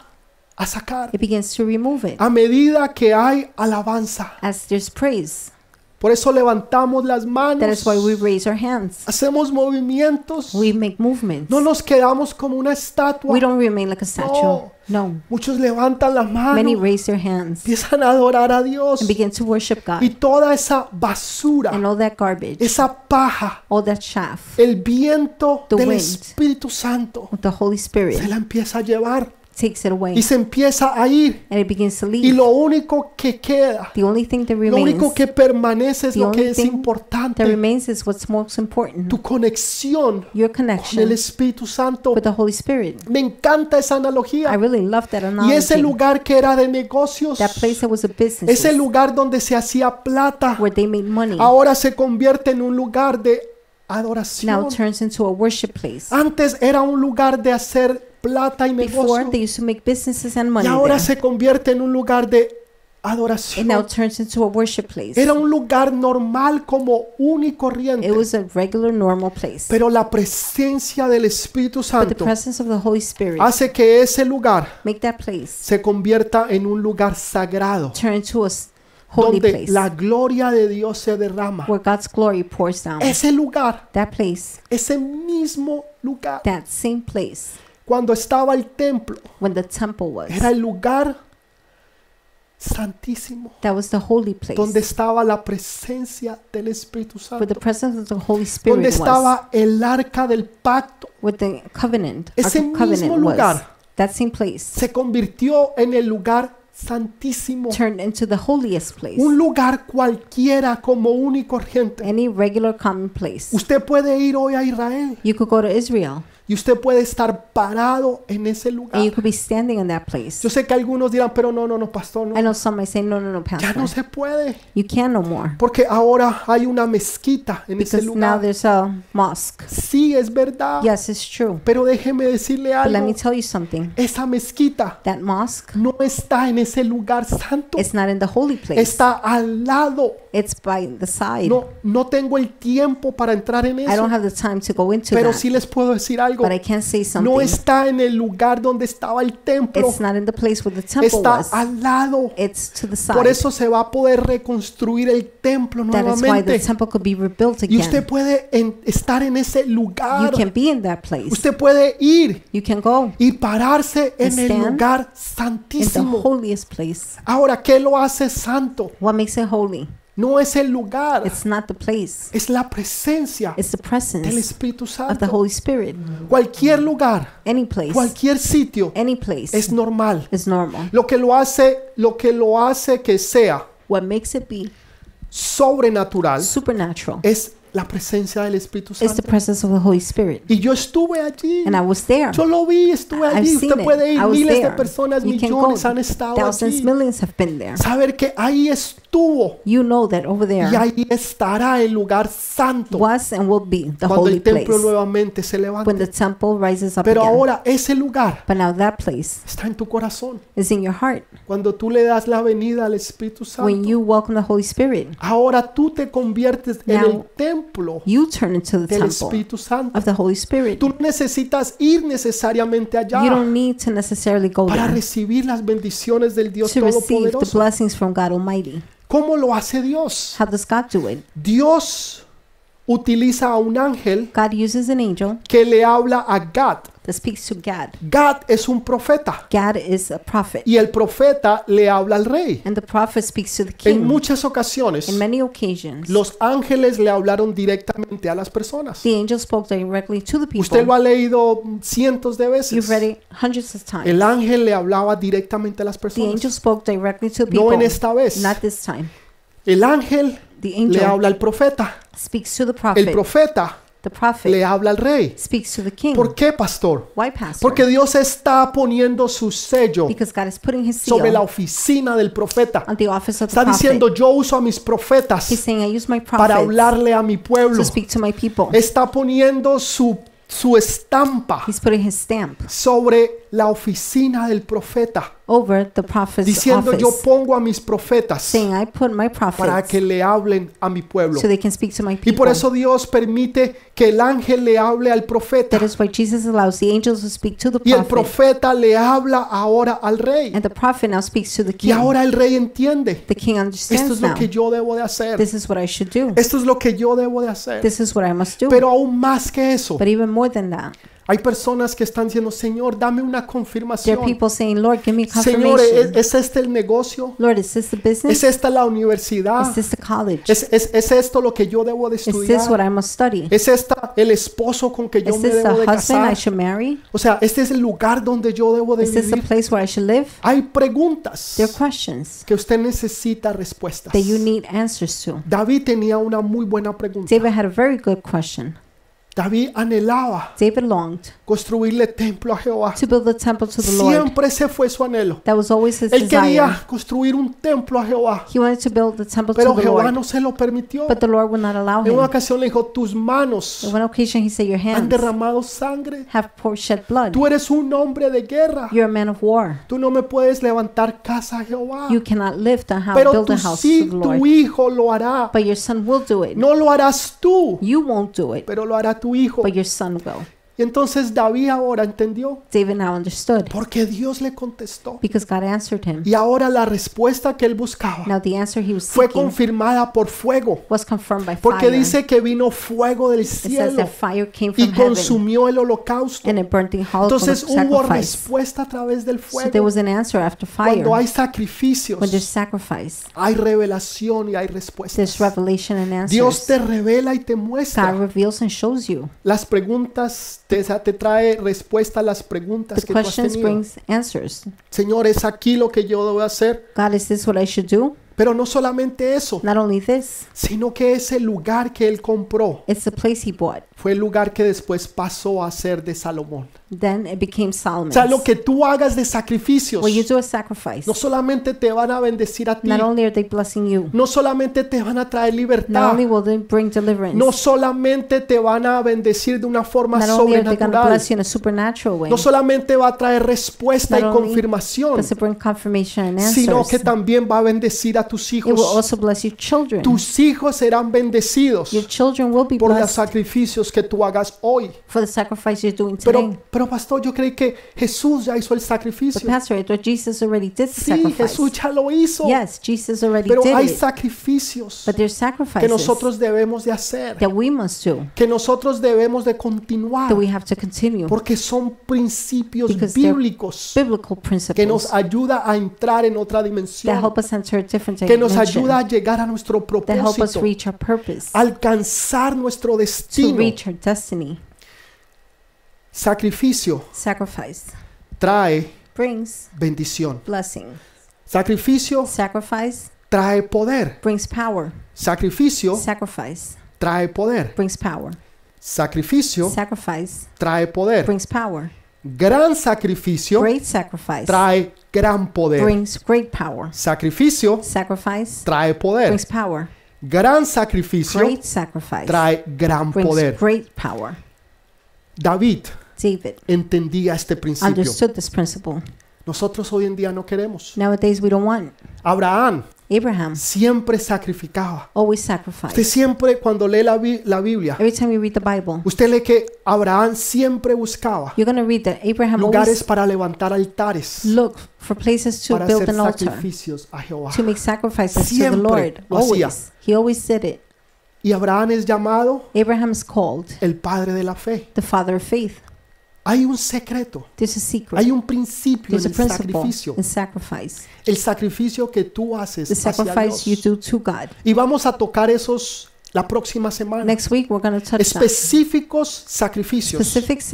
[SPEAKER 1] a sacar
[SPEAKER 2] It begins to remove it
[SPEAKER 1] a medida que hay alabanza.
[SPEAKER 2] as there's praise.
[SPEAKER 1] Por eso levantamos las
[SPEAKER 2] That
[SPEAKER 1] manos.
[SPEAKER 2] is why we raise our hands.
[SPEAKER 1] hacemos movimientos,
[SPEAKER 2] We make movements.
[SPEAKER 1] no nos quedamos como una estatua.
[SPEAKER 2] We don't remain like a statue.
[SPEAKER 1] No. Ah,
[SPEAKER 2] No.
[SPEAKER 1] Muchos levantan la
[SPEAKER 2] Many
[SPEAKER 1] mano,
[SPEAKER 2] raise their hands
[SPEAKER 1] empiezan a adorar a Dios
[SPEAKER 2] and begin to worship
[SPEAKER 1] y
[SPEAKER 2] God.
[SPEAKER 1] toda esa basura,
[SPEAKER 2] And all that garbage,
[SPEAKER 1] esa E- paja,
[SPEAKER 2] all that chaff,
[SPEAKER 1] el viento
[SPEAKER 2] The
[SPEAKER 1] del
[SPEAKER 2] wind.
[SPEAKER 1] Espíritu Santo
[SPEAKER 2] of the Holy
[SPEAKER 1] se
[SPEAKER 2] Spirit
[SPEAKER 1] la empieza a llevar
[SPEAKER 2] takes it away.
[SPEAKER 1] y se empieza a ir.
[SPEAKER 2] and it begins to
[SPEAKER 1] Y
[SPEAKER 2] leave.
[SPEAKER 1] lo único que queda,
[SPEAKER 2] the only thing that
[SPEAKER 1] lo
[SPEAKER 2] remains,
[SPEAKER 1] único que permanece es
[SPEAKER 2] The
[SPEAKER 1] lo que
[SPEAKER 2] only
[SPEAKER 1] es
[SPEAKER 2] thing that
[SPEAKER 1] importante,
[SPEAKER 2] remains is what's most important.
[SPEAKER 1] tu conexión
[SPEAKER 2] your
[SPEAKER 1] con el
[SPEAKER 2] connection
[SPEAKER 1] Espíritu Santo.
[SPEAKER 2] with the Holy Spirit.
[SPEAKER 1] Me encanta esa
[SPEAKER 2] I
[SPEAKER 1] analogía.
[SPEAKER 2] really love that
[SPEAKER 1] Y
[SPEAKER 2] analogy.
[SPEAKER 1] ese lugar que era de negocios,
[SPEAKER 2] that place that was a business
[SPEAKER 1] ese lugar donde se hacía plata,
[SPEAKER 2] where they made money
[SPEAKER 1] ahora se convierte en un lugar de
[SPEAKER 2] now
[SPEAKER 1] adoración.
[SPEAKER 2] turns into a worship place.
[SPEAKER 1] Antes era un lugar de hacer plata y
[SPEAKER 2] Before
[SPEAKER 1] negocio.
[SPEAKER 2] they used to make businesses and
[SPEAKER 1] Y
[SPEAKER 2] money
[SPEAKER 1] ahora
[SPEAKER 2] there.
[SPEAKER 1] se convierte en un lugar de
[SPEAKER 2] It now
[SPEAKER 1] adoración.
[SPEAKER 2] turns into a worship place.
[SPEAKER 1] Era un lugar normal como único corriente.
[SPEAKER 2] It was a regular, normal place.
[SPEAKER 1] Pero la presencia del Espíritu
[SPEAKER 2] But the
[SPEAKER 1] Santo
[SPEAKER 2] presence of the Holy Spirit
[SPEAKER 1] hace que ese lugar
[SPEAKER 2] make that place
[SPEAKER 1] Ah, se convierta en un lugar sagrado,
[SPEAKER 2] turn into a s- holy
[SPEAKER 1] donde
[SPEAKER 2] place
[SPEAKER 1] la gloria de Dios se derrama.
[SPEAKER 2] where God's glory pours down.
[SPEAKER 1] Ese lugar,
[SPEAKER 2] That place,
[SPEAKER 1] ese mismo lugar,
[SPEAKER 2] that same place,
[SPEAKER 1] cuando estaba el templo,
[SPEAKER 2] when the temple was,
[SPEAKER 1] era el lugar santísimo,
[SPEAKER 2] that was the holy place
[SPEAKER 1] donde estaba la presencia del Espíritu
[SPEAKER 2] where the
[SPEAKER 1] Santo,
[SPEAKER 2] presence of the Holy Spirit
[SPEAKER 1] donde
[SPEAKER 2] was,
[SPEAKER 1] estaba el arca del pacto,
[SPEAKER 2] where the covenant, Ark
[SPEAKER 1] Ese
[SPEAKER 2] of covenant
[SPEAKER 1] mismo
[SPEAKER 2] was.
[SPEAKER 1] lugar.
[SPEAKER 2] That same place
[SPEAKER 1] se convirtió en el lugar santísimo.
[SPEAKER 2] turned into the holiest place,
[SPEAKER 1] un lugar cualquiera como único gente.
[SPEAKER 2] any regular common place.
[SPEAKER 1] Usted puede ir hoy a Israel
[SPEAKER 2] You could go to Israel
[SPEAKER 1] y usted puede estar parado en ese
[SPEAKER 2] and you
[SPEAKER 1] lugar.
[SPEAKER 2] could be standing in that place.
[SPEAKER 1] Ah. Yo sé que algunos dirán, pero no, no, no, pastor,
[SPEAKER 2] I
[SPEAKER 1] no.
[SPEAKER 2] know some might say, no, no, no,
[SPEAKER 1] Ya no
[SPEAKER 2] Pastor.
[SPEAKER 1] se puede,
[SPEAKER 2] You can no more.
[SPEAKER 1] porque ahora hay una mezquita en ese
[SPEAKER 2] Because now
[SPEAKER 1] lugar.
[SPEAKER 2] there's a mosque.
[SPEAKER 1] Sí, es verdad,
[SPEAKER 2] Yes, it's true.
[SPEAKER 1] pero déjeme decirle
[SPEAKER 2] But let me
[SPEAKER 1] algo.
[SPEAKER 2] tell you something.
[SPEAKER 1] Esa mezquita
[SPEAKER 2] That mosque
[SPEAKER 1] no está en ese lugar santo.
[SPEAKER 2] is not in the holy place.
[SPEAKER 1] Está al lado.
[SPEAKER 2] It's by the side.
[SPEAKER 1] No, no tengo el tiempo para entrar en
[SPEAKER 2] I
[SPEAKER 1] eso,
[SPEAKER 2] don't have the time to go into
[SPEAKER 1] pero
[SPEAKER 2] that.
[SPEAKER 1] sí les puedo decir algo.
[SPEAKER 2] But I can say
[SPEAKER 1] no
[SPEAKER 2] something.
[SPEAKER 1] está en el lugar donde estaba el templo,
[SPEAKER 2] It's not in the place where the temple
[SPEAKER 1] está
[SPEAKER 2] was.
[SPEAKER 1] al lado.
[SPEAKER 2] It's to the
[SPEAKER 1] Por
[SPEAKER 2] side.
[SPEAKER 1] eso se va a poder reconstruir el templo
[SPEAKER 2] That is why the
[SPEAKER 1] nuevamente.
[SPEAKER 2] temple could be rebuilt
[SPEAKER 1] Y usted
[SPEAKER 2] again.
[SPEAKER 1] puede en- estar en ese
[SPEAKER 2] You
[SPEAKER 1] lugar.
[SPEAKER 2] can be in that place.
[SPEAKER 1] Usted puede ir
[SPEAKER 2] You can go
[SPEAKER 1] y pararse en el
[SPEAKER 2] Stand
[SPEAKER 1] lugar
[SPEAKER 2] in the
[SPEAKER 1] santísimo.
[SPEAKER 2] holiest place.
[SPEAKER 1] Ahora, ¿qué lo hace santo?
[SPEAKER 2] What makes it holy?
[SPEAKER 1] No es el lugar,
[SPEAKER 2] It's not the place.
[SPEAKER 1] es la presencia
[SPEAKER 2] It's the
[SPEAKER 1] del
[SPEAKER 2] presence
[SPEAKER 1] Espíritu
[SPEAKER 2] of the
[SPEAKER 1] Santo.
[SPEAKER 2] Holy Spirit.
[SPEAKER 1] Cualquier lugar,
[SPEAKER 2] Any place.
[SPEAKER 1] cualquier sitio
[SPEAKER 2] Any place
[SPEAKER 1] es normal.
[SPEAKER 2] is normal.
[SPEAKER 1] Lo que lo hace, lo que lo hace que sea
[SPEAKER 2] What makes it be
[SPEAKER 1] sobrenatural
[SPEAKER 2] supernatural
[SPEAKER 1] es la presencia del Espíritu
[SPEAKER 2] is the
[SPEAKER 1] Santo.
[SPEAKER 2] presence of the Holy Spirit.
[SPEAKER 1] Y yo estuve allí.
[SPEAKER 2] And I was there.
[SPEAKER 1] Yo lo vi, estuve
[SPEAKER 2] I've
[SPEAKER 1] allí.
[SPEAKER 2] seen
[SPEAKER 1] Usted
[SPEAKER 2] it.
[SPEAKER 1] puede ir.
[SPEAKER 2] I was
[SPEAKER 1] Miles de
[SPEAKER 2] there.
[SPEAKER 1] personas,
[SPEAKER 2] You can go.
[SPEAKER 1] millones han estado
[SPEAKER 2] Thousands,
[SPEAKER 1] allí.
[SPEAKER 2] millions have been there.
[SPEAKER 1] Saber que ahí estuvo
[SPEAKER 2] You know that over
[SPEAKER 1] y
[SPEAKER 2] there
[SPEAKER 1] ahí estará el lugar santo
[SPEAKER 2] was and will be the
[SPEAKER 1] cuando
[SPEAKER 2] holy
[SPEAKER 1] el templo
[SPEAKER 2] place
[SPEAKER 1] nuevamente se
[SPEAKER 2] when the
[SPEAKER 1] levante.
[SPEAKER 2] temple rises up
[SPEAKER 1] Pero
[SPEAKER 2] again.
[SPEAKER 1] ahora ese lugar
[SPEAKER 2] But now that place
[SPEAKER 1] está en tu corazón.
[SPEAKER 2] is in your heart.
[SPEAKER 1] Cuando tú le das la venida al Espíritu
[SPEAKER 2] When
[SPEAKER 1] Santo,
[SPEAKER 2] you welcome the Holy Spirit,
[SPEAKER 1] ahora tú te conviertes en
[SPEAKER 2] Now,
[SPEAKER 1] el templo
[SPEAKER 2] you turn into the
[SPEAKER 1] del
[SPEAKER 2] temple
[SPEAKER 1] Espíritu Santo.
[SPEAKER 2] of the Holy Spirit.
[SPEAKER 1] Tú no necesitas ir necesariamente
[SPEAKER 2] You
[SPEAKER 1] allá
[SPEAKER 2] don't need to necessarily go
[SPEAKER 1] para
[SPEAKER 2] there
[SPEAKER 1] recibir las bendiciones del Dios
[SPEAKER 2] to receive the
[SPEAKER 1] Todopoderoso.
[SPEAKER 2] blessings from God Almighty.
[SPEAKER 1] ¿Cómo lo hace Dios?
[SPEAKER 2] How does God do it?
[SPEAKER 1] Dios utiliza a un ángel
[SPEAKER 2] God uses an angel
[SPEAKER 1] que le habla a Gad.
[SPEAKER 2] that speaks to God.
[SPEAKER 1] Gad es un profeta
[SPEAKER 2] God is a prophet,
[SPEAKER 1] y el profeta le habla al rey.
[SPEAKER 2] and the prophet speaks to the
[SPEAKER 1] En
[SPEAKER 2] king.
[SPEAKER 1] muchas ocasiones,
[SPEAKER 2] In many occasions,
[SPEAKER 1] los ángeles le hablaron directamente a las personas.
[SPEAKER 2] the angel spoke directly to the
[SPEAKER 1] Usted lo
[SPEAKER 2] people.
[SPEAKER 1] ha leído cientos de
[SPEAKER 2] You've
[SPEAKER 1] veces.
[SPEAKER 2] read it hundreds of times.
[SPEAKER 1] El ángel le hablaba directamente a las
[SPEAKER 2] The angel
[SPEAKER 1] personas.
[SPEAKER 2] spoke directly to the
[SPEAKER 1] No en
[SPEAKER 2] people.
[SPEAKER 1] esta vez.
[SPEAKER 2] Not this time.
[SPEAKER 1] El ángel
[SPEAKER 2] The
[SPEAKER 1] le
[SPEAKER 2] angel
[SPEAKER 1] habla al profeta.
[SPEAKER 2] speaks to the
[SPEAKER 1] El
[SPEAKER 2] prophet.
[SPEAKER 1] profeta
[SPEAKER 2] The prophet
[SPEAKER 1] le habla al rey.
[SPEAKER 2] speaks to the king.
[SPEAKER 1] ¿Por qué, pastor?
[SPEAKER 2] Why, pastor?
[SPEAKER 1] Porque Dios está poniendo su sello
[SPEAKER 2] Because God is putting his seal
[SPEAKER 1] sobre la oficina del profeta.
[SPEAKER 2] on the office of the
[SPEAKER 1] Está
[SPEAKER 2] prophet.
[SPEAKER 1] diciendo, yo uso a mis
[SPEAKER 2] He's
[SPEAKER 1] profetas
[SPEAKER 2] saying, I use my prophets
[SPEAKER 1] para hablarle a mi pueblo.
[SPEAKER 2] to speak to my people.
[SPEAKER 1] Está poniendo su, su estampa
[SPEAKER 2] He's putting his stamp
[SPEAKER 1] sobre la oficina del profeta.
[SPEAKER 2] over the prophet's
[SPEAKER 1] Diciendo,
[SPEAKER 2] office,
[SPEAKER 1] yo pongo a mis profetas
[SPEAKER 2] saying, I put my
[SPEAKER 1] para
[SPEAKER 2] prophets
[SPEAKER 1] que le hablen a mi pueblo.
[SPEAKER 2] so they can speak to my
[SPEAKER 1] Y
[SPEAKER 2] people.
[SPEAKER 1] por eso Dios permite que el ángel le hable al profeta.
[SPEAKER 2] that is why Jesus allows the angels to speak to the
[SPEAKER 1] Y el
[SPEAKER 2] prophet.
[SPEAKER 1] profeta le habla ahora al rey.
[SPEAKER 2] And the prophet now speaks to the
[SPEAKER 1] Y
[SPEAKER 2] king.
[SPEAKER 1] ahora el rey entiende.
[SPEAKER 2] the king
[SPEAKER 1] Esto
[SPEAKER 2] understands
[SPEAKER 1] es lo
[SPEAKER 2] now.
[SPEAKER 1] que yo debo de hacer.
[SPEAKER 2] This is what I should do.
[SPEAKER 1] Esto es lo que yo debo de hacer.
[SPEAKER 2] This is what I must do.
[SPEAKER 1] Pero aún más que eso,
[SPEAKER 2] But even more than that,
[SPEAKER 1] Hay personas que están diciendo, Señor, dame una
[SPEAKER 2] There
[SPEAKER 1] confirmación.
[SPEAKER 2] are people saying, Lord, give me
[SPEAKER 1] Señor, ¿es,
[SPEAKER 2] confirmation.
[SPEAKER 1] es este el negocio?
[SPEAKER 2] Lord, is this the
[SPEAKER 1] ¿Es
[SPEAKER 2] business?
[SPEAKER 1] esta la
[SPEAKER 2] Is
[SPEAKER 1] universidad?
[SPEAKER 2] this the college?
[SPEAKER 1] ¿Es, es- es esto lo que yo debo de
[SPEAKER 2] Is this what
[SPEAKER 1] estudiar?
[SPEAKER 2] I must study?
[SPEAKER 1] ¿Es esta el esposo con que yo
[SPEAKER 2] Is
[SPEAKER 1] me
[SPEAKER 2] this the
[SPEAKER 1] debo de
[SPEAKER 2] husband I
[SPEAKER 1] casar?
[SPEAKER 2] should marry?
[SPEAKER 1] O sea, este es el lugar donde yo debo de
[SPEAKER 2] Is this the
[SPEAKER 1] vivir.
[SPEAKER 2] place where I should live?
[SPEAKER 1] Hay preguntas
[SPEAKER 2] There are questions
[SPEAKER 1] que usted necesita respuestas.
[SPEAKER 2] that you need answers to.
[SPEAKER 1] David tenía una muy buena pregunta.
[SPEAKER 2] David had a very good question.
[SPEAKER 1] David anhelaba
[SPEAKER 2] David longed
[SPEAKER 1] construirle templo a Jehová.
[SPEAKER 2] to build the temple to the Lord.
[SPEAKER 1] Siempre ese fue su anhelo.
[SPEAKER 2] That was always his
[SPEAKER 1] Él
[SPEAKER 2] desire.
[SPEAKER 1] quería construir un templo a Jehová,
[SPEAKER 2] He wanted to build the temple to
[SPEAKER 1] pero
[SPEAKER 2] the
[SPEAKER 1] Jehová
[SPEAKER 2] Lord,
[SPEAKER 1] no se lo permitió.
[SPEAKER 2] but the Lord would not allow
[SPEAKER 1] En una
[SPEAKER 2] him.
[SPEAKER 1] ocasión le dijo, tus
[SPEAKER 2] On
[SPEAKER 1] manos
[SPEAKER 2] one occasion, he said, Your
[SPEAKER 1] han
[SPEAKER 2] hands
[SPEAKER 1] derramado sangre.
[SPEAKER 2] have poured shed blood.
[SPEAKER 1] Tú eres un hombre de guerra.
[SPEAKER 2] You're a man of war.
[SPEAKER 1] Tú no me puedes levantar casa a Jehová.
[SPEAKER 2] You cannot lift a house,
[SPEAKER 1] Ah, Pero
[SPEAKER 2] build
[SPEAKER 1] tú
[SPEAKER 2] a house
[SPEAKER 1] sí,
[SPEAKER 2] to the
[SPEAKER 1] tu
[SPEAKER 2] Lord.
[SPEAKER 1] hijo lo hará.
[SPEAKER 2] But your son will do it.
[SPEAKER 1] No lo harás tú,
[SPEAKER 2] You won't do it,
[SPEAKER 1] pero lo hará tu hijo.
[SPEAKER 2] but your son will.
[SPEAKER 1] Y entonces David ahora entendió,
[SPEAKER 2] David now understood
[SPEAKER 1] porque Dios le contestó.
[SPEAKER 2] because God answered him.
[SPEAKER 1] Y ahora la respuesta que él buscaba
[SPEAKER 2] Now the answer he was
[SPEAKER 1] fue
[SPEAKER 2] seeking
[SPEAKER 1] confirmada por fuego,
[SPEAKER 2] was confirmed by
[SPEAKER 1] porque
[SPEAKER 2] fire. It
[SPEAKER 1] dice que vino fuego del
[SPEAKER 2] says
[SPEAKER 1] cielo
[SPEAKER 2] that fire came
[SPEAKER 1] y
[SPEAKER 2] from heaven
[SPEAKER 1] consumió el holocausto.
[SPEAKER 2] and it burnt the holocaust
[SPEAKER 1] Entonces hubo
[SPEAKER 2] sacrifice.
[SPEAKER 1] respuesta a través del
[SPEAKER 2] So there
[SPEAKER 1] fuego.
[SPEAKER 2] was an answer after fire.
[SPEAKER 1] Cuando hay
[SPEAKER 2] When there's
[SPEAKER 1] sacrificios,
[SPEAKER 2] sacrifice,
[SPEAKER 1] hay revelación y hay
[SPEAKER 2] there's
[SPEAKER 1] respuestas.
[SPEAKER 2] revelation and
[SPEAKER 1] Dios
[SPEAKER 2] answers.
[SPEAKER 1] te revela y te
[SPEAKER 2] God
[SPEAKER 1] muestra.
[SPEAKER 2] reveals and shows you.
[SPEAKER 1] Las preguntas te, te trae respuesta a las preguntas
[SPEAKER 2] The
[SPEAKER 1] que tú has
[SPEAKER 2] questions
[SPEAKER 1] tenido.
[SPEAKER 2] brings answers.
[SPEAKER 1] Señor, es aquí lo que yo debo hacer.
[SPEAKER 2] God, is this what I should do?
[SPEAKER 1] Pero no solamente eso,
[SPEAKER 2] Not only this,
[SPEAKER 1] sino que ese lugar que él compró
[SPEAKER 2] it's the place he bought.
[SPEAKER 1] fue el lugar que después pasó a ser de Salomón.
[SPEAKER 2] Then it became
[SPEAKER 1] O
[SPEAKER 2] Solomon's.
[SPEAKER 1] sea, lo que tú hagas de sacrificios,
[SPEAKER 2] When you do a sacrifice,
[SPEAKER 1] no solamente te van a bendecir a ti,
[SPEAKER 2] not only are they blessing you,
[SPEAKER 1] no solamente te van a traer
[SPEAKER 2] not
[SPEAKER 1] libertad,
[SPEAKER 2] only will they bring deliverance,
[SPEAKER 1] Ah. no solamente te van a bendecir de una forma
[SPEAKER 2] not only are they going to
[SPEAKER 1] sobrenatural,
[SPEAKER 2] bless you in a supernatural way,
[SPEAKER 1] no solamente va a traer respuesta y
[SPEAKER 2] Not only
[SPEAKER 1] confirmación,
[SPEAKER 2] does it bring confirmation and
[SPEAKER 1] sino que
[SPEAKER 2] answers.
[SPEAKER 1] también va a bendecir a tus
[SPEAKER 2] It will
[SPEAKER 1] hijos.
[SPEAKER 2] also bless your children.
[SPEAKER 1] Tus hijos serán bendecidos
[SPEAKER 2] Your children will be
[SPEAKER 1] por los
[SPEAKER 2] blessed
[SPEAKER 1] sacrificios que tú hagas hoy.
[SPEAKER 2] for the sacrifice you're doing today.
[SPEAKER 1] Pero, pero pastor, yo creí que Jesús ya hizo el
[SPEAKER 2] But
[SPEAKER 1] sacrificio.
[SPEAKER 2] Pastor, I thought Jesus already did the
[SPEAKER 1] Sí, Jesús
[SPEAKER 2] sacrifice.
[SPEAKER 1] ya lo hizo.
[SPEAKER 2] Yes, Jesus already
[SPEAKER 1] Pero hay
[SPEAKER 2] did it.
[SPEAKER 1] sacrificios
[SPEAKER 2] But there's
[SPEAKER 1] que
[SPEAKER 2] sacrifices
[SPEAKER 1] nosotros debemos de hacer,
[SPEAKER 2] that we must do,
[SPEAKER 1] que nosotros debemos de continuar,
[SPEAKER 2] that we have to continue.
[SPEAKER 1] porque son principios
[SPEAKER 2] Because they're
[SPEAKER 1] bíblicos
[SPEAKER 2] Biblical
[SPEAKER 1] que nos
[SPEAKER 2] principles
[SPEAKER 1] ayuda a entrar en otra
[SPEAKER 2] that
[SPEAKER 1] dimensión,
[SPEAKER 2] help us enter a different
[SPEAKER 1] que nos
[SPEAKER 2] dimension,
[SPEAKER 1] ayuda a llegar a nuestro
[SPEAKER 2] that help us
[SPEAKER 1] propósito,
[SPEAKER 2] reach our purpose,
[SPEAKER 1] alcanzar nuestro
[SPEAKER 2] to
[SPEAKER 1] destino.
[SPEAKER 2] reach our destiny.
[SPEAKER 1] Sacrificio
[SPEAKER 2] Sacrifice
[SPEAKER 1] trae
[SPEAKER 2] brings
[SPEAKER 1] bendición.
[SPEAKER 2] blessing.
[SPEAKER 1] Sacrificio
[SPEAKER 2] Sacrifice
[SPEAKER 1] trae poder.
[SPEAKER 2] brings power.
[SPEAKER 1] Sacrificio
[SPEAKER 2] Sacrifice
[SPEAKER 1] trae poder.
[SPEAKER 2] brings power.
[SPEAKER 1] Sacrificio
[SPEAKER 2] Sacrifice
[SPEAKER 1] trae poder.
[SPEAKER 2] brings power.
[SPEAKER 1] Gran sacrificio
[SPEAKER 2] Great sacrifice
[SPEAKER 1] trae gran poder.
[SPEAKER 2] brings great power.
[SPEAKER 1] Sacrificio
[SPEAKER 2] Sacrifice
[SPEAKER 1] trae poder.
[SPEAKER 2] brings power.
[SPEAKER 1] Gran sacrificio
[SPEAKER 2] Great sacrifice
[SPEAKER 1] trae gran
[SPEAKER 2] brings
[SPEAKER 1] poder.
[SPEAKER 2] great power.
[SPEAKER 1] David
[SPEAKER 2] David
[SPEAKER 1] entendía este principio.
[SPEAKER 2] understood this principle.
[SPEAKER 1] Nosotros hoy en día no queremos.
[SPEAKER 2] Nowadays, we don't want.
[SPEAKER 1] Abraham
[SPEAKER 2] Abraham
[SPEAKER 1] siempre sacrificaba.
[SPEAKER 2] always
[SPEAKER 1] Usted
[SPEAKER 2] sacrificed.
[SPEAKER 1] siempre cuando lee la, Bi- la Biblia,
[SPEAKER 2] Every time you read the Bible,
[SPEAKER 1] usted lee que Abraham siempre buscaba
[SPEAKER 2] you're going to read that Em- Abraham
[SPEAKER 1] lugares
[SPEAKER 2] always
[SPEAKER 1] para levantar altares,
[SPEAKER 2] looked for places to
[SPEAKER 1] para
[SPEAKER 2] build
[SPEAKER 1] hacer
[SPEAKER 2] an altar,
[SPEAKER 1] sacrificios a Jehová.
[SPEAKER 2] to make sacrifices to the
[SPEAKER 1] Siempre
[SPEAKER 2] Lord.
[SPEAKER 1] lo hacía.
[SPEAKER 2] Always. He always did it.
[SPEAKER 1] Y Abraham es llamado
[SPEAKER 2] Abraham is called
[SPEAKER 1] el padre de la fe.
[SPEAKER 2] the father of faith.
[SPEAKER 1] Hay un secreto,
[SPEAKER 2] There's a secret.
[SPEAKER 1] hay un principio
[SPEAKER 2] There's
[SPEAKER 1] en
[SPEAKER 2] a
[SPEAKER 1] el
[SPEAKER 2] principle
[SPEAKER 1] sacrificio,
[SPEAKER 2] in sacrifice.
[SPEAKER 1] el sacrificio que tú haces
[SPEAKER 2] The
[SPEAKER 1] hacia
[SPEAKER 2] sacrifice you
[SPEAKER 1] Dios.
[SPEAKER 2] do to God.
[SPEAKER 1] Y vamos a tocar esos la próxima semana.
[SPEAKER 2] Next week, we're going to touch on
[SPEAKER 1] Específicos sacrificios
[SPEAKER 2] specific
[SPEAKER 1] que la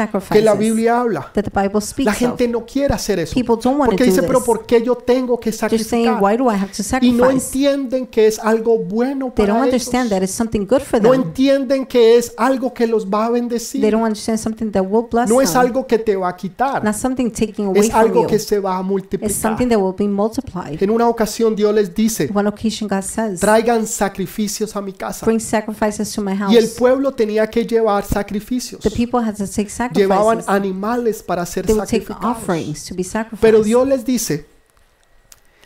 [SPEAKER 2] sacrifices
[SPEAKER 1] Biblia habla.
[SPEAKER 2] that the Bible
[SPEAKER 1] La
[SPEAKER 2] speaks of.
[SPEAKER 1] gente no quiere hacer eso.
[SPEAKER 2] People don't want
[SPEAKER 1] Porque
[SPEAKER 2] to do
[SPEAKER 1] dice, pero
[SPEAKER 2] this.
[SPEAKER 1] ¿por qué yo tengo que
[SPEAKER 2] They're saying,
[SPEAKER 1] sacrificar?
[SPEAKER 2] why do I have to
[SPEAKER 1] Y no
[SPEAKER 2] sacrifice?
[SPEAKER 1] entienden que es algo bueno
[SPEAKER 2] They
[SPEAKER 1] para
[SPEAKER 2] don't
[SPEAKER 1] ellos.
[SPEAKER 2] understand that it's something good for
[SPEAKER 1] No
[SPEAKER 2] them.
[SPEAKER 1] entienden que es algo que los va a
[SPEAKER 2] They
[SPEAKER 1] bendecir.
[SPEAKER 2] don't understand something that will bless
[SPEAKER 1] No es
[SPEAKER 2] them.
[SPEAKER 1] algo que te va a quitar.
[SPEAKER 2] Not something taking away
[SPEAKER 1] Es
[SPEAKER 2] from
[SPEAKER 1] algo
[SPEAKER 2] you.
[SPEAKER 1] que se va a
[SPEAKER 2] It's
[SPEAKER 1] multiplicar.
[SPEAKER 2] something that will be multiplied.
[SPEAKER 1] En una ocasión Dios les dice,
[SPEAKER 2] One occasion God says,
[SPEAKER 1] traigan sacrificios a mi casa.
[SPEAKER 2] bring sacrifices to my
[SPEAKER 1] Y el
[SPEAKER 2] house.
[SPEAKER 1] pueblo tenía que llevar sacrificios.
[SPEAKER 2] The people had to take
[SPEAKER 1] Llevaban
[SPEAKER 2] sacrifices.
[SPEAKER 1] animales para ser
[SPEAKER 2] They would take
[SPEAKER 1] sacrificados.
[SPEAKER 2] offerings to be
[SPEAKER 1] Pero
[SPEAKER 2] sacrificed.
[SPEAKER 1] Dios les dice,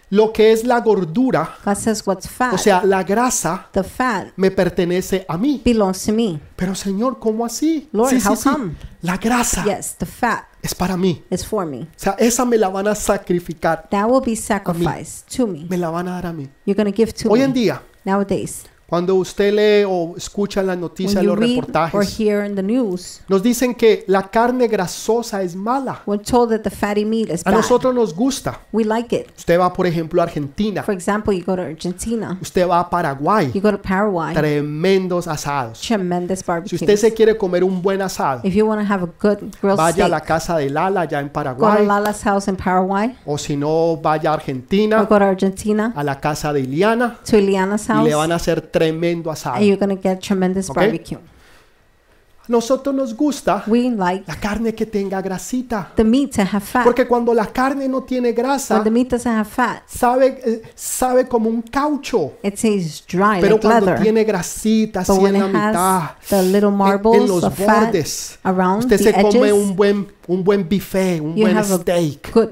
[SPEAKER 1] lo que es la gordura,
[SPEAKER 2] God says what's fat,
[SPEAKER 1] o sea, la grasa,
[SPEAKER 2] the fat
[SPEAKER 1] me pertenece a mí.
[SPEAKER 2] belongs to me.
[SPEAKER 1] Pero Señor, ¿cómo así?
[SPEAKER 2] Lord, how come?
[SPEAKER 1] La grasa
[SPEAKER 2] Yes, the fat
[SPEAKER 1] es para mí.
[SPEAKER 2] is for me.
[SPEAKER 1] O sea, esa me la van a sacrificar,
[SPEAKER 2] That will be sacrificed to me.
[SPEAKER 1] me la van a dar a mí.
[SPEAKER 2] You're going to give to
[SPEAKER 1] Hoy en
[SPEAKER 2] me
[SPEAKER 1] día,
[SPEAKER 2] nowadays.
[SPEAKER 1] Cuando usted lee o escucha en las noticias,
[SPEAKER 2] When
[SPEAKER 1] los
[SPEAKER 2] you read or
[SPEAKER 1] reportajes,
[SPEAKER 2] hear in the news,
[SPEAKER 1] nos dicen que la carne grasosa es mala.
[SPEAKER 2] we're told that the fatty meat is
[SPEAKER 1] A
[SPEAKER 2] bad.
[SPEAKER 1] nosotros nos gusta.
[SPEAKER 2] We like it.
[SPEAKER 1] Usted va, por ejemplo, a Argentina.
[SPEAKER 2] For example, you go to Argentina,
[SPEAKER 1] Usted va a Paraguay.
[SPEAKER 2] you go to Paraguay,
[SPEAKER 1] Tremendos asados.
[SPEAKER 2] tremendous
[SPEAKER 1] Si
[SPEAKER 2] barbecue.
[SPEAKER 1] usted se quiere comer un buen asado,
[SPEAKER 2] If you want to have a good grilled
[SPEAKER 1] vaya a
[SPEAKER 2] steak,
[SPEAKER 1] la casa de Lala allá en
[SPEAKER 2] go to
[SPEAKER 1] Paraguay.
[SPEAKER 2] Lala's house in Paraguay,
[SPEAKER 1] O si no, vaya a
[SPEAKER 2] or
[SPEAKER 1] Argentina,
[SPEAKER 2] go to Argentina,
[SPEAKER 1] a la casa de Iliana.
[SPEAKER 2] to Ileana's
[SPEAKER 1] Y le van
[SPEAKER 2] house,
[SPEAKER 1] a hacer tremendo asado.
[SPEAKER 2] and you're going to get tremendous
[SPEAKER 1] Ok.
[SPEAKER 2] barbecue.
[SPEAKER 1] A nosotros nos gusta
[SPEAKER 2] We like
[SPEAKER 1] la carne que tenga grasita.
[SPEAKER 2] the meat to have fat.
[SPEAKER 1] Porque cuando la carne no tiene grasa,
[SPEAKER 2] When the meat doesn't have fat,
[SPEAKER 1] sabe, eh, sabe como un caucho.
[SPEAKER 2] it tastes dry
[SPEAKER 1] Pero
[SPEAKER 2] like
[SPEAKER 1] cuando
[SPEAKER 2] leather.
[SPEAKER 1] tiene grasita así
[SPEAKER 2] But when
[SPEAKER 1] en la
[SPEAKER 2] it
[SPEAKER 1] mitad,
[SPEAKER 2] has the little
[SPEAKER 1] en, en
[SPEAKER 2] marbles
[SPEAKER 1] los
[SPEAKER 2] of fat
[SPEAKER 1] bordes,
[SPEAKER 2] around
[SPEAKER 1] usted
[SPEAKER 2] the
[SPEAKER 1] se come
[SPEAKER 2] edges,
[SPEAKER 1] un buen, un buen buffet, un
[SPEAKER 2] you
[SPEAKER 1] buen
[SPEAKER 2] have a
[SPEAKER 1] steak.
[SPEAKER 2] good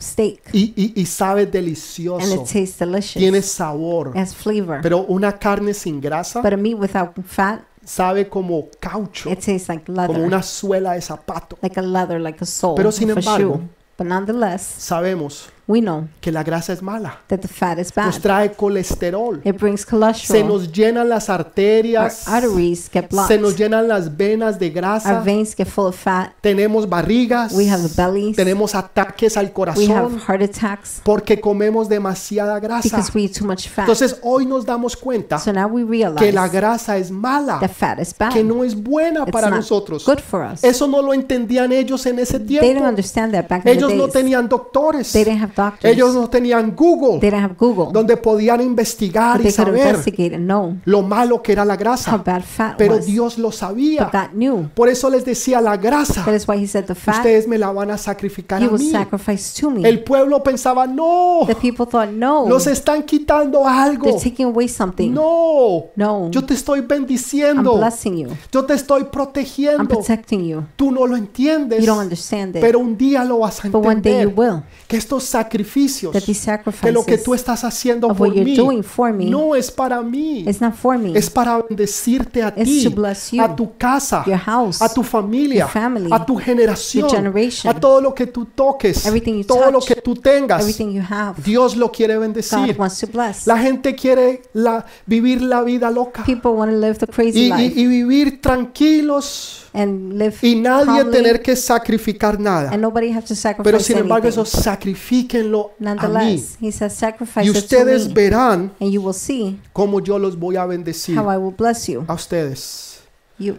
[SPEAKER 2] steak,
[SPEAKER 1] Y, y- y sabe
[SPEAKER 2] and
[SPEAKER 1] delicioso,
[SPEAKER 2] it tastes delicious.
[SPEAKER 1] tiene sabor.
[SPEAKER 2] it has flavor.
[SPEAKER 1] Pero una carne sin grasa
[SPEAKER 2] but a meat without fat,
[SPEAKER 1] sabe como caucho,
[SPEAKER 2] it tastes like leather,
[SPEAKER 1] como una suela de zapato.
[SPEAKER 2] like a leather, like a sole
[SPEAKER 1] Pero sin
[SPEAKER 2] of a
[SPEAKER 1] embargo-
[SPEAKER 2] shoe. But nonetheless,
[SPEAKER 1] Sabemos
[SPEAKER 2] we know
[SPEAKER 1] que la grasa es mala.
[SPEAKER 2] that the fat is
[SPEAKER 1] Nos
[SPEAKER 2] bad.
[SPEAKER 1] trae colesterol.
[SPEAKER 2] It brings
[SPEAKER 1] Se
[SPEAKER 2] cholesterol.
[SPEAKER 1] nos llenan las
[SPEAKER 2] Our
[SPEAKER 1] arterias.
[SPEAKER 2] arteries get blocked.
[SPEAKER 1] Se nos llenan las venas de
[SPEAKER 2] Our
[SPEAKER 1] grasa.
[SPEAKER 2] veins get full of fat.
[SPEAKER 1] Tenemos barrigas.
[SPEAKER 2] We have bellies.
[SPEAKER 1] Tenemos ataques al
[SPEAKER 2] We have
[SPEAKER 1] corazón
[SPEAKER 2] heart attacks
[SPEAKER 1] porque comemos demasiada grasa.
[SPEAKER 2] because we eat too much fat.
[SPEAKER 1] Entonces hoy nos damos cuenta
[SPEAKER 2] so now we
[SPEAKER 1] que
[SPEAKER 2] realize
[SPEAKER 1] la grasa es mala,
[SPEAKER 2] that fat is bad.
[SPEAKER 1] que no es buena
[SPEAKER 2] it's
[SPEAKER 1] para
[SPEAKER 2] not
[SPEAKER 1] nosotros.
[SPEAKER 2] good for us.
[SPEAKER 1] Eso no lo entendían ellos en ese
[SPEAKER 2] They didn't
[SPEAKER 1] tiempo.
[SPEAKER 2] understand that back in the
[SPEAKER 1] Ellos
[SPEAKER 2] days.
[SPEAKER 1] no tenían doctores.
[SPEAKER 2] they didn't have doctors.
[SPEAKER 1] Ellos no tenían
[SPEAKER 2] they
[SPEAKER 1] Google,
[SPEAKER 2] didn't have Google.
[SPEAKER 1] donde podían investigar y
[SPEAKER 2] they could
[SPEAKER 1] saber
[SPEAKER 2] investigate and know
[SPEAKER 1] lo malo que era la
[SPEAKER 2] how
[SPEAKER 1] grasa.
[SPEAKER 2] bad fat
[SPEAKER 1] Pero
[SPEAKER 2] was.
[SPEAKER 1] Dios lo sabía.
[SPEAKER 2] but God knew.
[SPEAKER 1] Por eso les decía la grasa.
[SPEAKER 2] That is why He said the fat
[SPEAKER 1] Ustedes me la van a sacrificar a
[SPEAKER 2] you will
[SPEAKER 1] mí.
[SPEAKER 2] sacrifice to me.
[SPEAKER 1] El pueblo pensaba, no,
[SPEAKER 2] the people thought, no,
[SPEAKER 1] nos están quitando algo.
[SPEAKER 2] they're taking away something.
[SPEAKER 1] No,
[SPEAKER 2] No,
[SPEAKER 1] yo te estoy
[SPEAKER 2] I'm
[SPEAKER 1] bendiciendo.
[SPEAKER 2] blessing you.
[SPEAKER 1] Yo te estoy
[SPEAKER 2] I'm
[SPEAKER 1] protegiendo.
[SPEAKER 2] protecting you.
[SPEAKER 1] Tú no lo entiendes.
[SPEAKER 2] You don't understand it.
[SPEAKER 1] Pero un día lo vas a
[SPEAKER 2] but one day you
[SPEAKER 1] entender.
[SPEAKER 2] will.
[SPEAKER 1] Que estos sacrificios,
[SPEAKER 2] That these
[SPEAKER 1] que lo que
[SPEAKER 2] sacrifices,
[SPEAKER 1] tú estás haciendo
[SPEAKER 2] of what
[SPEAKER 1] por
[SPEAKER 2] you're
[SPEAKER 1] mí,
[SPEAKER 2] doing for me
[SPEAKER 1] no es para mí.
[SPEAKER 2] it's not for me.
[SPEAKER 1] Es para bendecirte a
[SPEAKER 2] It's
[SPEAKER 1] ti,
[SPEAKER 2] to bless you,
[SPEAKER 1] a tu casa,
[SPEAKER 2] your house,
[SPEAKER 1] a tu familia,
[SPEAKER 2] your family,
[SPEAKER 1] a tu generación,
[SPEAKER 2] your generation.
[SPEAKER 1] a todo lo que tú toques,
[SPEAKER 2] Everything you
[SPEAKER 1] todo lo
[SPEAKER 2] touch,
[SPEAKER 1] que tú tengas.
[SPEAKER 2] Everything you have,
[SPEAKER 1] Dios lo quiere
[SPEAKER 2] God
[SPEAKER 1] bendecir.
[SPEAKER 2] wants to bless.
[SPEAKER 1] La gente quiere la- vivir la vida loca y,
[SPEAKER 2] People want to live the crazy
[SPEAKER 1] y-
[SPEAKER 2] life
[SPEAKER 1] y vivir tranquilos
[SPEAKER 2] and live
[SPEAKER 1] y nadie
[SPEAKER 2] calmly,
[SPEAKER 1] tener que sacrificar nada.
[SPEAKER 2] and nobody have to sacrifice
[SPEAKER 1] Pero sin embargo,
[SPEAKER 2] anything.
[SPEAKER 1] eso sacrifíquenlo a mí.
[SPEAKER 2] Nonetheless, he says, sacrifice
[SPEAKER 1] Y
[SPEAKER 2] it to
[SPEAKER 1] ustedes
[SPEAKER 2] me,
[SPEAKER 1] verán
[SPEAKER 2] and you will see
[SPEAKER 1] cómo yo los voy a bendecir
[SPEAKER 2] how I will bless you.
[SPEAKER 1] a ustedes.
[SPEAKER 2] You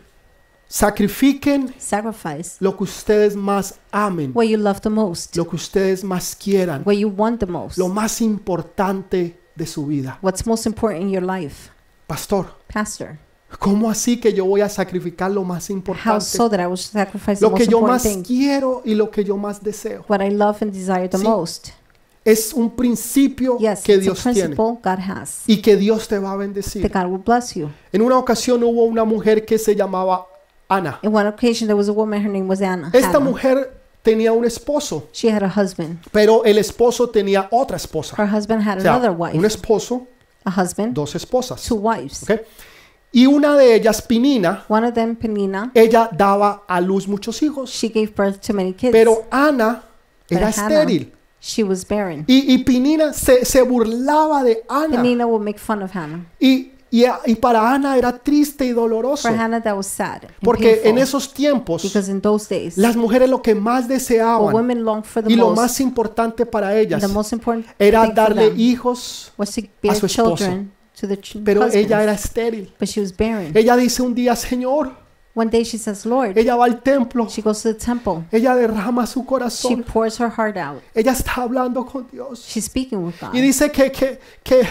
[SPEAKER 1] Sacrifiquen
[SPEAKER 2] sacrifice
[SPEAKER 1] lo que ustedes más amen,
[SPEAKER 2] what you love the most,
[SPEAKER 1] lo que ustedes más quieran,
[SPEAKER 2] what you want the most,
[SPEAKER 1] lo más importante de su vida.
[SPEAKER 2] what's most important in your life.
[SPEAKER 1] Pastor,
[SPEAKER 2] Pastor,
[SPEAKER 1] ¿cómo así que yo voy a sacrificar lo más
[SPEAKER 2] how
[SPEAKER 1] importante?
[SPEAKER 2] so that I will sacrifice the
[SPEAKER 1] Lo
[SPEAKER 2] most
[SPEAKER 1] que yo más
[SPEAKER 2] important thing,
[SPEAKER 1] quiero y lo que yo más deseo.
[SPEAKER 2] what I love and desire the
[SPEAKER 1] Sí.
[SPEAKER 2] most.
[SPEAKER 1] Es un principio
[SPEAKER 2] Yes,
[SPEAKER 1] que
[SPEAKER 2] it's a
[SPEAKER 1] Dios tiene
[SPEAKER 2] principle God has.
[SPEAKER 1] y que Dios te va a
[SPEAKER 2] That
[SPEAKER 1] bendecir.
[SPEAKER 2] God will bless you.
[SPEAKER 1] En una ocasión hubo una mujer que se llamaba Ana.
[SPEAKER 2] In one occasion, there was a woman, her name was Anna.
[SPEAKER 1] Esta
[SPEAKER 2] Hannah.
[SPEAKER 1] mujer tenía un esposo,
[SPEAKER 2] She had a husband.
[SPEAKER 1] pero el esposo tenía otra esposa.
[SPEAKER 2] Her husband had
[SPEAKER 1] O sea,
[SPEAKER 2] another
[SPEAKER 1] un
[SPEAKER 2] wife,
[SPEAKER 1] esposo,
[SPEAKER 2] a husband,
[SPEAKER 1] dos esposas.
[SPEAKER 2] two wives.
[SPEAKER 1] ¿ok? Y una de ellas, Pinina,
[SPEAKER 2] One of them, Penina,
[SPEAKER 1] ella daba a luz muchos hijos,
[SPEAKER 2] she gave birth to many kids.
[SPEAKER 1] pero Ana
[SPEAKER 2] But
[SPEAKER 1] era
[SPEAKER 2] Hannah,
[SPEAKER 1] estéril.
[SPEAKER 2] She was barren.
[SPEAKER 1] Y, y Pinina se, se burlaba de Ana.
[SPEAKER 2] Penina would make fun of Hannah.
[SPEAKER 1] Y, y, y para Ana era triste y doloroso.
[SPEAKER 2] For Hannah, that was sad. and
[SPEAKER 1] Porque en
[SPEAKER 2] painful,
[SPEAKER 1] esos tiempos,
[SPEAKER 2] because in those days,
[SPEAKER 1] las mujeres lo que más
[SPEAKER 2] what
[SPEAKER 1] deseaban
[SPEAKER 2] women longed for the
[SPEAKER 1] y lo
[SPEAKER 2] most,
[SPEAKER 1] más importante para ellas
[SPEAKER 2] the most important
[SPEAKER 1] era
[SPEAKER 2] thing for
[SPEAKER 1] darle
[SPEAKER 2] them
[SPEAKER 1] hijos,
[SPEAKER 2] was to bear
[SPEAKER 1] su esposo.
[SPEAKER 2] children to the ch-
[SPEAKER 1] pero
[SPEAKER 2] husbands.
[SPEAKER 1] ella era estéril.
[SPEAKER 2] but she was barren.
[SPEAKER 1] Ella dice un día, Señor,
[SPEAKER 2] One day she says, Lord,
[SPEAKER 1] ella va al templo,
[SPEAKER 2] she goes to the temple.
[SPEAKER 1] ella derrama su
[SPEAKER 2] She
[SPEAKER 1] corazón,
[SPEAKER 2] pours her heart out.
[SPEAKER 1] ella está hablando con Dios.
[SPEAKER 2] She's speaking with God.
[SPEAKER 1] Y dice que, que, que,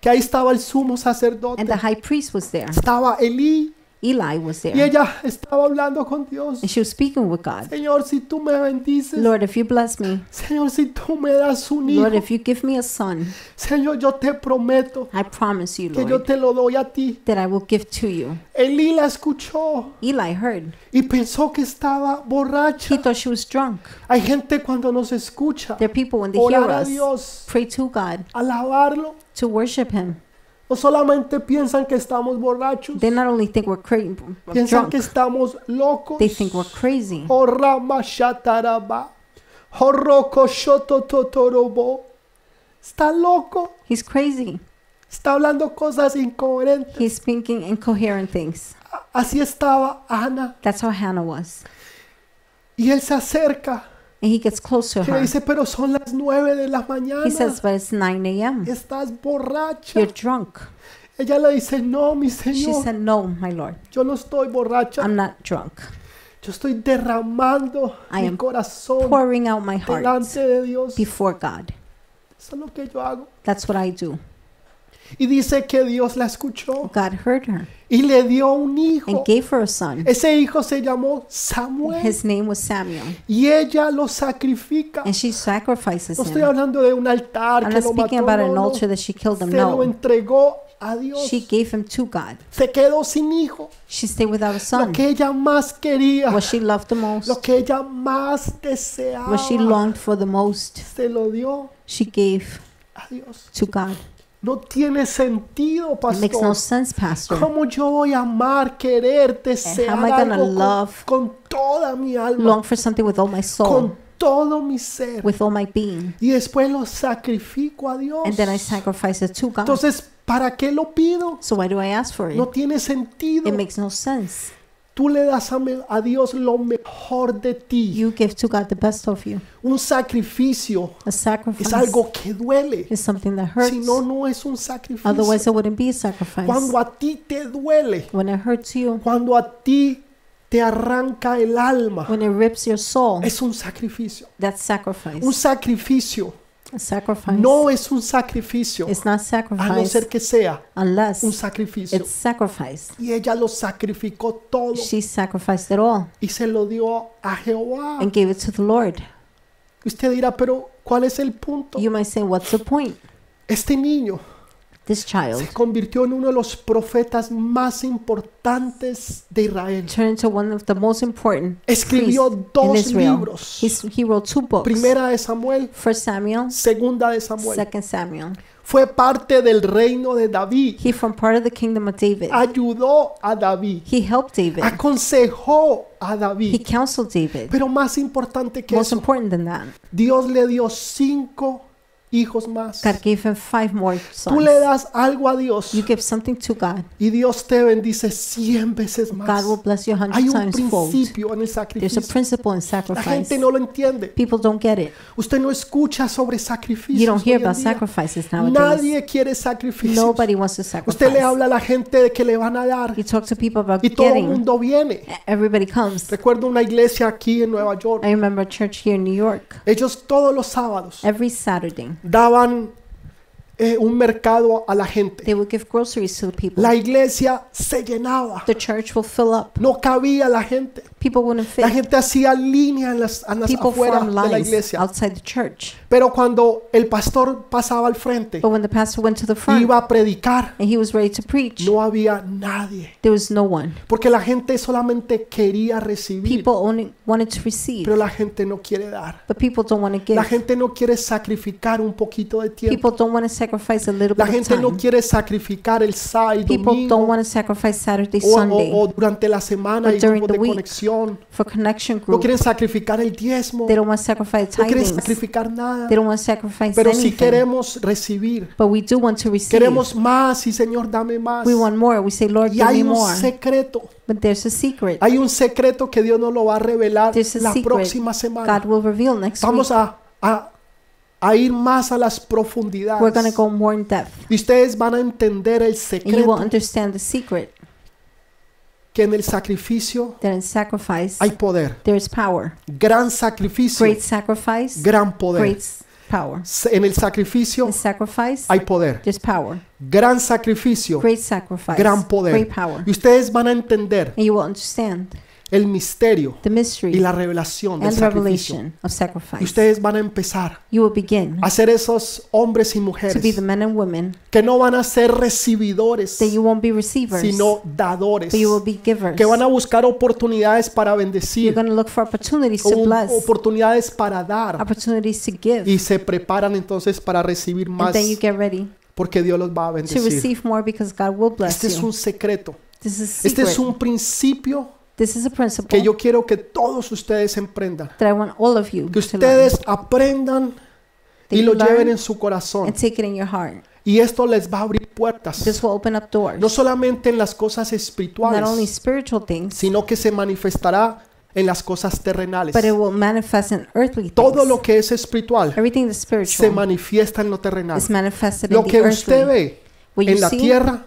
[SPEAKER 1] que ahí estaba el sumo
[SPEAKER 2] And
[SPEAKER 1] sacerdote,
[SPEAKER 2] the high priest was there.
[SPEAKER 1] estaba Elí,
[SPEAKER 2] Eli was there.
[SPEAKER 1] y ella estaba hablando con Dios.
[SPEAKER 2] And she was speaking with God.
[SPEAKER 1] Señor, si tú me bendices,
[SPEAKER 2] Lord, if you bless me,
[SPEAKER 1] Señor, si tú me das un hijo,
[SPEAKER 2] Lord, if you give me a son,
[SPEAKER 1] Señor, yo te prometo
[SPEAKER 2] I promise you,
[SPEAKER 1] que yo
[SPEAKER 2] Lord,
[SPEAKER 1] te lo doy a ti.
[SPEAKER 2] that I will give to you.
[SPEAKER 1] Elí la escuchó
[SPEAKER 2] Eli heard.
[SPEAKER 1] y pensó que estaba borracha.
[SPEAKER 2] He thought she was drunk.
[SPEAKER 1] Hay gente cuando nos escucha,
[SPEAKER 2] There are people when they hear
[SPEAKER 1] orar a
[SPEAKER 2] us,
[SPEAKER 1] Dios,
[SPEAKER 2] pray to God,
[SPEAKER 1] alabarlo,
[SPEAKER 2] to worship Him.
[SPEAKER 1] no solamente piensan que estamos borrachos,
[SPEAKER 2] They not only think we're crazy,
[SPEAKER 1] piensan
[SPEAKER 2] drunk,
[SPEAKER 1] que estamos locos.
[SPEAKER 2] they think we're crazy.
[SPEAKER 1] Orama shataraba. Horroko shoto totorobo. Está loco.
[SPEAKER 2] He's crazy.
[SPEAKER 1] Está hablando cosas incoherentes.
[SPEAKER 2] He's thinking incoherent things.
[SPEAKER 1] A- Así estaba Ana.
[SPEAKER 2] That's how Hannah was.
[SPEAKER 1] Y él se acerca
[SPEAKER 2] And he gets close to
[SPEAKER 1] y le
[SPEAKER 2] her.
[SPEAKER 1] dice, pero son las nueve de la mañana.
[SPEAKER 2] He says, But it's 9 a.m.
[SPEAKER 1] Estás borracha.
[SPEAKER 2] You're drunk.
[SPEAKER 1] Ella le dice, no, mi
[SPEAKER 2] She
[SPEAKER 1] señor,
[SPEAKER 2] said, No, my lord,
[SPEAKER 1] yo no estoy borracha.
[SPEAKER 2] I'm not drunk.
[SPEAKER 1] Yo estoy derramando
[SPEAKER 2] I
[SPEAKER 1] mi
[SPEAKER 2] am
[SPEAKER 1] corazón
[SPEAKER 2] Pouring out my heart
[SPEAKER 1] delante de Dios. Eso
[SPEAKER 2] before God.
[SPEAKER 1] es lo que yo hago.
[SPEAKER 2] That's what I do.
[SPEAKER 1] Y dice que Dios la escuchó
[SPEAKER 2] God heard her
[SPEAKER 1] y le dio un hijo.
[SPEAKER 2] and gave her a son.
[SPEAKER 1] Ese hijo se llamó Samuel
[SPEAKER 2] His name was Samuel.
[SPEAKER 1] y ella lo sacrifica.
[SPEAKER 2] And she sacrifices
[SPEAKER 1] No estoy
[SPEAKER 2] him.
[SPEAKER 1] hablando de un altar
[SPEAKER 2] I'm
[SPEAKER 1] que
[SPEAKER 2] not
[SPEAKER 1] lo
[SPEAKER 2] speaking
[SPEAKER 1] mató,
[SPEAKER 2] about
[SPEAKER 1] no,
[SPEAKER 2] an
[SPEAKER 1] no.
[SPEAKER 2] altar that she killed him.
[SPEAKER 1] se lo
[SPEAKER 2] No.
[SPEAKER 1] entregó a Dios.
[SPEAKER 2] She gave him to God.
[SPEAKER 1] Se quedó sin hijo.
[SPEAKER 2] She stayed without a
[SPEAKER 1] Lo
[SPEAKER 2] son.
[SPEAKER 1] que ella más quería,
[SPEAKER 2] What she loved the most,
[SPEAKER 1] lo que ella más deseaba,
[SPEAKER 2] what she longed for the most,
[SPEAKER 1] se lo dio
[SPEAKER 2] she gave
[SPEAKER 1] a Dios.
[SPEAKER 2] to God.
[SPEAKER 1] No tiene sentido,
[SPEAKER 2] It makes no
[SPEAKER 1] pastor.
[SPEAKER 2] sense, Pastor.
[SPEAKER 1] ¿Cómo yo voy a amar, querer, desear
[SPEAKER 2] am I gonna
[SPEAKER 1] algo con-
[SPEAKER 2] love?
[SPEAKER 1] con, toda mi alma,
[SPEAKER 2] Long for something with all my soul,
[SPEAKER 1] con todo mi ser?
[SPEAKER 2] with all my being.
[SPEAKER 1] Y después lo sacrifico a Dios.
[SPEAKER 2] And then I sacrifice it to God.
[SPEAKER 1] Entonces, ¿para qué lo pido?
[SPEAKER 2] So why do I ask for
[SPEAKER 1] No
[SPEAKER 2] it?
[SPEAKER 1] tiene sentido.
[SPEAKER 2] It makes no sense.
[SPEAKER 1] Tú le das a, me- a Dios lo mejor de ti.
[SPEAKER 2] You give to God the best of you.
[SPEAKER 1] Un sacrificio
[SPEAKER 2] A
[SPEAKER 1] es
[SPEAKER 2] sacrifice
[SPEAKER 1] algo que duele.
[SPEAKER 2] is something that
[SPEAKER 1] Si no,
[SPEAKER 2] hurts.
[SPEAKER 1] no es un sacrificio.
[SPEAKER 2] Otherwise, it wouldn't be a sacrifice.
[SPEAKER 1] Cuando a ti te duele,
[SPEAKER 2] When it hurts you,
[SPEAKER 1] cuando a ti te arranca el alma,
[SPEAKER 2] when it rips your soul,
[SPEAKER 1] es un sacrificio.
[SPEAKER 2] that's
[SPEAKER 1] Un
[SPEAKER 2] sacrifice.
[SPEAKER 1] sacrificio
[SPEAKER 2] A sacrifice.
[SPEAKER 1] no es un sacrificio
[SPEAKER 2] It's not
[SPEAKER 1] a no
[SPEAKER 2] sacrifice
[SPEAKER 1] ser que sea
[SPEAKER 2] unless
[SPEAKER 1] un sacrificio.
[SPEAKER 2] it's sacrifice.
[SPEAKER 1] Y ella lo sacrificó todo
[SPEAKER 2] She sacrificed it all
[SPEAKER 1] y se lo dio a Jehová.
[SPEAKER 2] and gave it to the Lord.
[SPEAKER 1] Y Usted dirá, pero ¿cuál es el punto?
[SPEAKER 2] You might say, What's the point?
[SPEAKER 1] Este niño
[SPEAKER 2] This child
[SPEAKER 1] se convirtió en uno de los profetas más importantes de Israel.
[SPEAKER 2] turned into one of the most important
[SPEAKER 1] Escribió
[SPEAKER 2] priests in
[SPEAKER 1] dos
[SPEAKER 2] Israel.
[SPEAKER 1] libros.
[SPEAKER 2] He's, he wrote two books.
[SPEAKER 1] Primera de Samuel,
[SPEAKER 2] First Samuel,
[SPEAKER 1] segunda de Samuel.
[SPEAKER 2] Second Samuel.
[SPEAKER 1] Fue parte del reino de David.
[SPEAKER 2] He from part of the kingdom of David.
[SPEAKER 1] Ayudó a David.
[SPEAKER 2] He helped David.
[SPEAKER 1] Aconsejó a
[SPEAKER 2] He
[SPEAKER 1] David.
[SPEAKER 2] counseled David.
[SPEAKER 1] Pero más importante que
[SPEAKER 2] Most
[SPEAKER 1] eso,
[SPEAKER 2] important than that,
[SPEAKER 1] Dios le dio cinco hijos más.
[SPEAKER 2] God gave him five more
[SPEAKER 1] Tú le
[SPEAKER 2] sons.
[SPEAKER 1] das algo a Dios
[SPEAKER 2] You give something to God,
[SPEAKER 1] y Dios te bendice cien veces
[SPEAKER 2] God
[SPEAKER 1] más.
[SPEAKER 2] will bless you a
[SPEAKER 1] Hay
[SPEAKER 2] hundred
[SPEAKER 1] un
[SPEAKER 2] times fold.
[SPEAKER 1] principio en el
[SPEAKER 2] There's a
[SPEAKER 1] sacrificio.
[SPEAKER 2] principle in
[SPEAKER 1] La
[SPEAKER 2] sacrifice.
[SPEAKER 1] gente no lo entiende.
[SPEAKER 2] People don't get it.
[SPEAKER 1] Usted no escucha sobre
[SPEAKER 2] You
[SPEAKER 1] sacrificios.
[SPEAKER 2] don't hear
[SPEAKER 1] hoy en
[SPEAKER 2] about
[SPEAKER 1] día.
[SPEAKER 2] sacrifices nowadays.
[SPEAKER 1] Nadie quiere sacrificios.
[SPEAKER 2] Nobody wants to
[SPEAKER 1] Usted le
[SPEAKER 2] sacrifice.
[SPEAKER 1] habla a la gente de que le van a dar
[SPEAKER 2] You talk to people about
[SPEAKER 1] y todo el
[SPEAKER 2] getting.
[SPEAKER 1] mundo viene.
[SPEAKER 2] Everybody comes.
[SPEAKER 1] Recuerdo una iglesia aquí en Nueva York.
[SPEAKER 2] I remember a church here in New York.
[SPEAKER 1] Ellos todos los sábados
[SPEAKER 2] Every Saturday,
[SPEAKER 1] daban eh, un mercado a la gente.
[SPEAKER 2] they would give groceries to the people.
[SPEAKER 1] La iglesia se llenaba.
[SPEAKER 2] The church will fill up.
[SPEAKER 1] No cabía la gente.
[SPEAKER 2] People wouldn't
[SPEAKER 1] La
[SPEAKER 2] fit.
[SPEAKER 1] gente hacía línea en las, en las
[SPEAKER 2] People
[SPEAKER 1] afueras
[SPEAKER 2] form
[SPEAKER 1] de la
[SPEAKER 2] lines
[SPEAKER 1] iglesia.
[SPEAKER 2] outside the church.
[SPEAKER 1] Pero cuando el pastor pasaba al frente
[SPEAKER 2] But when the pastor went to the
[SPEAKER 1] y
[SPEAKER 2] front
[SPEAKER 1] iba a predicar,
[SPEAKER 2] and he was ready to preach,
[SPEAKER 1] no había nadie.
[SPEAKER 2] there was no one.
[SPEAKER 1] Porque la gente solamente quería recibir,
[SPEAKER 2] People only wanted to receive,
[SPEAKER 1] pero la gente no quiere dar.
[SPEAKER 2] but people don't want to
[SPEAKER 1] La
[SPEAKER 2] give.
[SPEAKER 1] gente no quiere sacrificar un poquito de tiempo.
[SPEAKER 2] People don't want to sacrifice a little
[SPEAKER 1] La
[SPEAKER 2] bit of
[SPEAKER 1] gente no
[SPEAKER 2] time.
[SPEAKER 1] quiere sacrificar el sábado, el
[SPEAKER 2] People
[SPEAKER 1] domingo,
[SPEAKER 2] don't want to sacrifice Saturday,
[SPEAKER 1] o, o-
[SPEAKER 2] Sunday
[SPEAKER 1] o durante la semana
[SPEAKER 2] or
[SPEAKER 1] hay
[SPEAKER 2] during
[SPEAKER 1] grupos
[SPEAKER 2] the
[SPEAKER 1] de
[SPEAKER 2] week.
[SPEAKER 1] conexión.
[SPEAKER 2] for connection
[SPEAKER 1] No
[SPEAKER 2] group.
[SPEAKER 1] quieren sacrificar el diezmo,
[SPEAKER 2] They
[SPEAKER 1] no
[SPEAKER 2] don't want to sacrifice
[SPEAKER 1] quieren
[SPEAKER 2] tithings.
[SPEAKER 1] sacrificar nada.
[SPEAKER 2] They don't want to sacrifice
[SPEAKER 1] Pero si
[SPEAKER 2] anything.
[SPEAKER 1] queremos recibir,
[SPEAKER 2] But we do want to receive.
[SPEAKER 1] queremos más y Señor, dame más.
[SPEAKER 2] We want more. We say, Lord,
[SPEAKER 1] Y
[SPEAKER 2] give me
[SPEAKER 1] hay un
[SPEAKER 2] more.
[SPEAKER 1] secreto,
[SPEAKER 2] But there's a secret.
[SPEAKER 1] hay un secreto que Dios nos lo va a revelar
[SPEAKER 2] There's a
[SPEAKER 1] la
[SPEAKER 2] secret
[SPEAKER 1] próxima semana.
[SPEAKER 2] God will reveal next week.
[SPEAKER 1] Vamos a, a- a ir más a las
[SPEAKER 2] We're going to
[SPEAKER 1] profundidades.
[SPEAKER 2] go more in depth.
[SPEAKER 1] Y ustedes van a entender el
[SPEAKER 2] And you will
[SPEAKER 1] secreto
[SPEAKER 2] understand the secret
[SPEAKER 1] que en el sacrificio
[SPEAKER 2] that in sacrifice,
[SPEAKER 1] hay poder.
[SPEAKER 2] there is power.
[SPEAKER 1] Gran sacrificio,
[SPEAKER 2] Great sacrifice,
[SPEAKER 1] gran poder.
[SPEAKER 2] great s- power.
[SPEAKER 1] S- En el sacrificio
[SPEAKER 2] In sacrifice,
[SPEAKER 1] hay poder.
[SPEAKER 2] there's power.
[SPEAKER 1] Gran sacrificio.
[SPEAKER 2] Great sacrifice,
[SPEAKER 1] Gran poder.
[SPEAKER 2] great power.
[SPEAKER 1] Y ustedes van a entender
[SPEAKER 2] And you will understand
[SPEAKER 1] el misterio
[SPEAKER 2] the mystery
[SPEAKER 1] y la revelación del
[SPEAKER 2] and
[SPEAKER 1] sacrificio.
[SPEAKER 2] revelation of
[SPEAKER 1] Y
[SPEAKER 2] sacrifice.
[SPEAKER 1] ustedes van a empezar
[SPEAKER 2] You will begin
[SPEAKER 1] a ser esos hombres y
[SPEAKER 2] to be
[SPEAKER 1] mujeres
[SPEAKER 2] the men and women
[SPEAKER 1] que no van a ser recibidores,
[SPEAKER 2] that you won't be receivers,
[SPEAKER 1] sino dadores,
[SPEAKER 2] but you will be givers.
[SPEAKER 1] que van a buscar oportunidades para
[SPEAKER 2] You're
[SPEAKER 1] bendecir,
[SPEAKER 2] going to look for opportunities to
[SPEAKER 1] o-
[SPEAKER 2] bless,
[SPEAKER 1] oportunidades para dar
[SPEAKER 2] opportunities to give,
[SPEAKER 1] y se preparan entonces para recibir
[SPEAKER 2] and
[SPEAKER 1] más
[SPEAKER 2] then you get ready
[SPEAKER 1] porque Dios los va a
[SPEAKER 2] to
[SPEAKER 1] bendecir.
[SPEAKER 2] receive more because God will bless
[SPEAKER 1] Este es
[SPEAKER 2] you.
[SPEAKER 1] un secreto,
[SPEAKER 2] This is a
[SPEAKER 1] este es
[SPEAKER 2] secret.
[SPEAKER 1] un principio
[SPEAKER 2] This is a principle
[SPEAKER 1] que yo quiero que todos ustedes emprendan,
[SPEAKER 2] that I want all of you
[SPEAKER 1] que
[SPEAKER 2] to learn.
[SPEAKER 1] ustedes aprendan
[SPEAKER 2] That
[SPEAKER 1] y
[SPEAKER 2] you
[SPEAKER 1] lo lleven
[SPEAKER 2] learn
[SPEAKER 1] en su corazón.
[SPEAKER 2] and take it in your heart.
[SPEAKER 1] Y esto les va a abrir puertas,
[SPEAKER 2] This will open up doors.
[SPEAKER 1] no solamente en las cosas
[SPEAKER 2] not only
[SPEAKER 1] espirituales,
[SPEAKER 2] spiritual things,
[SPEAKER 1] sino que se manifestará en las cosas terrenales.
[SPEAKER 2] but it will manifest in earthly things.
[SPEAKER 1] Todo lo que es espiritual
[SPEAKER 2] Everything that's
[SPEAKER 1] se
[SPEAKER 2] spiritual
[SPEAKER 1] manifiesta en lo terrenal.
[SPEAKER 2] is manifested
[SPEAKER 1] Lo
[SPEAKER 2] in the
[SPEAKER 1] que usted
[SPEAKER 2] earthly.
[SPEAKER 1] ve
[SPEAKER 2] What you
[SPEAKER 1] en la
[SPEAKER 2] see
[SPEAKER 1] tierra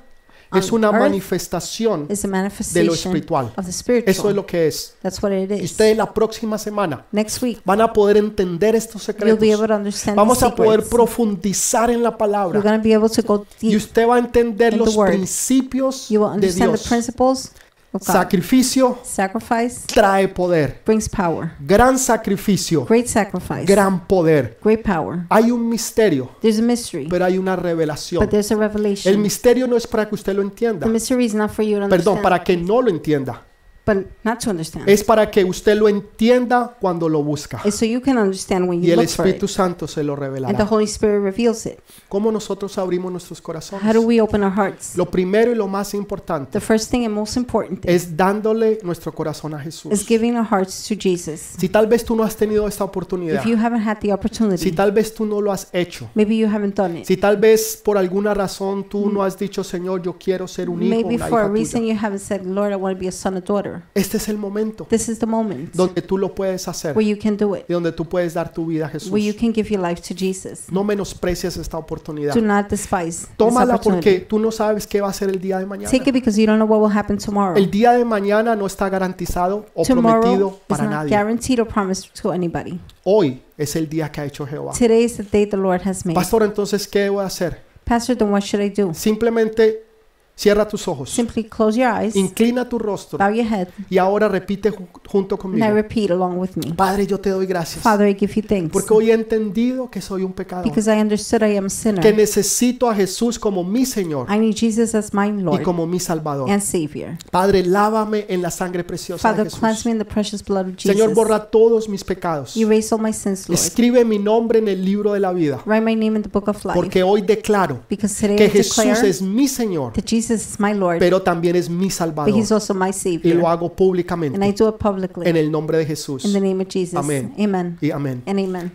[SPEAKER 1] es
[SPEAKER 2] on
[SPEAKER 1] una
[SPEAKER 2] earth
[SPEAKER 1] manifestación.
[SPEAKER 2] is a manifestation
[SPEAKER 1] espiritual.
[SPEAKER 2] of the spiritual.
[SPEAKER 1] Eso es lo que es.
[SPEAKER 2] that's what it
[SPEAKER 1] Y
[SPEAKER 2] is.
[SPEAKER 1] ustedes la próxima semana
[SPEAKER 2] Next week,
[SPEAKER 1] van a poder entender estos
[SPEAKER 2] you'll be able
[SPEAKER 1] secretos.
[SPEAKER 2] to understand
[SPEAKER 1] Vamos
[SPEAKER 2] the
[SPEAKER 1] a poder
[SPEAKER 2] secrets.
[SPEAKER 1] profundizar en la
[SPEAKER 2] You're
[SPEAKER 1] palabra.
[SPEAKER 2] going to be able to go
[SPEAKER 1] Y
[SPEAKER 2] deep.
[SPEAKER 1] usted va a entender
[SPEAKER 2] in
[SPEAKER 1] los
[SPEAKER 2] the word.
[SPEAKER 1] principios
[SPEAKER 2] You will
[SPEAKER 1] de
[SPEAKER 2] understand the
[SPEAKER 1] Dios.
[SPEAKER 2] principles of God.
[SPEAKER 1] Sacrificio
[SPEAKER 2] Sacrifice
[SPEAKER 1] trae poder.
[SPEAKER 2] brings power.
[SPEAKER 1] Gran sacrificio,
[SPEAKER 2] Great sacrifice.
[SPEAKER 1] gran poder.
[SPEAKER 2] Great power.
[SPEAKER 1] Hay un misterio,
[SPEAKER 2] There's a mystery,
[SPEAKER 1] pero hay una
[SPEAKER 2] but
[SPEAKER 1] revelación.
[SPEAKER 2] there's a
[SPEAKER 1] El
[SPEAKER 2] revelation.
[SPEAKER 1] misterio no es para que usted lo entienda.
[SPEAKER 2] The mystery is not for you to
[SPEAKER 1] Perdón,
[SPEAKER 2] understand,
[SPEAKER 1] para que no lo entienda.
[SPEAKER 2] but not to understand.
[SPEAKER 1] Es para que usted lo entienda cuando lo busca.
[SPEAKER 2] It's so you can understand when
[SPEAKER 1] Y
[SPEAKER 2] you
[SPEAKER 1] el
[SPEAKER 2] look for it.
[SPEAKER 1] Espíritu Santo se lo
[SPEAKER 2] And the
[SPEAKER 1] revelará.
[SPEAKER 2] Holy Spirit reveals it.
[SPEAKER 1] ¿Cómo nosotros abrimos nuestros
[SPEAKER 2] How do
[SPEAKER 1] corazones?
[SPEAKER 2] we open our hearts?
[SPEAKER 1] Lo primero y lo más
[SPEAKER 2] The
[SPEAKER 1] importante
[SPEAKER 2] first thing and most important thing
[SPEAKER 1] es dándole nuestro corazón a
[SPEAKER 2] is
[SPEAKER 1] Jesús.
[SPEAKER 2] giving our hearts to Jesus.
[SPEAKER 1] Si tal vez tú no has tenido esta oportunidad,
[SPEAKER 2] If you haven't had the
[SPEAKER 1] si
[SPEAKER 2] opportunity,
[SPEAKER 1] tal vez tú no lo has hecho,
[SPEAKER 2] maybe you haven't done it.
[SPEAKER 1] si tal vez por alguna razón tú no has dicho, Señor, yo quiero ser un hijo,
[SPEAKER 2] Maybe
[SPEAKER 1] una
[SPEAKER 2] for a
[SPEAKER 1] hija
[SPEAKER 2] reason
[SPEAKER 1] tuya.
[SPEAKER 2] you haven't said, Lord, I want to be a son or daughter.
[SPEAKER 1] Este es el momento
[SPEAKER 2] This is the moment
[SPEAKER 1] donde tú lo puedes hacer
[SPEAKER 2] where you can do it,
[SPEAKER 1] y donde tú puedes dar tu vida a
[SPEAKER 2] where you
[SPEAKER 1] Jesús.
[SPEAKER 2] can give your life to Jesus.
[SPEAKER 1] No menosprecies esta oportunidad.
[SPEAKER 2] Do not despise this
[SPEAKER 1] Tómala porque
[SPEAKER 2] opportunity.
[SPEAKER 1] tú no sabes qué va a ser el día de mañana.
[SPEAKER 2] Take it because you don't know what will happen tomorrow.
[SPEAKER 1] El día de mañana no está garantizado o prometido
[SPEAKER 2] Tomorrow is
[SPEAKER 1] para
[SPEAKER 2] not
[SPEAKER 1] nadie.
[SPEAKER 2] guaranteed or promised to anybody.
[SPEAKER 1] Hoy es el día que ha hecho Jehová.
[SPEAKER 2] Today is the day the Lord has made.
[SPEAKER 1] Pastor, entonces, ¿qué debo hacer?
[SPEAKER 2] Pastor, then what should I do?
[SPEAKER 1] Simplemente cierra tus ojos,
[SPEAKER 2] Simply close your eyes,
[SPEAKER 1] inclina tu rostro
[SPEAKER 2] bow your head,
[SPEAKER 1] y ahora repite ju- junto
[SPEAKER 2] and I
[SPEAKER 1] conmigo.
[SPEAKER 2] repeat along with me.
[SPEAKER 1] Padre, yo te doy gracias
[SPEAKER 2] Father, I give you thanks
[SPEAKER 1] porque hoy he entendido que soy un pecador,
[SPEAKER 2] because I understood I am a
[SPEAKER 1] que
[SPEAKER 2] sinner.
[SPEAKER 1] necesito a Jesús como mi Señor
[SPEAKER 2] I need Jesus as my
[SPEAKER 1] y
[SPEAKER 2] Lord
[SPEAKER 1] como mi Salvador.
[SPEAKER 2] and Savior.
[SPEAKER 1] Padre, lávame en la sangre preciosa de
[SPEAKER 2] Father, cleanse
[SPEAKER 1] Jesús.
[SPEAKER 2] me in the precious blood of
[SPEAKER 1] Señor,
[SPEAKER 2] Jesus.
[SPEAKER 1] borra todos mis pecados.
[SPEAKER 2] Erase all my sins, Lord.
[SPEAKER 1] Escribe mi nombre en el libro de la vida.
[SPEAKER 2] Write my name in the book of life.
[SPEAKER 1] Porque hoy declaro
[SPEAKER 2] Because today
[SPEAKER 1] que
[SPEAKER 2] I
[SPEAKER 1] Jesús
[SPEAKER 2] declare
[SPEAKER 1] es mi Señor,
[SPEAKER 2] that Jesus is my Lord,
[SPEAKER 1] pero también es mi
[SPEAKER 2] but He's
[SPEAKER 1] Salvador.
[SPEAKER 2] also my
[SPEAKER 1] Y
[SPEAKER 2] Savior.
[SPEAKER 1] lo hago
[SPEAKER 2] And I
[SPEAKER 1] públicamente
[SPEAKER 2] do it publicly
[SPEAKER 1] en el nombre de Jesús.
[SPEAKER 2] in the name of Jesus.
[SPEAKER 1] Amén.
[SPEAKER 2] Amen.
[SPEAKER 1] Y amén.
[SPEAKER 2] And amen.